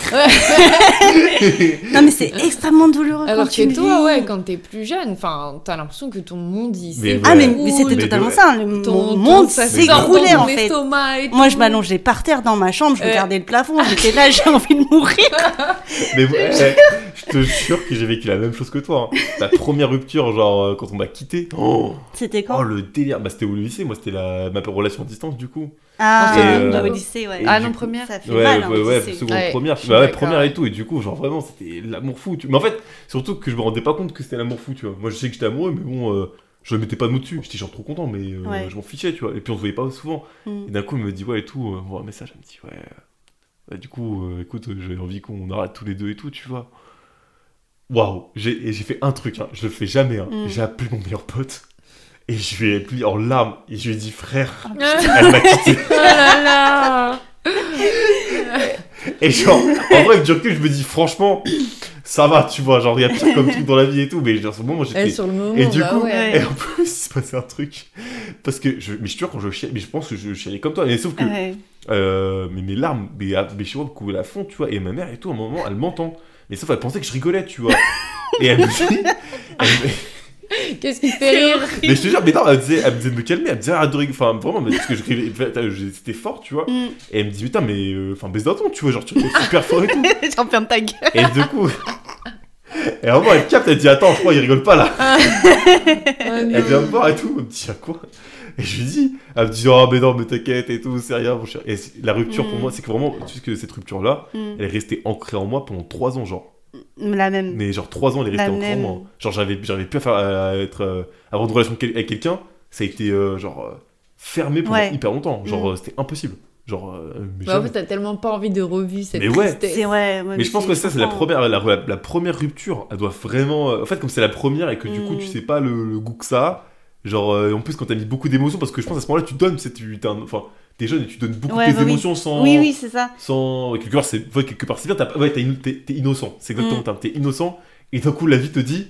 Speaker 3: Non, mais c'est extrêmement douloureux.
Speaker 2: Alors
Speaker 3: Ah, quand tu
Speaker 2: que
Speaker 3: le
Speaker 2: toi,
Speaker 3: vis.
Speaker 2: ouais, quand t'es plus jeune, enfin, t'as l'impression que ton monde, il
Speaker 1: Mais
Speaker 2: s'écroule.
Speaker 3: Ah, mais,
Speaker 1: Ouais.
Speaker 3: mais c'était
Speaker 1: Mais
Speaker 3: totalement
Speaker 1: ouais.
Speaker 3: ça. hein, Le
Speaker 2: Ton-
Speaker 3: mon
Speaker 2: ton-
Speaker 3: monde
Speaker 2: ça sort dans
Speaker 3: s'écroulait
Speaker 2: ton
Speaker 3: en fait.
Speaker 2: estomac et
Speaker 3: Moi,
Speaker 2: tout.
Speaker 3: je m'allongeais par terre dans ma chambre, je
Speaker 2: Ouais.
Speaker 3: regardais le plafond, j'étais là, j'ai envie de mourir.
Speaker 1: Mais vous- eh, je te jure que j'ai vécu la même chose que toi. hein. La première rupture, genre euh, quand on m'a quitté. Oh,
Speaker 3: C'était quand
Speaker 1: oh, le délire. Bah, c'était au lycée, moi, c'était la... ma relation à distance, du coup.
Speaker 3: Ah,
Speaker 2: Et,
Speaker 1: euh,
Speaker 3: au lycée, ouais.
Speaker 1: et
Speaker 2: Ah
Speaker 1: du
Speaker 2: non,
Speaker 1: coup-
Speaker 2: première.
Speaker 3: Ça fait
Speaker 1: Ouais,
Speaker 3: mal, hein,
Speaker 1: ouais,
Speaker 3: au
Speaker 1: ouais,
Speaker 3: lycée.
Speaker 1: seconde,
Speaker 2: Ouais,
Speaker 1: première.
Speaker 2: je suis
Speaker 1: Bah ouais,
Speaker 2: d'accord.
Speaker 1: première et tout. Et du coup, genre vraiment, c'était l'amour fou. Tu... Mais en fait, surtout que je me rendais pas compte que c'était l'amour fou, tu vois. Moi, je sais que j'étais amoureux, mais bon, euh, je mettais pas de mots dessus. J'étais genre trop content, mais euh,
Speaker 3: Ouais.
Speaker 1: je m'en fichais, tu vois. Et puis, on se voyait pas souvent.
Speaker 3: Mm.
Speaker 1: Et d'un coup, il me dit, ouais, et tout, euh, on voit un message. Elle me dit, ouais. euh, bah, du coup, euh, écoute, euh, j'ai envie qu'on arrête tous les deux et tout, tu vois. Waouh, j'ai et j'ai fait un truc, hein. je le fais jamais. hein.
Speaker 3: Mm.
Speaker 1: J'ai appelé mon meilleur pote et je lui ai appelé en larmes et je lui ai dit, frère,
Speaker 3: Oh
Speaker 2: Ah
Speaker 1: elle m'a quitté.
Speaker 2: là là
Speaker 1: Et genre, en vrai, du recul, je me dis, franchement, ça va, tu vois, genre, il y a pire comme truc dans la vie et tout, mais genre, sur le moment,
Speaker 2: Elle,
Speaker 1: j'étais.
Speaker 2: sur le moment,
Speaker 1: Et du
Speaker 2: bah
Speaker 1: coup,
Speaker 2: ouais.
Speaker 1: Et en plus, il se passait un truc. Parce que, je... mais je te jure, quand je chialais, mais je pense que je chialais comme toi, mais sauf que,
Speaker 3: Ah Ouais.
Speaker 1: euh, mais mes larmes, mes, mes chihuahuas me coulaient à fond, tu vois, et ma mère et tout, à un moment, elle m'entend. Mais sauf, elle pensait que je rigolais, tu vois. Et elle me dit. elle me-
Speaker 2: Qu'est-ce qui te fait rire
Speaker 1: Mais je te jure, mais non, elle me disait, elle me disait de me calmer, elle me disait arrête de rigoler. Enfin, vraiment, mais parce que je rigolais, c'était euh, fort, tu vois.
Speaker 3: Mm.
Speaker 1: Et elle me dit, putain, mais euh, enfin, baisse d'un ton, tu vois, genre, tu es super fort et tout.
Speaker 3: J'en ferme ta gueule.
Speaker 1: Et du coup. Et à un moment, elle capte, elle dit Attends, je crois, il rigole pas là.
Speaker 2: Ah
Speaker 1: Elle vient me
Speaker 2: non.
Speaker 1: voir et tout. Elle me dit Ah quoi Et je lui dis Elle me dit Oh, mais non, mais t'inquiète et tout, c'est rien, mon cher. Et c'est- la rupture pour
Speaker 3: Mm.
Speaker 1: moi, c'est que vraiment, tu sais que cette rupture-là, elle est restée ancrée en moi pendant 3 ans, genre.
Speaker 3: La même.
Speaker 1: Mais genre 3 ans, elle est restée
Speaker 3: Mm. La
Speaker 1: ancrée en
Speaker 3: même.
Speaker 1: moi. Genre, j'avais j'avais plus à, faire, à être. euh, à avoir une relation quel- avec quelqu'un, ça a été euh, genre. euh, fermé pendant
Speaker 3: Ouais.
Speaker 1: hyper longtemps. Genre,
Speaker 3: Mm.
Speaker 1: euh, c'était impossible. Genre. euh, mais
Speaker 2: Bah, en
Speaker 1: jamais.
Speaker 2: fait, t'as tellement pas envie de revivre cette
Speaker 1: Mais ouais.
Speaker 2: tristesse.
Speaker 3: C'est ouais, ouais,
Speaker 1: Mais je pense que ça, c'est la
Speaker 3: comprends.
Speaker 1: première, la, la- la première rupture. Elle doit vraiment. euh, En fait, comme c'est la première et que du coup,
Speaker 3: Mm.
Speaker 1: tu sais pas le, le goût que ça a. Genre, euh, en plus, quand t'as mis beaucoup d'émotions, parce que je pense à ce moment-là, tu donnes. c'est- Tu, t'es un- enfin, t'es jeune et tu donnes beaucoup
Speaker 3: Ouais,
Speaker 1: tes
Speaker 3: bah oui.
Speaker 1: émotions sans.
Speaker 3: Oui, oui, c'est ça.
Speaker 1: Sans. ouais, quelque part, c'est ouais, quelque part, c'est bien. T'as, ouais, t'as inno- t'es, t'es innocent. C'est exactement le
Speaker 3: Mm.
Speaker 1: terme. T'es innocent. Et d'un coup, la vie te dit.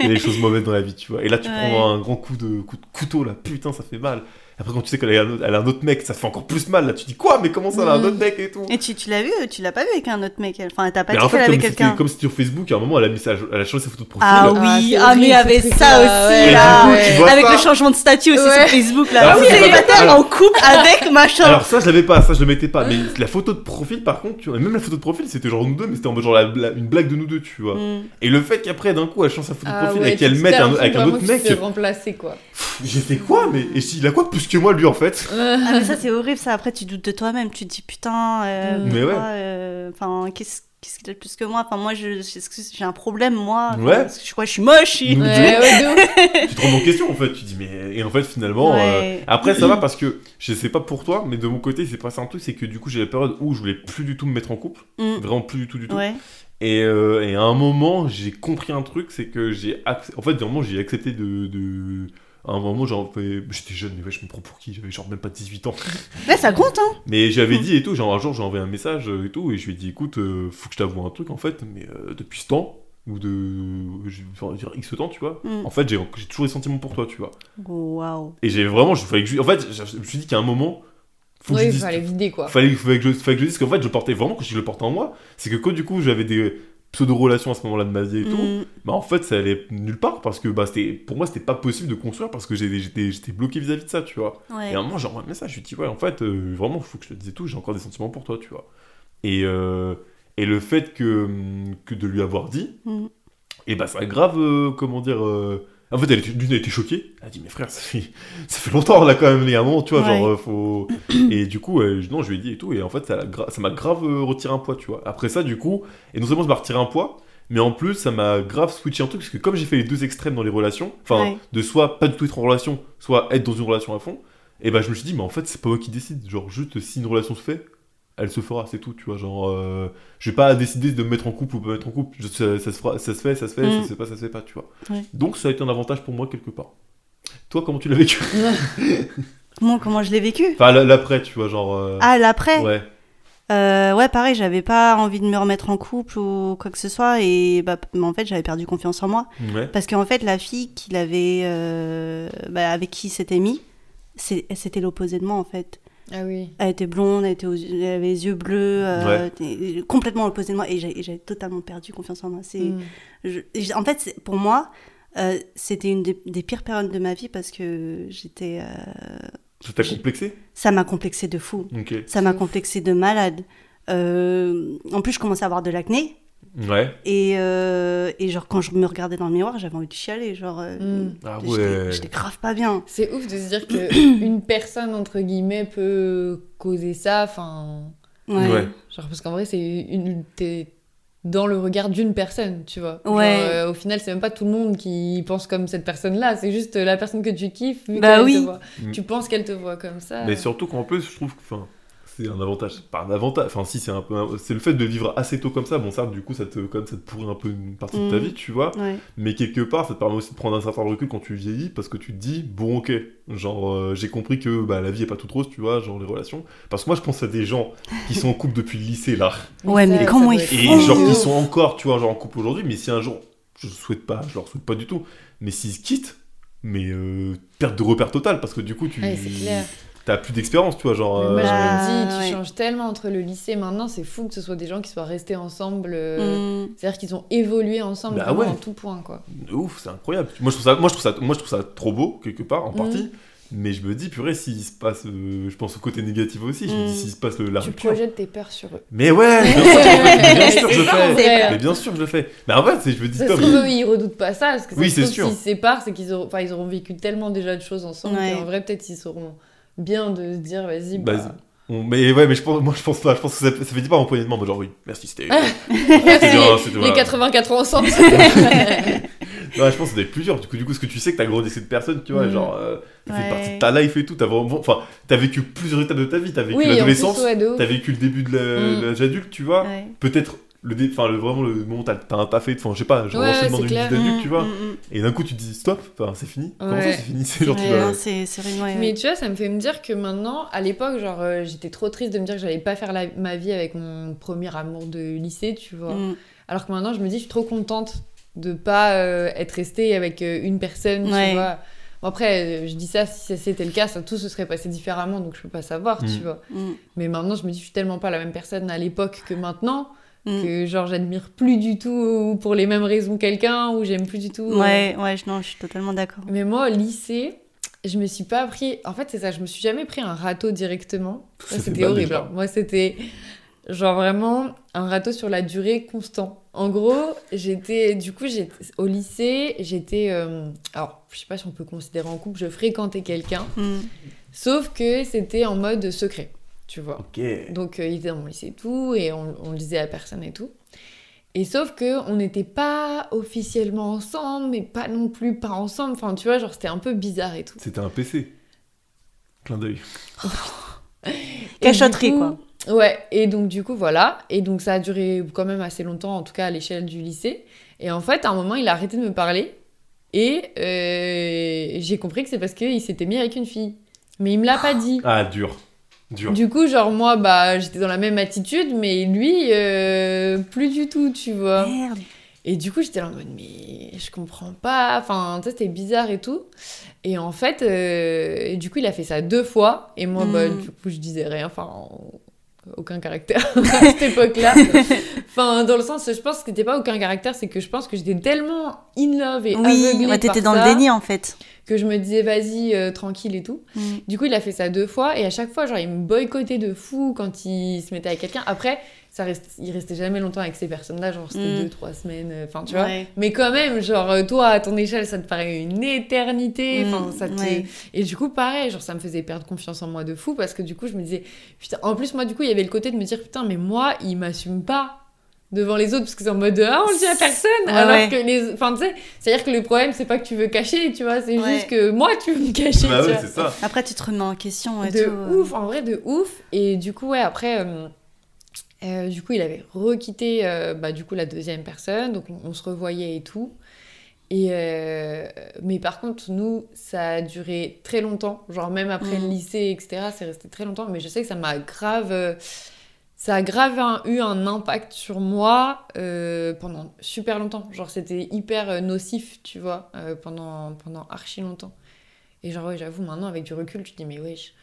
Speaker 1: Il y a des choses mauvaises dans la vie, tu vois. Et là, tu
Speaker 3: Ouais.
Speaker 1: prends un grand coup de, coup de couteau, là. Putain, ça fait mal. Après, quand tu sais qu'elle est un autre- elle a un autre mec, ça te fait encore plus mal. Là, tu dis quoi Mais comment ça, elle a un
Speaker 3: Mm.
Speaker 2: Mhm.
Speaker 1: autre mec et tout
Speaker 3: Et tu, tu l'as vu, tu l'as pas vu avec un autre mec. elle- Enfin, t'as pas
Speaker 1: Mais
Speaker 3: dit
Speaker 1: en
Speaker 3: qu'elle
Speaker 1: fait, comme
Speaker 3: avait
Speaker 1: c'était
Speaker 3: quelqu'un.
Speaker 1: comme c'était sur Facebook, à un moment, elle a, mis sa, elle a changé sa photo de profil.
Speaker 3: Ah
Speaker 2: Ah,
Speaker 3: oui,
Speaker 2: c'est
Speaker 3: ah, mais il y
Speaker 2: horrible,
Speaker 3: avait
Speaker 2: ce
Speaker 3: ça
Speaker 2: truc-là,
Speaker 3: aussi
Speaker 2: ouais.
Speaker 3: là.
Speaker 1: Et du coup, tu vois
Speaker 3: avec
Speaker 1: ça
Speaker 3: le changement de statut aussi
Speaker 2: Ouais.
Speaker 3: sur Facebook
Speaker 1: Ah
Speaker 3: là. Ah,
Speaker 1: oui,
Speaker 3: oui,
Speaker 1: alors- alors-
Speaker 3: en couple avec machin.
Speaker 1: Alors ça, je l'avais pas, ça je le mettais pas. Mais la photo de profil, par contre, tu vois, même la photo de profil, c'était genre nous deux, mais c'était en mode genre la bla- une blague de nous deux, tu vois.
Speaker 3: Hmm.
Speaker 1: Et le fait qu'après, d'un coup, elle change sa photo de
Speaker 2: Ah
Speaker 1: profil
Speaker 2: ouais,
Speaker 1: et qu'elle
Speaker 2: tu
Speaker 1: mette
Speaker 2: t'as
Speaker 1: un- avec un
Speaker 2: l'impression
Speaker 1: autre
Speaker 2: vraiment
Speaker 1: mec,
Speaker 2: qu'il s'est remplacé, quoi.
Speaker 1: pff, j'ai fait quoi Mais et si, il a quoi de plus que moi, lui, en fait
Speaker 3: Ah, mais ça c'est horrible ça. Après tu doutes de toi-même, tu te dis putain. euh,
Speaker 2: Mm. Mais
Speaker 3: pourquoi,
Speaker 1: ouais.
Speaker 3: euh, Enfin qu'est-ce qu'est-ce qu'il a de plus que moi Enfin moi je je- est-ce que j'ai un problème moi. Enfin,
Speaker 1: Ouais.
Speaker 3: est-ce que je suis quoi Je suis moche.
Speaker 1: Mm.
Speaker 2: Ouais, ouais, de ouf.
Speaker 1: Tu te remets en question, en fait. Tu dis, mais. Et en fait, finalement.
Speaker 3: Ouais.
Speaker 1: euh, Après, ça va parce que je sais pas pour toi, mais de mon côté, c'est passé un truc, c'est que du coup, j'ai la période où je voulais plus du tout me mettre en couple.
Speaker 3: Mm.
Speaker 1: Vraiment plus du tout, Bah, du tout.
Speaker 3: Ouais.
Speaker 1: Et, euh, et à un moment, j'ai compris un truc, c'est que j'ai. ac- En fait, d'un moment, j'ai accepté de. de- À un moment, genre, mais- j'étais jeune, mais ouais, je me prends pour qui J'avais genre même pas 18 ans.
Speaker 3: Ouais, ça compte hein.
Speaker 1: Mais j'avais dit et tout, genre un jour, j'ai envoyé un message euh, et tout, et je lui ai dit, écoute, euh, faut que je t'avoue un truc en fait, mais euh, depuis ce temps, ou de. je- Enfin, dire X temps, tu vois,
Speaker 3: Mm.
Speaker 1: en fait, j'ai j'ai toujours des sentiments pour toi, tu vois.
Speaker 3: Waouh.
Speaker 1: Et j'ai vraiment. Je, fallait que je- en fait, je, je me suis dit qu'à un moment, faut que
Speaker 2: Ouais,
Speaker 1: je
Speaker 2: il
Speaker 1: dise.
Speaker 2: fallait vider, quoi.
Speaker 1: Fallait, fallait que je, fallait que je dise qu'en fait, je portais vraiment, que je le portais en moi, c'est que quand du coup, j'avais des pseudo-relations à ce moment-là de ma vie et tout
Speaker 3: Mm.
Speaker 1: bah en fait ça allait nulle part parce que bah c'était pour moi c'était pas possible de construire parce que j'ai- j'étais j'étais bloqué vis-à-vis de ça tu vois
Speaker 3: Ouais.
Speaker 1: et à un moment j'ai envoyé un message je lui dis ouais en fait euh, vraiment faut que je te dise tout j'ai encore des sentiments pour toi tu vois et euh, et le fait que que de lui avoir dit
Speaker 3: Mm.
Speaker 1: et bah ça a grave euh, comment dire euh, en fait, elle était, d'une, elle était choquée. Elle a dit, mais frère, ça fait, ça fait longtemps, là, quand même, les moments, tu vois, genre,
Speaker 3: Ouais.
Speaker 1: euh, faut... Et du coup, euh, je- non, je lui ai dit et tout, et en fait, ça l'a gra- ça m'a grave euh, retiré un poids, tu vois. Après ça, du coup, et non seulement ça m'a retiré un poids, mais en plus, ça m'a grave switché un truc, parce que comme j'ai fait les deux extrêmes dans les relations, enfin,
Speaker 3: Ouais.
Speaker 1: de soit pas du tout être en relation, soit être dans une relation à fond, et bah, je me suis dit, mais en fait, c'est pas moi qui décide. Genre, juste euh, si une relation se fait, elle se fera, c'est tout, tu vois. Genre, euh, je vais pas décider de me mettre en couple ou pas me mettre en couple. Je- Ça, ça se, fera- ça se fait, ça se fait,
Speaker 3: Mm.
Speaker 1: ça se fait pas, ça se fait pas, tu vois.
Speaker 3: Ouais.
Speaker 1: Donc, ça a été un avantage pour moi quelque part. Toi, comment tu l'as vécu
Speaker 3: Moi comment je l'ai vécu
Speaker 1: Enfin, l- l'après, tu vois, genre. euh,
Speaker 3: Ah l'après.
Speaker 1: ouais.
Speaker 3: Euh, ouais, pareil, j'avais pas envie de me remettre en couple ou quoi que ce soit, et bah, mais en fait, j'avais perdu confiance en moi.
Speaker 1: Ouais.
Speaker 3: Parce qu'en fait, la fille qu'il avait, euh, bah, avec qui il s'était mis, c'est- c'était l'opposé de moi, en fait.
Speaker 2: Ah oui.
Speaker 3: Elle était blonde, elle, était aux- elle avait les yeux bleus, euh, t'es- complètement l'opposé de moi, et j'ai- et j'avais totalement perdu confiance en moi. C'est-
Speaker 2: Mm.
Speaker 3: je- j'- en fait, c'est- pour moi, euh, c'était une des, des pires périodes de ma vie parce que j'étais, euh,
Speaker 1: Ça t'a complexé
Speaker 3: ça m'a complexé de fou.
Speaker 1: Ok.
Speaker 3: Ça m'a complexé de malade. Euh, en plus, je commençais à avoir de l'acné.
Speaker 1: Ouais.
Speaker 3: Et, euh, et genre, quand je me regardais dans le miroir, j'avais envie de chialer. Genre, euh,
Speaker 2: Mm.
Speaker 1: Ah
Speaker 3: j'étais-
Speaker 1: ouais.
Speaker 3: j'étais grave pas bien.
Speaker 2: C'est ouf de se dire que une personne entre guillemets peut causer ça, enfin,
Speaker 3: Ouais.
Speaker 1: Ouais.
Speaker 2: genre parce qu'en vrai c'est une t'es dans le regard d'une personne, tu vois. Genre,
Speaker 3: Ouais.
Speaker 2: euh, au final, c'est même pas tout le monde qui pense comme cette personne-là, c'est juste la personne que tu kiffes vu
Speaker 3: Bah
Speaker 2: qu'elle
Speaker 3: oui.
Speaker 2: te voit.
Speaker 1: Mm.
Speaker 2: Tu penses qu'elle te voit comme ça.
Speaker 1: Mais surtout qu'en plus, je trouve que. Enfin, c'est un avantage. C'est Pas un avantage. Enfin, si, c'est un peu. un- C'est le fait de vivre assez tôt comme ça. Bon, certes, du coup, ça te, comme ça te pourrit un peu une partie de ta
Speaker 3: Mm.
Speaker 1: vie, tu vois.
Speaker 3: Ouais.
Speaker 1: Mais quelque part, ça te permet aussi de prendre un certain recul quand tu vieillis, parce que tu te dis, bon, ok, genre, euh, j'ai compris que bah, la vie est pas toute rose, tu vois, genre les relations. Parce que moi, je pense à des gens qui sont en couple depuis le lycée, là,
Speaker 3: Ouais, mais comment
Speaker 2: doit
Speaker 3: ils
Speaker 2: être-
Speaker 1: et
Speaker 3: Oh,
Speaker 1: genre,
Speaker 3: de
Speaker 1: qui
Speaker 3: ouf.
Speaker 1: sont encore, tu vois, genre en couple aujourd'hui, mais si un jour, je le souhaite pas, je leur souhaite pas du tout, mais s'ils se quittent, mais euh, perte de repère totale, parce que du coup, tu.
Speaker 2: Ouais, c'est clair.
Speaker 1: T'as plus d'expérience, tu vois, genre.
Speaker 2: Mais Moi, je
Speaker 1: euh,
Speaker 2: me dis,
Speaker 3: Bah,
Speaker 2: tu
Speaker 3: ouais.
Speaker 2: changes tellement entre le lycée et maintenant, c'est fou que ce soit des gens qui soient restés ensemble. euh,
Speaker 3: Mm.
Speaker 2: C'est-à-dire qu'ils ont évolué ensemble
Speaker 1: Bah
Speaker 2: vraiment
Speaker 1: ouais.
Speaker 2: en tout point, quoi.
Speaker 1: De ouf, c'est incroyable. Moi je, trouve ça, moi, je trouve ça, moi, je trouve ça trop beau, quelque part, en
Speaker 2: Mm.
Speaker 1: partie. Mais je me dis, purée, s'il se passe. euh, je pense au côté négatif aussi. Je me dis,
Speaker 3: Mm.
Speaker 1: s'il se passe le, la
Speaker 2: Tu
Speaker 1: rupture.
Speaker 2: projettes tes peurs sur eux.
Speaker 1: Mais ouais, Bah, bien sûr, mais bien sûr, je le
Speaker 2: C'est
Speaker 1: fais.
Speaker 2: vrai.
Speaker 1: Mais bien sûr, que je le fais. Mais en fait, c'est- je me dis,
Speaker 2: Ça se
Speaker 1: Tom,
Speaker 2: trouve, eux, ils redoutent pas ça, parce que ça
Speaker 1: Oui,
Speaker 2: se
Speaker 1: c'est
Speaker 2: trouve,
Speaker 1: sûr.
Speaker 2: s'ils se séparent, c'est qu'ils auront... Enfin, ils auront vécu tellement déjà de choses ensemble
Speaker 3: Ouais.
Speaker 2: qu'en vrai, peut-être, ils sauront bien de se dire, vas-y, bah...
Speaker 1: Vas-y. on- mais ouais, mais je pense, moi je pense pas. Je pense que ça, ça fait pas en poignée de main, mais genre oui, merci, c'était.
Speaker 2: Merci,
Speaker 1: bien, c'était-
Speaker 2: Ah, les
Speaker 1: voilà.
Speaker 2: 84 ans ensemble.
Speaker 1: Ouais, je pense que ça doit être plus dur. Du coup, du coup, ce que tu sais que t'as grandi avec cette personne, tu vois,
Speaker 2: Mhm.
Speaker 1: genre, euh, ça fait
Speaker 3: Ouais.
Speaker 1: partie de ta life et tout. T'as vraiment, enfin, t'as vécu plusieurs étapes de ta vie. T'as vécu
Speaker 2: oui, en plus,
Speaker 1: l'adolescence,
Speaker 2: ouais, de ouf.
Speaker 1: t'as vécu le début de la-
Speaker 2: Mm.
Speaker 1: l'âge adulte, tu vois.
Speaker 3: Ouais.
Speaker 1: Peut-être le dé, enfin, le, vraiment le moment où t'as t'as un taffé, enfin, je sais pas, genre
Speaker 2: Ouais, ouais,
Speaker 1: l'enchaînement
Speaker 2: c'est
Speaker 1: d'une vie
Speaker 2: clair.
Speaker 1: d'adulte,
Speaker 3: Mm,
Speaker 1: tu vois.
Speaker 3: mm, mm.
Speaker 1: Et d'un coup, tu te dis stop, enfin, c'est fini. Comment ça,
Speaker 2: Ouais.
Speaker 1: c'est fini C'est genre, tu
Speaker 3: Ouais,
Speaker 1: vas-
Speaker 3: non, C'est c'est vraiment. ouais,
Speaker 2: Mais tu vois, ça me fait me dire que maintenant, à l'époque, genre, euh, j'étais trop triste de me dire que j'allais pas faire la- ma vie avec mon premier amour de lycée, tu vois.
Speaker 3: Mm.
Speaker 2: Alors que maintenant, je me dis, je suis trop contente de pas euh, être restée avec euh, une personne, tu
Speaker 3: Ouais.
Speaker 2: vois. Bon, après, euh, je dis ça, si ça- c'était le cas, ça, tout se serait passé différemment, donc je peux pas savoir,
Speaker 1: Mm.
Speaker 2: tu vois.
Speaker 3: Mm,
Speaker 2: Mais maintenant, je me dis, je suis tellement pas la même personne à l'époque que maintenant,
Speaker 3: mm.
Speaker 2: que genre, j'admire plus du tout pour les mêmes raisons quelqu'un, ou j'aime plus du tout. euh,
Speaker 3: Ouais, ouais, je- non, je suis totalement d'accord.
Speaker 2: Mais moi, au lycée, je me suis pas pris. En fait, c'est ça, je me suis jamais pris un râteau directement. Ça,
Speaker 1: Ça fait
Speaker 2: C'était
Speaker 1: mal,
Speaker 2: horrible.
Speaker 1: déjà.
Speaker 2: hein. Moi, c'était genre vraiment un râteau sur la durée constant. En gros, j'étais. Du coup, j'étais au lycée, j'étais. euh, Alors, je sais pas si on peut considérer en couple, je fréquentais quelqu'un.
Speaker 3: Mm.
Speaker 2: Sauf que c'était en mode secret, tu vois.
Speaker 1: Ok.
Speaker 2: Donc euh, il était dans mon lycée et tout, et on, on le disait à personne et tout. Et sauf que on n'était pas officiellement ensemble, mais pas non plus pas ensemble. Enfin, tu vois, genre c'était un peu bizarre et tout.
Speaker 1: C'était un PC. Clin d'œil.
Speaker 2: Et du
Speaker 3: Cachotterie,
Speaker 2: coup-
Speaker 3: quoi.
Speaker 2: Ouais, et donc du coup, voilà. Et donc ça a duré quand même assez longtemps, en tout cas à l'échelle du lycée. Et en fait, à un moment, il a arrêté de me parler. Et euh, j'ai compris que c'est parce qu'il s'était mis avec une fille. Mais il me l'a pas dit.
Speaker 1: Ah, dur. Dur.
Speaker 2: Du coup, genre, moi, bah, j'étais dans la même attitude, mais lui, euh, plus du tout, tu vois.
Speaker 3: Merde.
Speaker 2: Et du coup, j'étais là en mode, mais je comprends pas, enfin, tu sais, c'était bizarre et tout. Et en fait, euh, et du coup, il a fait ça deux fois, et moi, bah,
Speaker 3: Mm.
Speaker 2: du coup, je disais rien, enfin, aucun caractère à cette époque-là. enfin, dans le sens, je pense que c'était pas aucun caractère, c'est que je pense que j'étais tellement in love et
Speaker 3: Oui,
Speaker 2: aveuglée
Speaker 3: ouais, t'étais
Speaker 2: par
Speaker 3: dans
Speaker 2: ça,
Speaker 3: le déni, en fait.
Speaker 2: que je me disais, vas-y, euh, tranquille et tout.
Speaker 3: Mm.
Speaker 2: Du coup, il a fait ça deux fois et à chaque fois, genre, il me boycottait de fou quand il se mettait avec quelqu'un. Après, ça reste, il restait jamais longtemps avec ces personnes-là, genre, c'était
Speaker 3: Mm.
Speaker 2: deux, trois semaines, euh, enfin, tu vois.
Speaker 3: Ouais.
Speaker 2: Mais quand même, genre, euh, toi, à ton échelle, ça te paraît une éternité. Enfin,
Speaker 3: Mm,
Speaker 2: ça te-
Speaker 3: ouais.
Speaker 2: Et du coup, pareil, genre, ça me faisait perdre confiance en moi de fou parce que du coup, je me disais, putain, en plus, moi, du coup, il y avait le côté de me dire, putain, mais moi, il m'assume pas devant les autres parce que c'est en mode, ah, on le dit à personne.
Speaker 3: Ouais,
Speaker 2: alors
Speaker 3: ouais.
Speaker 2: que les. Enfin, tu sais, c'est-à-dire que le problème, c'est pas que tu veux cacher, tu vois, c'est
Speaker 3: Ouais.
Speaker 2: juste que moi, tu veux me cacher.
Speaker 1: Bah
Speaker 2: tu
Speaker 1: ouais,
Speaker 2: vois
Speaker 1: c'est ça.
Speaker 3: Après, tu te remets en question et
Speaker 2: de
Speaker 3: tout. euh.
Speaker 2: ouf, en vrai de ouf. Et du coup, ouais, après, euh, euh, du coup, il avait requitté euh, bah, du coup la deuxième personne, donc on, on se revoyait et tout. Et euh, mais par contre, nous, ça a duré très longtemps, genre même après le
Speaker 3: Mhm.
Speaker 2: lycée, etc. C'est resté très longtemps, mais je sais que ça m'a grave, euh, ça a grave un- eu un impact sur moi euh, pendant super longtemps. Genre c'était hyper euh, nocif, tu vois, euh, pendant pendant archi longtemps. Et genre ouais, j'avoue, maintenant avec du recul, tu te dis mais wesh,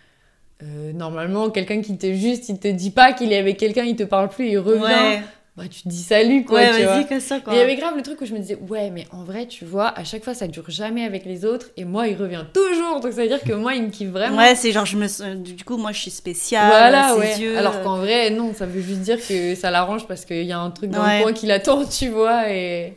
Speaker 2: euh, normalement, quelqu'un qui te juste, il te dit pas qu'il est avec quelqu'un, il te parle plus, il revient.
Speaker 3: Ouais,
Speaker 2: Bah, tu te dis salut, quoi. tu
Speaker 3: ouais
Speaker 2: vois.
Speaker 3: vas-y, que ça,
Speaker 2: Mais
Speaker 3: quoi.
Speaker 2: il y avait grave le truc où je me disais, ouais, mais en vrai, tu vois, à chaque fois, ça dure jamais avec les autres, et moi, il revient toujours. Donc, ça veut dire que moi, il me kiffe vraiment.
Speaker 3: Ouais, c'est genre, je me... sens- du coup, moi, je suis spéciale.
Speaker 2: voilà,
Speaker 3: ses
Speaker 2: ouais.
Speaker 3: yeux,
Speaker 2: Alors
Speaker 3: euh,
Speaker 2: qu'en vrai, non, ça veut juste dire que ça l'arrange parce qu'il y a un truc dans
Speaker 3: Ouais.
Speaker 2: le coin qui l'attend, tu vois. Et...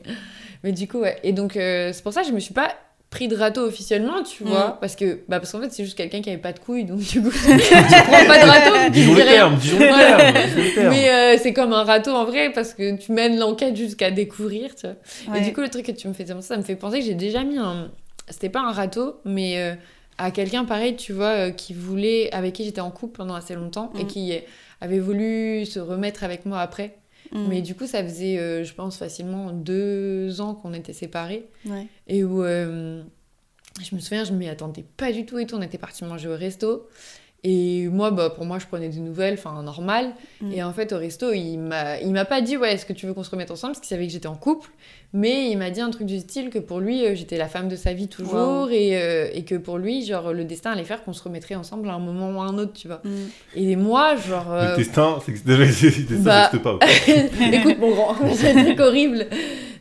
Speaker 2: Mais du coup, ouais. Et donc, euh, c'est pour ça que je me suis pas pris de râteau officiellement, tu
Speaker 3: Mm.
Speaker 2: vois. Parce que, bah, parce qu'en fait, c'est juste quelqu'un qui avait pas de couilles, donc du coup, tu prends pas de râteau. donc tu
Speaker 1: Disons les
Speaker 2: dirais-
Speaker 1: termes, disons les
Speaker 2: Voilà.
Speaker 1: termes, disons les termes.
Speaker 2: Mais euh, c'est comme un râteau en vrai parce que tu mènes l'enquête jusqu'à découvrir, tu vois.
Speaker 3: euh, ouais.
Speaker 2: Et du coup, le truc que tu me fais dire ça, ça me fait penser que j'ai déjà mis un. C'était pas un râteau, mais euh, à quelqu'un pareil, tu vois, euh, qui voulait. avec qui j'étais en couple pendant assez longtemps et
Speaker 3: Mm.
Speaker 2: qui avait voulu se remettre avec moi après.
Speaker 3: Mm.
Speaker 2: Mais du coup, ça faisait, euh, je pense, facilement deux ans qu'on était séparés
Speaker 3: Ouais.
Speaker 2: et où euh, je me souviens, je m'y attendais pas du tout et tout. On était parti manger au resto. Et moi, bah, pour moi, je prenais des nouvelles, enfin, normal.
Speaker 3: Mm.
Speaker 2: Et en fait, au resto, il m'a il m'a pas dit, ouais, est-ce que tu veux qu'on se remette ensemble Parce qu'il savait que j'étais en couple. Mais il m'a dit un truc du style que pour lui, euh, j'étais la femme de sa vie toujours.
Speaker 3: Wow.
Speaker 2: Et, euh, et que pour lui, genre, le destin allait faire qu'on se remettrait ensemble à un moment ou à un autre, tu vois.
Speaker 3: Mm.
Speaker 2: Et moi, genre.
Speaker 1: Le
Speaker 2: euh,
Speaker 1: destin, c'est que- déjà, le destin,
Speaker 2: Bah.
Speaker 1: ça n'existe pas. ok.
Speaker 2: Écoute, mon grand, c'est un truc horrible.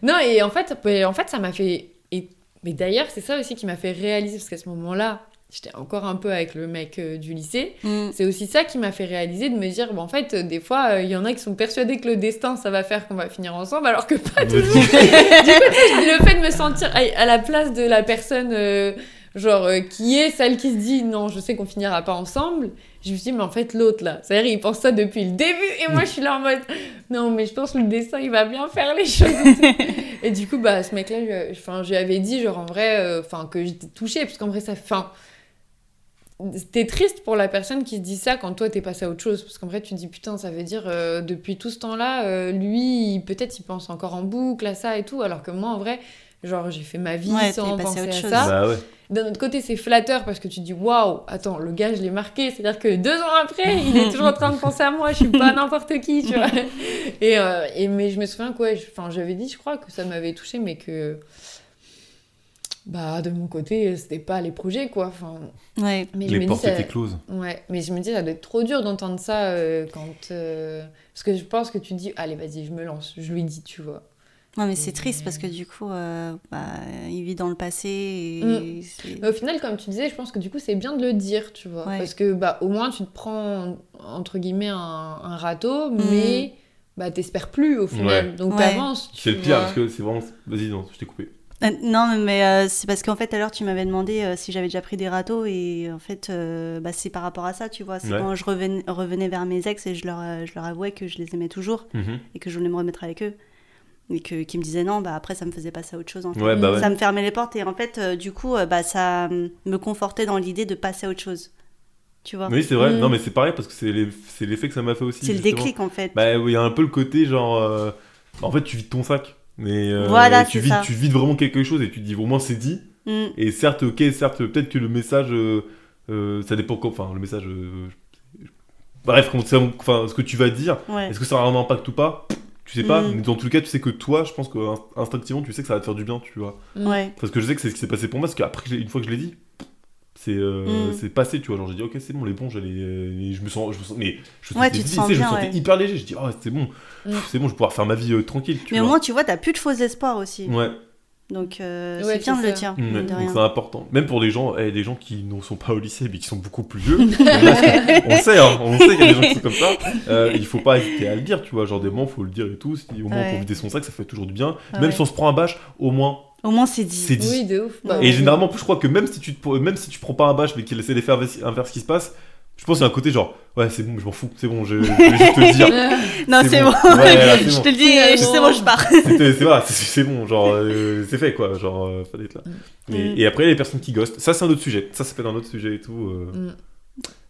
Speaker 2: Non, et en fait, et en fait ça m'a fait. Et, mais d'ailleurs, c'est ça aussi qui m'a fait réaliser, parce qu'à ce moment-là, j'étais encore un peu avec le mec euh, du lycée.
Speaker 3: Mm.
Speaker 2: C'est aussi ça qui m'a fait réaliser de me dire, bah, en fait, euh, des fois, euh, il y en a qui sont persuadés que le destin, ça va faire qu'on va finir ensemble, alors que pas
Speaker 1: Me
Speaker 2: toujours.
Speaker 1: dis-
Speaker 2: le fait de me sentir à, à la place de la personne, euh, genre, euh, qui est celle qui se dit non, je sais qu'on finira pas ensemble, je me suis dit, mais en fait, l'autre là, c'est-à-dire, il pense ça depuis le début, et moi, je suis là en mode, non, mais je pense que le dessin, il va bien faire les choses. et du coup, bah, ce mec-là, je, enfin, je lui avais dit, genre, en vrai, euh, enfin, que j'étais touchée, parce qu'en vrai, ça. Fin, T'es triste pour la personne qui se dit ça quand toi t'es passé à autre chose. Parce qu'en vrai, tu te dis putain, ça veut dire euh, depuis tout ce temps-là, euh, lui, il- peut-être il pense encore en boucle à ça et tout. Alors que moi, en vrai, genre, j'ai fait ma vie
Speaker 3: Ouais, t'es
Speaker 2: sans
Speaker 3: passé à
Speaker 2: penser à,
Speaker 3: autre chose.
Speaker 2: ça.
Speaker 1: Bah ouais.
Speaker 2: D'un autre côté, c'est flatteur parce que tu te dis waouh, attends, le gars, je l'ai marqué. C'est-à-dire que deux ans après, il est toujours en train de penser à moi. Je suis pas n'importe qui, tu vois. Et, euh, et- mais je me souviens quoi, j'avais dit, je crois que ça m'avait touché, mais que Bah, de mon côté, c'était pas les projets, quoi. Enfin,
Speaker 3: Ouais.
Speaker 2: mais je
Speaker 1: Les
Speaker 2: me dis,
Speaker 1: portes
Speaker 2: ça-
Speaker 1: étaient closes.
Speaker 2: Ouais, mais je me dis, ça doit être trop dur d'entendre ça euh, quand. euh, Parce que je pense que tu dis, allez, vas-y, je me lance, je lui dis, tu vois.
Speaker 3: Non, mais c'est triste parce que du coup, euh, bah, il vit dans le passé. Et
Speaker 2: Mm.
Speaker 3: c'est-
Speaker 2: Mais au final, comme tu disais, je pense que du coup, c'est bien de le dire, tu vois.
Speaker 3: Ouais.
Speaker 2: Parce que, bah, au moins, tu te prends, entre guillemets, un, un râteau, mais, bah, t'espères plus au final. Donc,
Speaker 3: Mm. Ouais.
Speaker 2: t'avances. tu
Speaker 1: C'est le pire
Speaker 2: vois.
Speaker 1: parce que c'est vraiment. Vas-y, non, je t'ai coupé.
Speaker 3: Euh, non, mais euh, c'est parce qu'en fait, tout à l'heure, tu m'avais demandé euh, si j'avais déjà pris des râteaux. Et en fait, euh, bah, c'est par rapport à ça, tu vois. C'est
Speaker 1: Ouais.
Speaker 3: quand je revenais, revenais vers mes ex et je leur, euh, je leur avouais que je les aimais toujours
Speaker 1: Mhm.
Speaker 3: et que je voulais me remettre avec eux. Et que, qu'ils me disaient non, bah, après, ça me faisait passer à autre chose. En fait.
Speaker 2: Mm.
Speaker 1: Ouais, bah ouais.
Speaker 3: Ça me fermait les portes. Et en fait, euh, du coup, euh, bah, ça euh, me confortait dans l'idée de passer à autre chose. Tu vois
Speaker 1: Oui, c'est vrai.
Speaker 2: Mm.
Speaker 1: Non, mais c'est pareil parce que c'est les- c'est l'effet que ça m'a fait aussi.
Speaker 3: C'est le
Speaker 1: justement.
Speaker 3: déclic, en fait.
Speaker 1: Bah oui, il y a un peu le côté genre. euh, En fait, tu vides ton sac. Mais euh,
Speaker 3: Voilà,
Speaker 1: tu,
Speaker 3: c'est
Speaker 1: vides,
Speaker 3: ça.
Speaker 1: tu vides vraiment quelque chose et tu te dis, au moins c'est dit.
Speaker 3: Mm.
Speaker 1: Et certes, ok, certes, peut-être que le message. euh, euh, ça dépend quoi. Enfin, le message. euh, je- Bref, quand ça- enfin, ce que tu vas dire,
Speaker 3: Ouais.
Speaker 1: est-ce que ça aura un impact ou pas Tu sais pas.
Speaker 3: Mm.
Speaker 1: Mais dans tout cas, tu sais que toi, je pense que inst- instinctivement, tu sais que ça va te faire du bien, tu vois.
Speaker 2: Mm.
Speaker 3: Ouais.
Speaker 1: Parce que je sais que c'est ce qui s'est passé pour moi, parce qu'après, j'ai- une fois que je l'ai dit, c'est euh,
Speaker 3: Mm.
Speaker 1: c'est passé, tu vois. Genre, j'ai dit, ok, c'est bon, l'éponge, elle est. euh, et je me sens. Je me sens mais je me
Speaker 3: Ouais,
Speaker 1: sentais,
Speaker 3: tu te
Speaker 1: vide,
Speaker 3: sens
Speaker 1: tu sais, je me
Speaker 3: bien,
Speaker 1: sentais
Speaker 3: ouais.
Speaker 1: hyper léger. Je dis, oh, c'est bon, pff,
Speaker 2: Mm.
Speaker 1: c'est bon, je vais pouvoir faire ma vie euh, tranquille, tu
Speaker 3: Mais au
Speaker 1: vois.
Speaker 3: moins, tu vois, t'as plus de faux espoirs aussi.
Speaker 1: ouais,
Speaker 3: Donc, euh,
Speaker 2: Ouais,
Speaker 3: c'est bien
Speaker 2: c'est
Speaker 3: de le
Speaker 2: ça.
Speaker 3: dire.
Speaker 1: Mm, ouais.
Speaker 3: mine de
Speaker 1: donc
Speaker 3: rien.
Speaker 1: c'est important. Même pour des gens, eh, des gens qui ne sont pas au lycée, mais qui sont beaucoup plus vieux. on sait, hein, on sait qu'il y a des gens qui sont comme ça. Euh, il faut pas hésiter à le dire, tu vois. Genre, des moments, faut le dire et tout. Si, au moins,
Speaker 3: Ouais.
Speaker 1: pour vider son sac, ça fait toujours du bien.
Speaker 3: Ah
Speaker 1: Même
Speaker 3: ouais.
Speaker 1: si on se prend un bâche, au moins,
Speaker 3: Au moins, c'est dit.
Speaker 1: c'est dit.
Speaker 2: Oui, de ouf. bah,
Speaker 3: Et
Speaker 1: Et
Speaker 2: oui.
Speaker 1: généralement, je crois que même si tu, te, même si tu prends pas un bâche mais qu'il essaie d'effaire inverse ce qui se passe, je pense qu'il y a un côté genre, ouais, c'est bon, je m'en fous, c'est bon, je, je vais juste te le dire.
Speaker 3: Non, c'est bon.
Speaker 1: Ouais, là, c'est
Speaker 3: je
Speaker 1: bon.
Speaker 3: te le dis,
Speaker 2: Finalement.
Speaker 3: c'est bon, je pars.
Speaker 1: C'est- c'est- voilà, c'est- c'est bon, genre, euh, c'est fait quoi, genre, euh, fallait être là. Mais-
Speaker 3: Mm.
Speaker 1: et après, les personnes qui ghostent, ça c'est un autre sujet, ça ça peut être un autre sujet et tout. euh.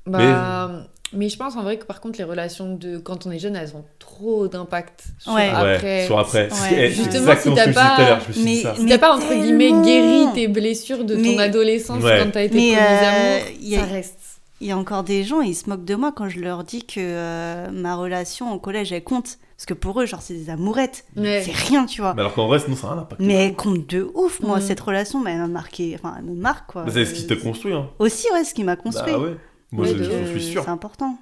Speaker 2: Bah, mais... je pense en vrai que par contre, les relations de quand on est jeune, elles ont trop d'impact sur
Speaker 3: Ouais.
Speaker 2: après.
Speaker 1: Ouais, sur après. C'est-
Speaker 3: Ouais.
Speaker 1: eh, c'est
Speaker 2: Justement,
Speaker 1: exactement ce
Speaker 2: si
Speaker 1: que je
Speaker 2: t'as
Speaker 1: disais tout à
Speaker 2: pas-
Speaker 1: l'heure, je me suis dit
Speaker 3: Mais-
Speaker 1: ça.
Speaker 2: Si t'as pas entre guillemets
Speaker 3: tellement.
Speaker 2: guéri tes blessures de ton
Speaker 3: Mais-
Speaker 2: adolescence
Speaker 1: Ouais.
Speaker 2: quand t'as été
Speaker 3: Mais,
Speaker 2: premier
Speaker 3: euh,
Speaker 2: amour,
Speaker 3: y a-
Speaker 2: ça reste.
Speaker 3: Il y a encore des gens, ils se moquent de moi quand je leur dis que euh, ma relation au collège, elle compte. Parce que pour eux, genre, c'est des amourettes.
Speaker 2: Ouais.
Speaker 3: C'est rien, tu vois.
Speaker 1: Mais alors qu'en vrai, sinon ça a un impact.
Speaker 3: Mais elle compte de ouf, moi,
Speaker 2: Mm.
Speaker 3: cette relation, bah, elle m'a marqué. Enfin, elle me marque, quoi.
Speaker 1: Bah, c'est ce qui t'a construit, hein.
Speaker 3: Aussi, ouais, ce qui m'a construit.
Speaker 1: Bah ouais. Moi,
Speaker 2: Ouais,
Speaker 1: je,
Speaker 2: de-
Speaker 1: je suis sûr.
Speaker 3: C'est important.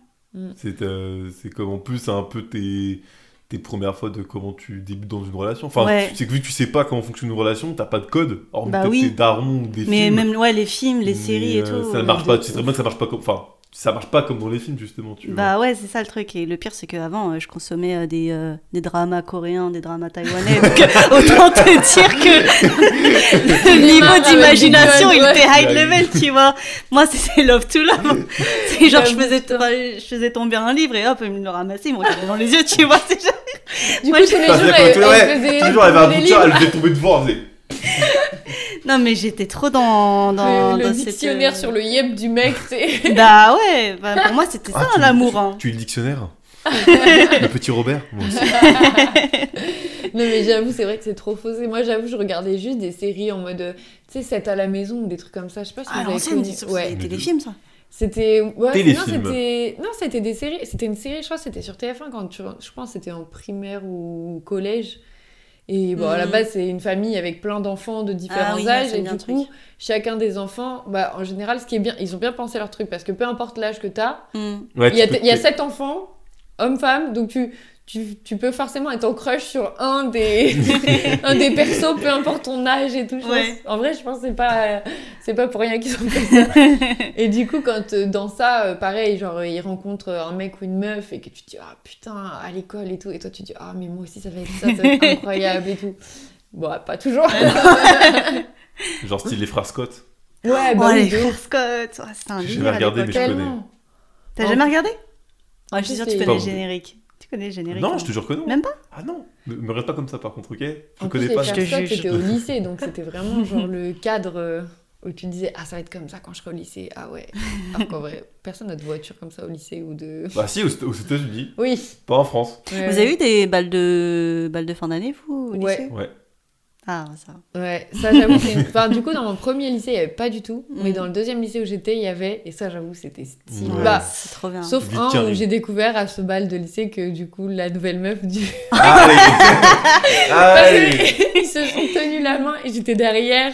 Speaker 1: C'est euh, c'est comme en plus, c'est un peu tes, tes premières fois de comment tu débutes dans une relation. Enfin,
Speaker 3: Ouais.
Speaker 1: tu- c'est que vu que tu sais pas comment fonctionne une relation, t'as pas de code, hormis
Speaker 3: Bah
Speaker 1: peut-être
Speaker 3: oui.
Speaker 1: tes darons ou des
Speaker 3: Mais
Speaker 1: films.
Speaker 3: même, ouais, les films,
Speaker 1: Mais,
Speaker 3: les séries et
Speaker 1: euh,
Speaker 3: tout.
Speaker 1: Ça
Speaker 3: euh,
Speaker 1: marche
Speaker 3: de
Speaker 1: pas, tu sais
Speaker 3: ouf.
Speaker 1: très bien que ça marche pas comme. Enfin, ça marche pas comme dans les films, justement. Tu vois.
Speaker 3: Bah ouais, c'est ça le truc. Et le pire, c'est qu'avant, euh, je consommais euh, des, euh, des dramas coréens, des dramas taïwanais. donc, euh, autant te dire que le niveau d'imagination, il était high
Speaker 1: Ouais.
Speaker 3: level, tu vois. Moi, c'était Love to Love. C'est genre, je faisais,
Speaker 2: J'avoue,
Speaker 3: enfin, je faisais tomber un livre et hop, il me le ramassait, il me regardait dans les yeux, tu vois. c'est genre-
Speaker 2: Du
Speaker 3: Moi,
Speaker 2: coup,
Speaker 3: je-
Speaker 2: tous les
Speaker 1: Parce
Speaker 2: jours,
Speaker 1: que
Speaker 2: elle,
Speaker 1: quand- ouais,
Speaker 2: elle faisait
Speaker 1: tous les jours, elle avait un
Speaker 2: des
Speaker 1: bouquin, elle
Speaker 2: livres,
Speaker 1: devait tomber devant, elle faisait.
Speaker 3: Non, mais j'étais trop dans, dans,
Speaker 2: le,
Speaker 3: dans
Speaker 2: le
Speaker 3: cette-
Speaker 2: dictionnaire sur le yep du mec, c'est.
Speaker 3: Bah ouais, bah, pour moi, c'était
Speaker 1: Ah,
Speaker 3: ça, l'amour. hein.
Speaker 1: Tu lis le dictionnaire Le petit Robert Moi aussi.
Speaker 2: Non mais j'avoue, c'est vrai que c'est trop faussé. Moi, j'avoue, je regardais juste des séries en mode, euh, tu sais, 7 à la maison ou des trucs comme ça. Je sais pas si
Speaker 3: Ah,
Speaker 2: vous avez
Speaker 3: l'ancienne,
Speaker 2: connu.
Speaker 3: c'est
Speaker 2: Ouais.
Speaker 3: les téléfilms, ça.
Speaker 2: C'était ouais,
Speaker 1: Téléfilm.
Speaker 2: Non, c'était non, c'était des séries. C'était une série, je crois, que c'était sur TF1 quand tu... je pense que c'était en primaire ou au collège. Et bon, à la
Speaker 3: Mhm.
Speaker 2: base, c'est une famille avec plein d'enfants de différents
Speaker 3: Ah oui,
Speaker 2: âges
Speaker 3: ça me
Speaker 2: et
Speaker 3: dit
Speaker 2: du
Speaker 3: un
Speaker 2: coup,
Speaker 3: truc.
Speaker 2: chacun des enfants, bah en général, ce qui est bien, ils ont bien pensé leur truc parce que peu importe l'âge que t'as,
Speaker 3: Mm.
Speaker 1: Ouais,
Speaker 2: il y,
Speaker 1: Bah,
Speaker 2: a,
Speaker 1: tu peux-
Speaker 2: il y a sept enfants, hommes-femmes, donc tu, tu, tu peux forcément être en crush sur un des, un des persos, peu importe ton âge et tout. je pense-
Speaker 3: Ouais.
Speaker 2: en vrai, je pense que c'est pas, c'est pas pour rien qu'ils sont comme ça. et du coup, quand euh, dans ça, euh, pareil, genre euh, ils rencontrent un mec ou une meuf et que tu te dis, ah putain, à l'école et tout, et toi tu te dis, ah mais moi aussi ça va être ça, ça va être incroyable et tout. Bon, pas toujours.
Speaker 1: Genre style les frères Scott.
Speaker 2: Ouais,
Speaker 3: oh,
Speaker 2: bah, oui,
Speaker 3: les
Speaker 2: de ouf,
Speaker 3: frères Scott, oh, c'était un
Speaker 1: J'ai
Speaker 3: délire
Speaker 1: jamais
Speaker 3: à
Speaker 1: regardé,
Speaker 3: l'époque.
Speaker 1: mais je connais.
Speaker 2: tellement.
Speaker 3: T'as
Speaker 2: En
Speaker 1: Oh.
Speaker 3: jamais regardé Ouais, je
Speaker 2: plus,
Speaker 3: suis sûre que
Speaker 2: c'est-
Speaker 3: tu connais le
Speaker 1: Pardon.
Speaker 3: générique. Tu connais le générique
Speaker 1: Non,
Speaker 3: hein.
Speaker 1: je te jure que non.
Speaker 3: Même
Speaker 1: pas Ah non Ne me regarde pas comme ça, par contre, ok Je
Speaker 2: En plus,
Speaker 1: connais
Speaker 2: les
Speaker 1: pas.
Speaker 2: frères
Speaker 3: Je te
Speaker 2: Scott,
Speaker 3: juge.
Speaker 2: c'était au lycée, donc c'était vraiment genre le cadre euh, où tu disais Ah, ça va être comme ça quand je serai au lycée. Ah ouais. Alors qu'en vrai, personne n'a de voiture comme ça au lycée ou de.
Speaker 1: Bah si, aux aux États-Unis,
Speaker 2: Oui.
Speaker 1: pas en France.
Speaker 3: Vous avez eu des balles de, balles de fin d'année, vous, au
Speaker 2: Ouais.
Speaker 3: lycée
Speaker 1: Ouais.
Speaker 3: Ah, ça.
Speaker 2: Ouais, ça j'avoue. c'est une- Enfin, du coup, dans mon premier lycée, il n'y avait pas du tout. Mais
Speaker 3: Mm.
Speaker 2: dans le deuxième lycée où j'étais, il y avait. Et ça, j'avoue, c'était stylé.
Speaker 1: Ouais.
Speaker 2: Bah,
Speaker 3: c'est trop bien.
Speaker 2: Sauf
Speaker 1: Vite
Speaker 2: un
Speaker 1: carré.
Speaker 2: où j'ai découvert à ce bal de lycée que du coup la nouvelle meuf du.
Speaker 1: Allez
Speaker 2: Parce
Speaker 1: Allez
Speaker 2: que ils se sont tenus la main et j'étais derrière.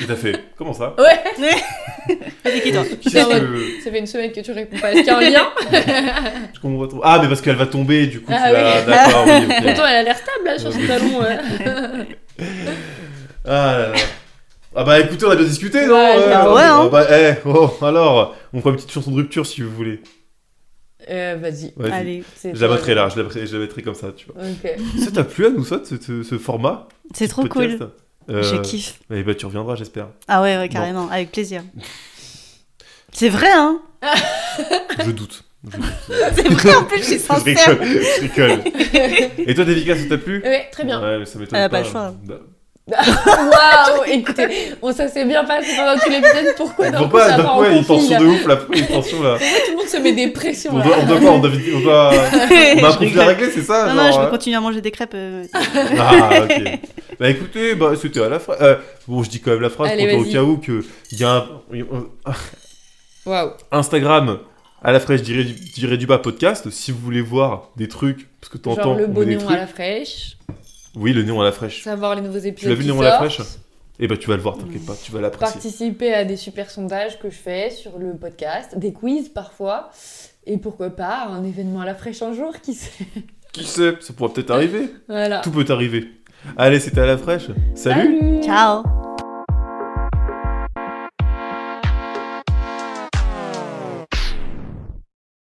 Speaker 1: Et t'as fait, comment ça
Speaker 3: Vas-y, quitte-toi.
Speaker 1: Qu'est-ce
Speaker 2: Ouais.
Speaker 1: que...
Speaker 2: Ça fait une semaine que tu réponds pas. Est-ce qu'il y a un lien
Speaker 1: comment on va tomber Ah, mais parce qu'elle va tomber, du coup,
Speaker 2: Ah
Speaker 1: tu vas...
Speaker 2: oui.
Speaker 1: D'accord, oui, ok.
Speaker 2: Pourtant, elle a l'air stable là sur
Speaker 1: Ouais.
Speaker 2: ce talon. euh.
Speaker 1: Ah là là. Ah bah écoutez, on a bien discuté, non
Speaker 2: Ouais,
Speaker 3: bah ouais, hein.
Speaker 1: Ah bah, eh, oh, alors, on fera une petite chanson de rupture si vous voulez.
Speaker 2: Euh, Vas-y.
Speaker 1: Vas-y.
Speaker 3: Allez,
Speaker 2: c'est
Speaker 1: Je la
Speaker 2: toi.
Speaker 1: mettrai là, je la mettrai, je la mettrai comme ça, tu vois.
Speaker 2: Ok.
Speaker 1: Ça t'a plu à nous, ça, ce, ce- ce format
Speaker 3: c'est
Speaker 1: ce
Speaker 3: trop
Speaker 1: podcast
Speaker 3: cool.
Speaker 1: Euh,
Speaker 3: Je kiffe.
Speaker 1: Eh bah tu reviendras, j'espère.
Speaker 3: Ah ouais, ouais, carrément, avec plaisir. C'est vrai, hein
Speaker 1: Je doute. Je doute.
Speaker 3: C'est vrai, en plus, je suis
Speaker 1: Je
Speaker 3: sincère.
Speaker 1: rigole, je rigole. Et toi, Devika, ça t'a plu
Speaker 2: Ouais, très bien.
Speaker 1: Ouais, mais ça m'étonne
Speaker 3: Elle
Speaker 1: pas.
Speaker 3: a pas le choix.
Speaker 1: Bah,
Speaker 2: Waouh, écoutez, on ça s'est bien passé pendant tout l'épisode. Pourquoi d'un
Speaker 1: Faut
Speaker 2: coup
Speaker 1: pas,
Speaker 2: ça
Speaker 1: d'un
Speaker 2: part
Speaker 1: coup,
Speaker 2: en
Speaker 1: il y a une
Speaker 2: conflit
Speaker 1: tension
Speaker 2: là
Speaker 1: de ouf, là. Une tension, là.
Speaker 2: Tout le monde se met des pressions
Speaker 1: On
Speaker 2: là.
Speaker 1: doit, on doit quoi On doit, on doit, on a un
Speaker 3: Je
Speaker 1: conflit à
Speaker 3: rigole.
Speaker 1: régler, c'est ça
Speaker 3: Non,
Speaker 1: genre,
Speaker 3: non, je
Speaker 1: ouais
Speaker 3: veux continuer à manger des crêpes. euh,
Speaker 1: Ah, ok. Bah écoutez, bah, c'était à la phrase. bon, je dis quand même la phrase
Speaker 2: Allez,
Speaker 1: pour au
Speaker 2: vas-y.
Speaker 1: cas où que il y a un un-
Speaker 2: Waouh.
Speaker 1: Instagram à la fraîche dirait du, dirait du bas podcast si vous voulez voir des trucs parce que
Speaker 2: Genre
Speaker 1: t'entends
Speaker 2: le
Speaker 1: on met des
Speaker 2: bonnet à
Speaker 1: trucs.
Speaker 2: la fraîche,
Speaker 1: Oui, le néon à la fraîche.
Speaker 2: savoir les nouveaux épisodes.
Speaker 1: vu,
Speaker 2: qui
Speaker 1: Néon à la
Speaker 2: sortent,
Speaker 1: fraîche Et bah tu vas le voir, t'inquiète pas, tu vas l'apprécier.
Speaker 2: Participer à des super sondages que je fais sur le podcast, des quiz parfois, et pourquoi pas un événement à la fraîche un jour, qui sait.
Speaker 1: Qui sait, ça pourra peut-être arriver.
Speaker 2: Voilà.
Speaker 1: Tout peut arriver. Allez, c'était à la fraîche. Salut.
Speaker 3: Ciao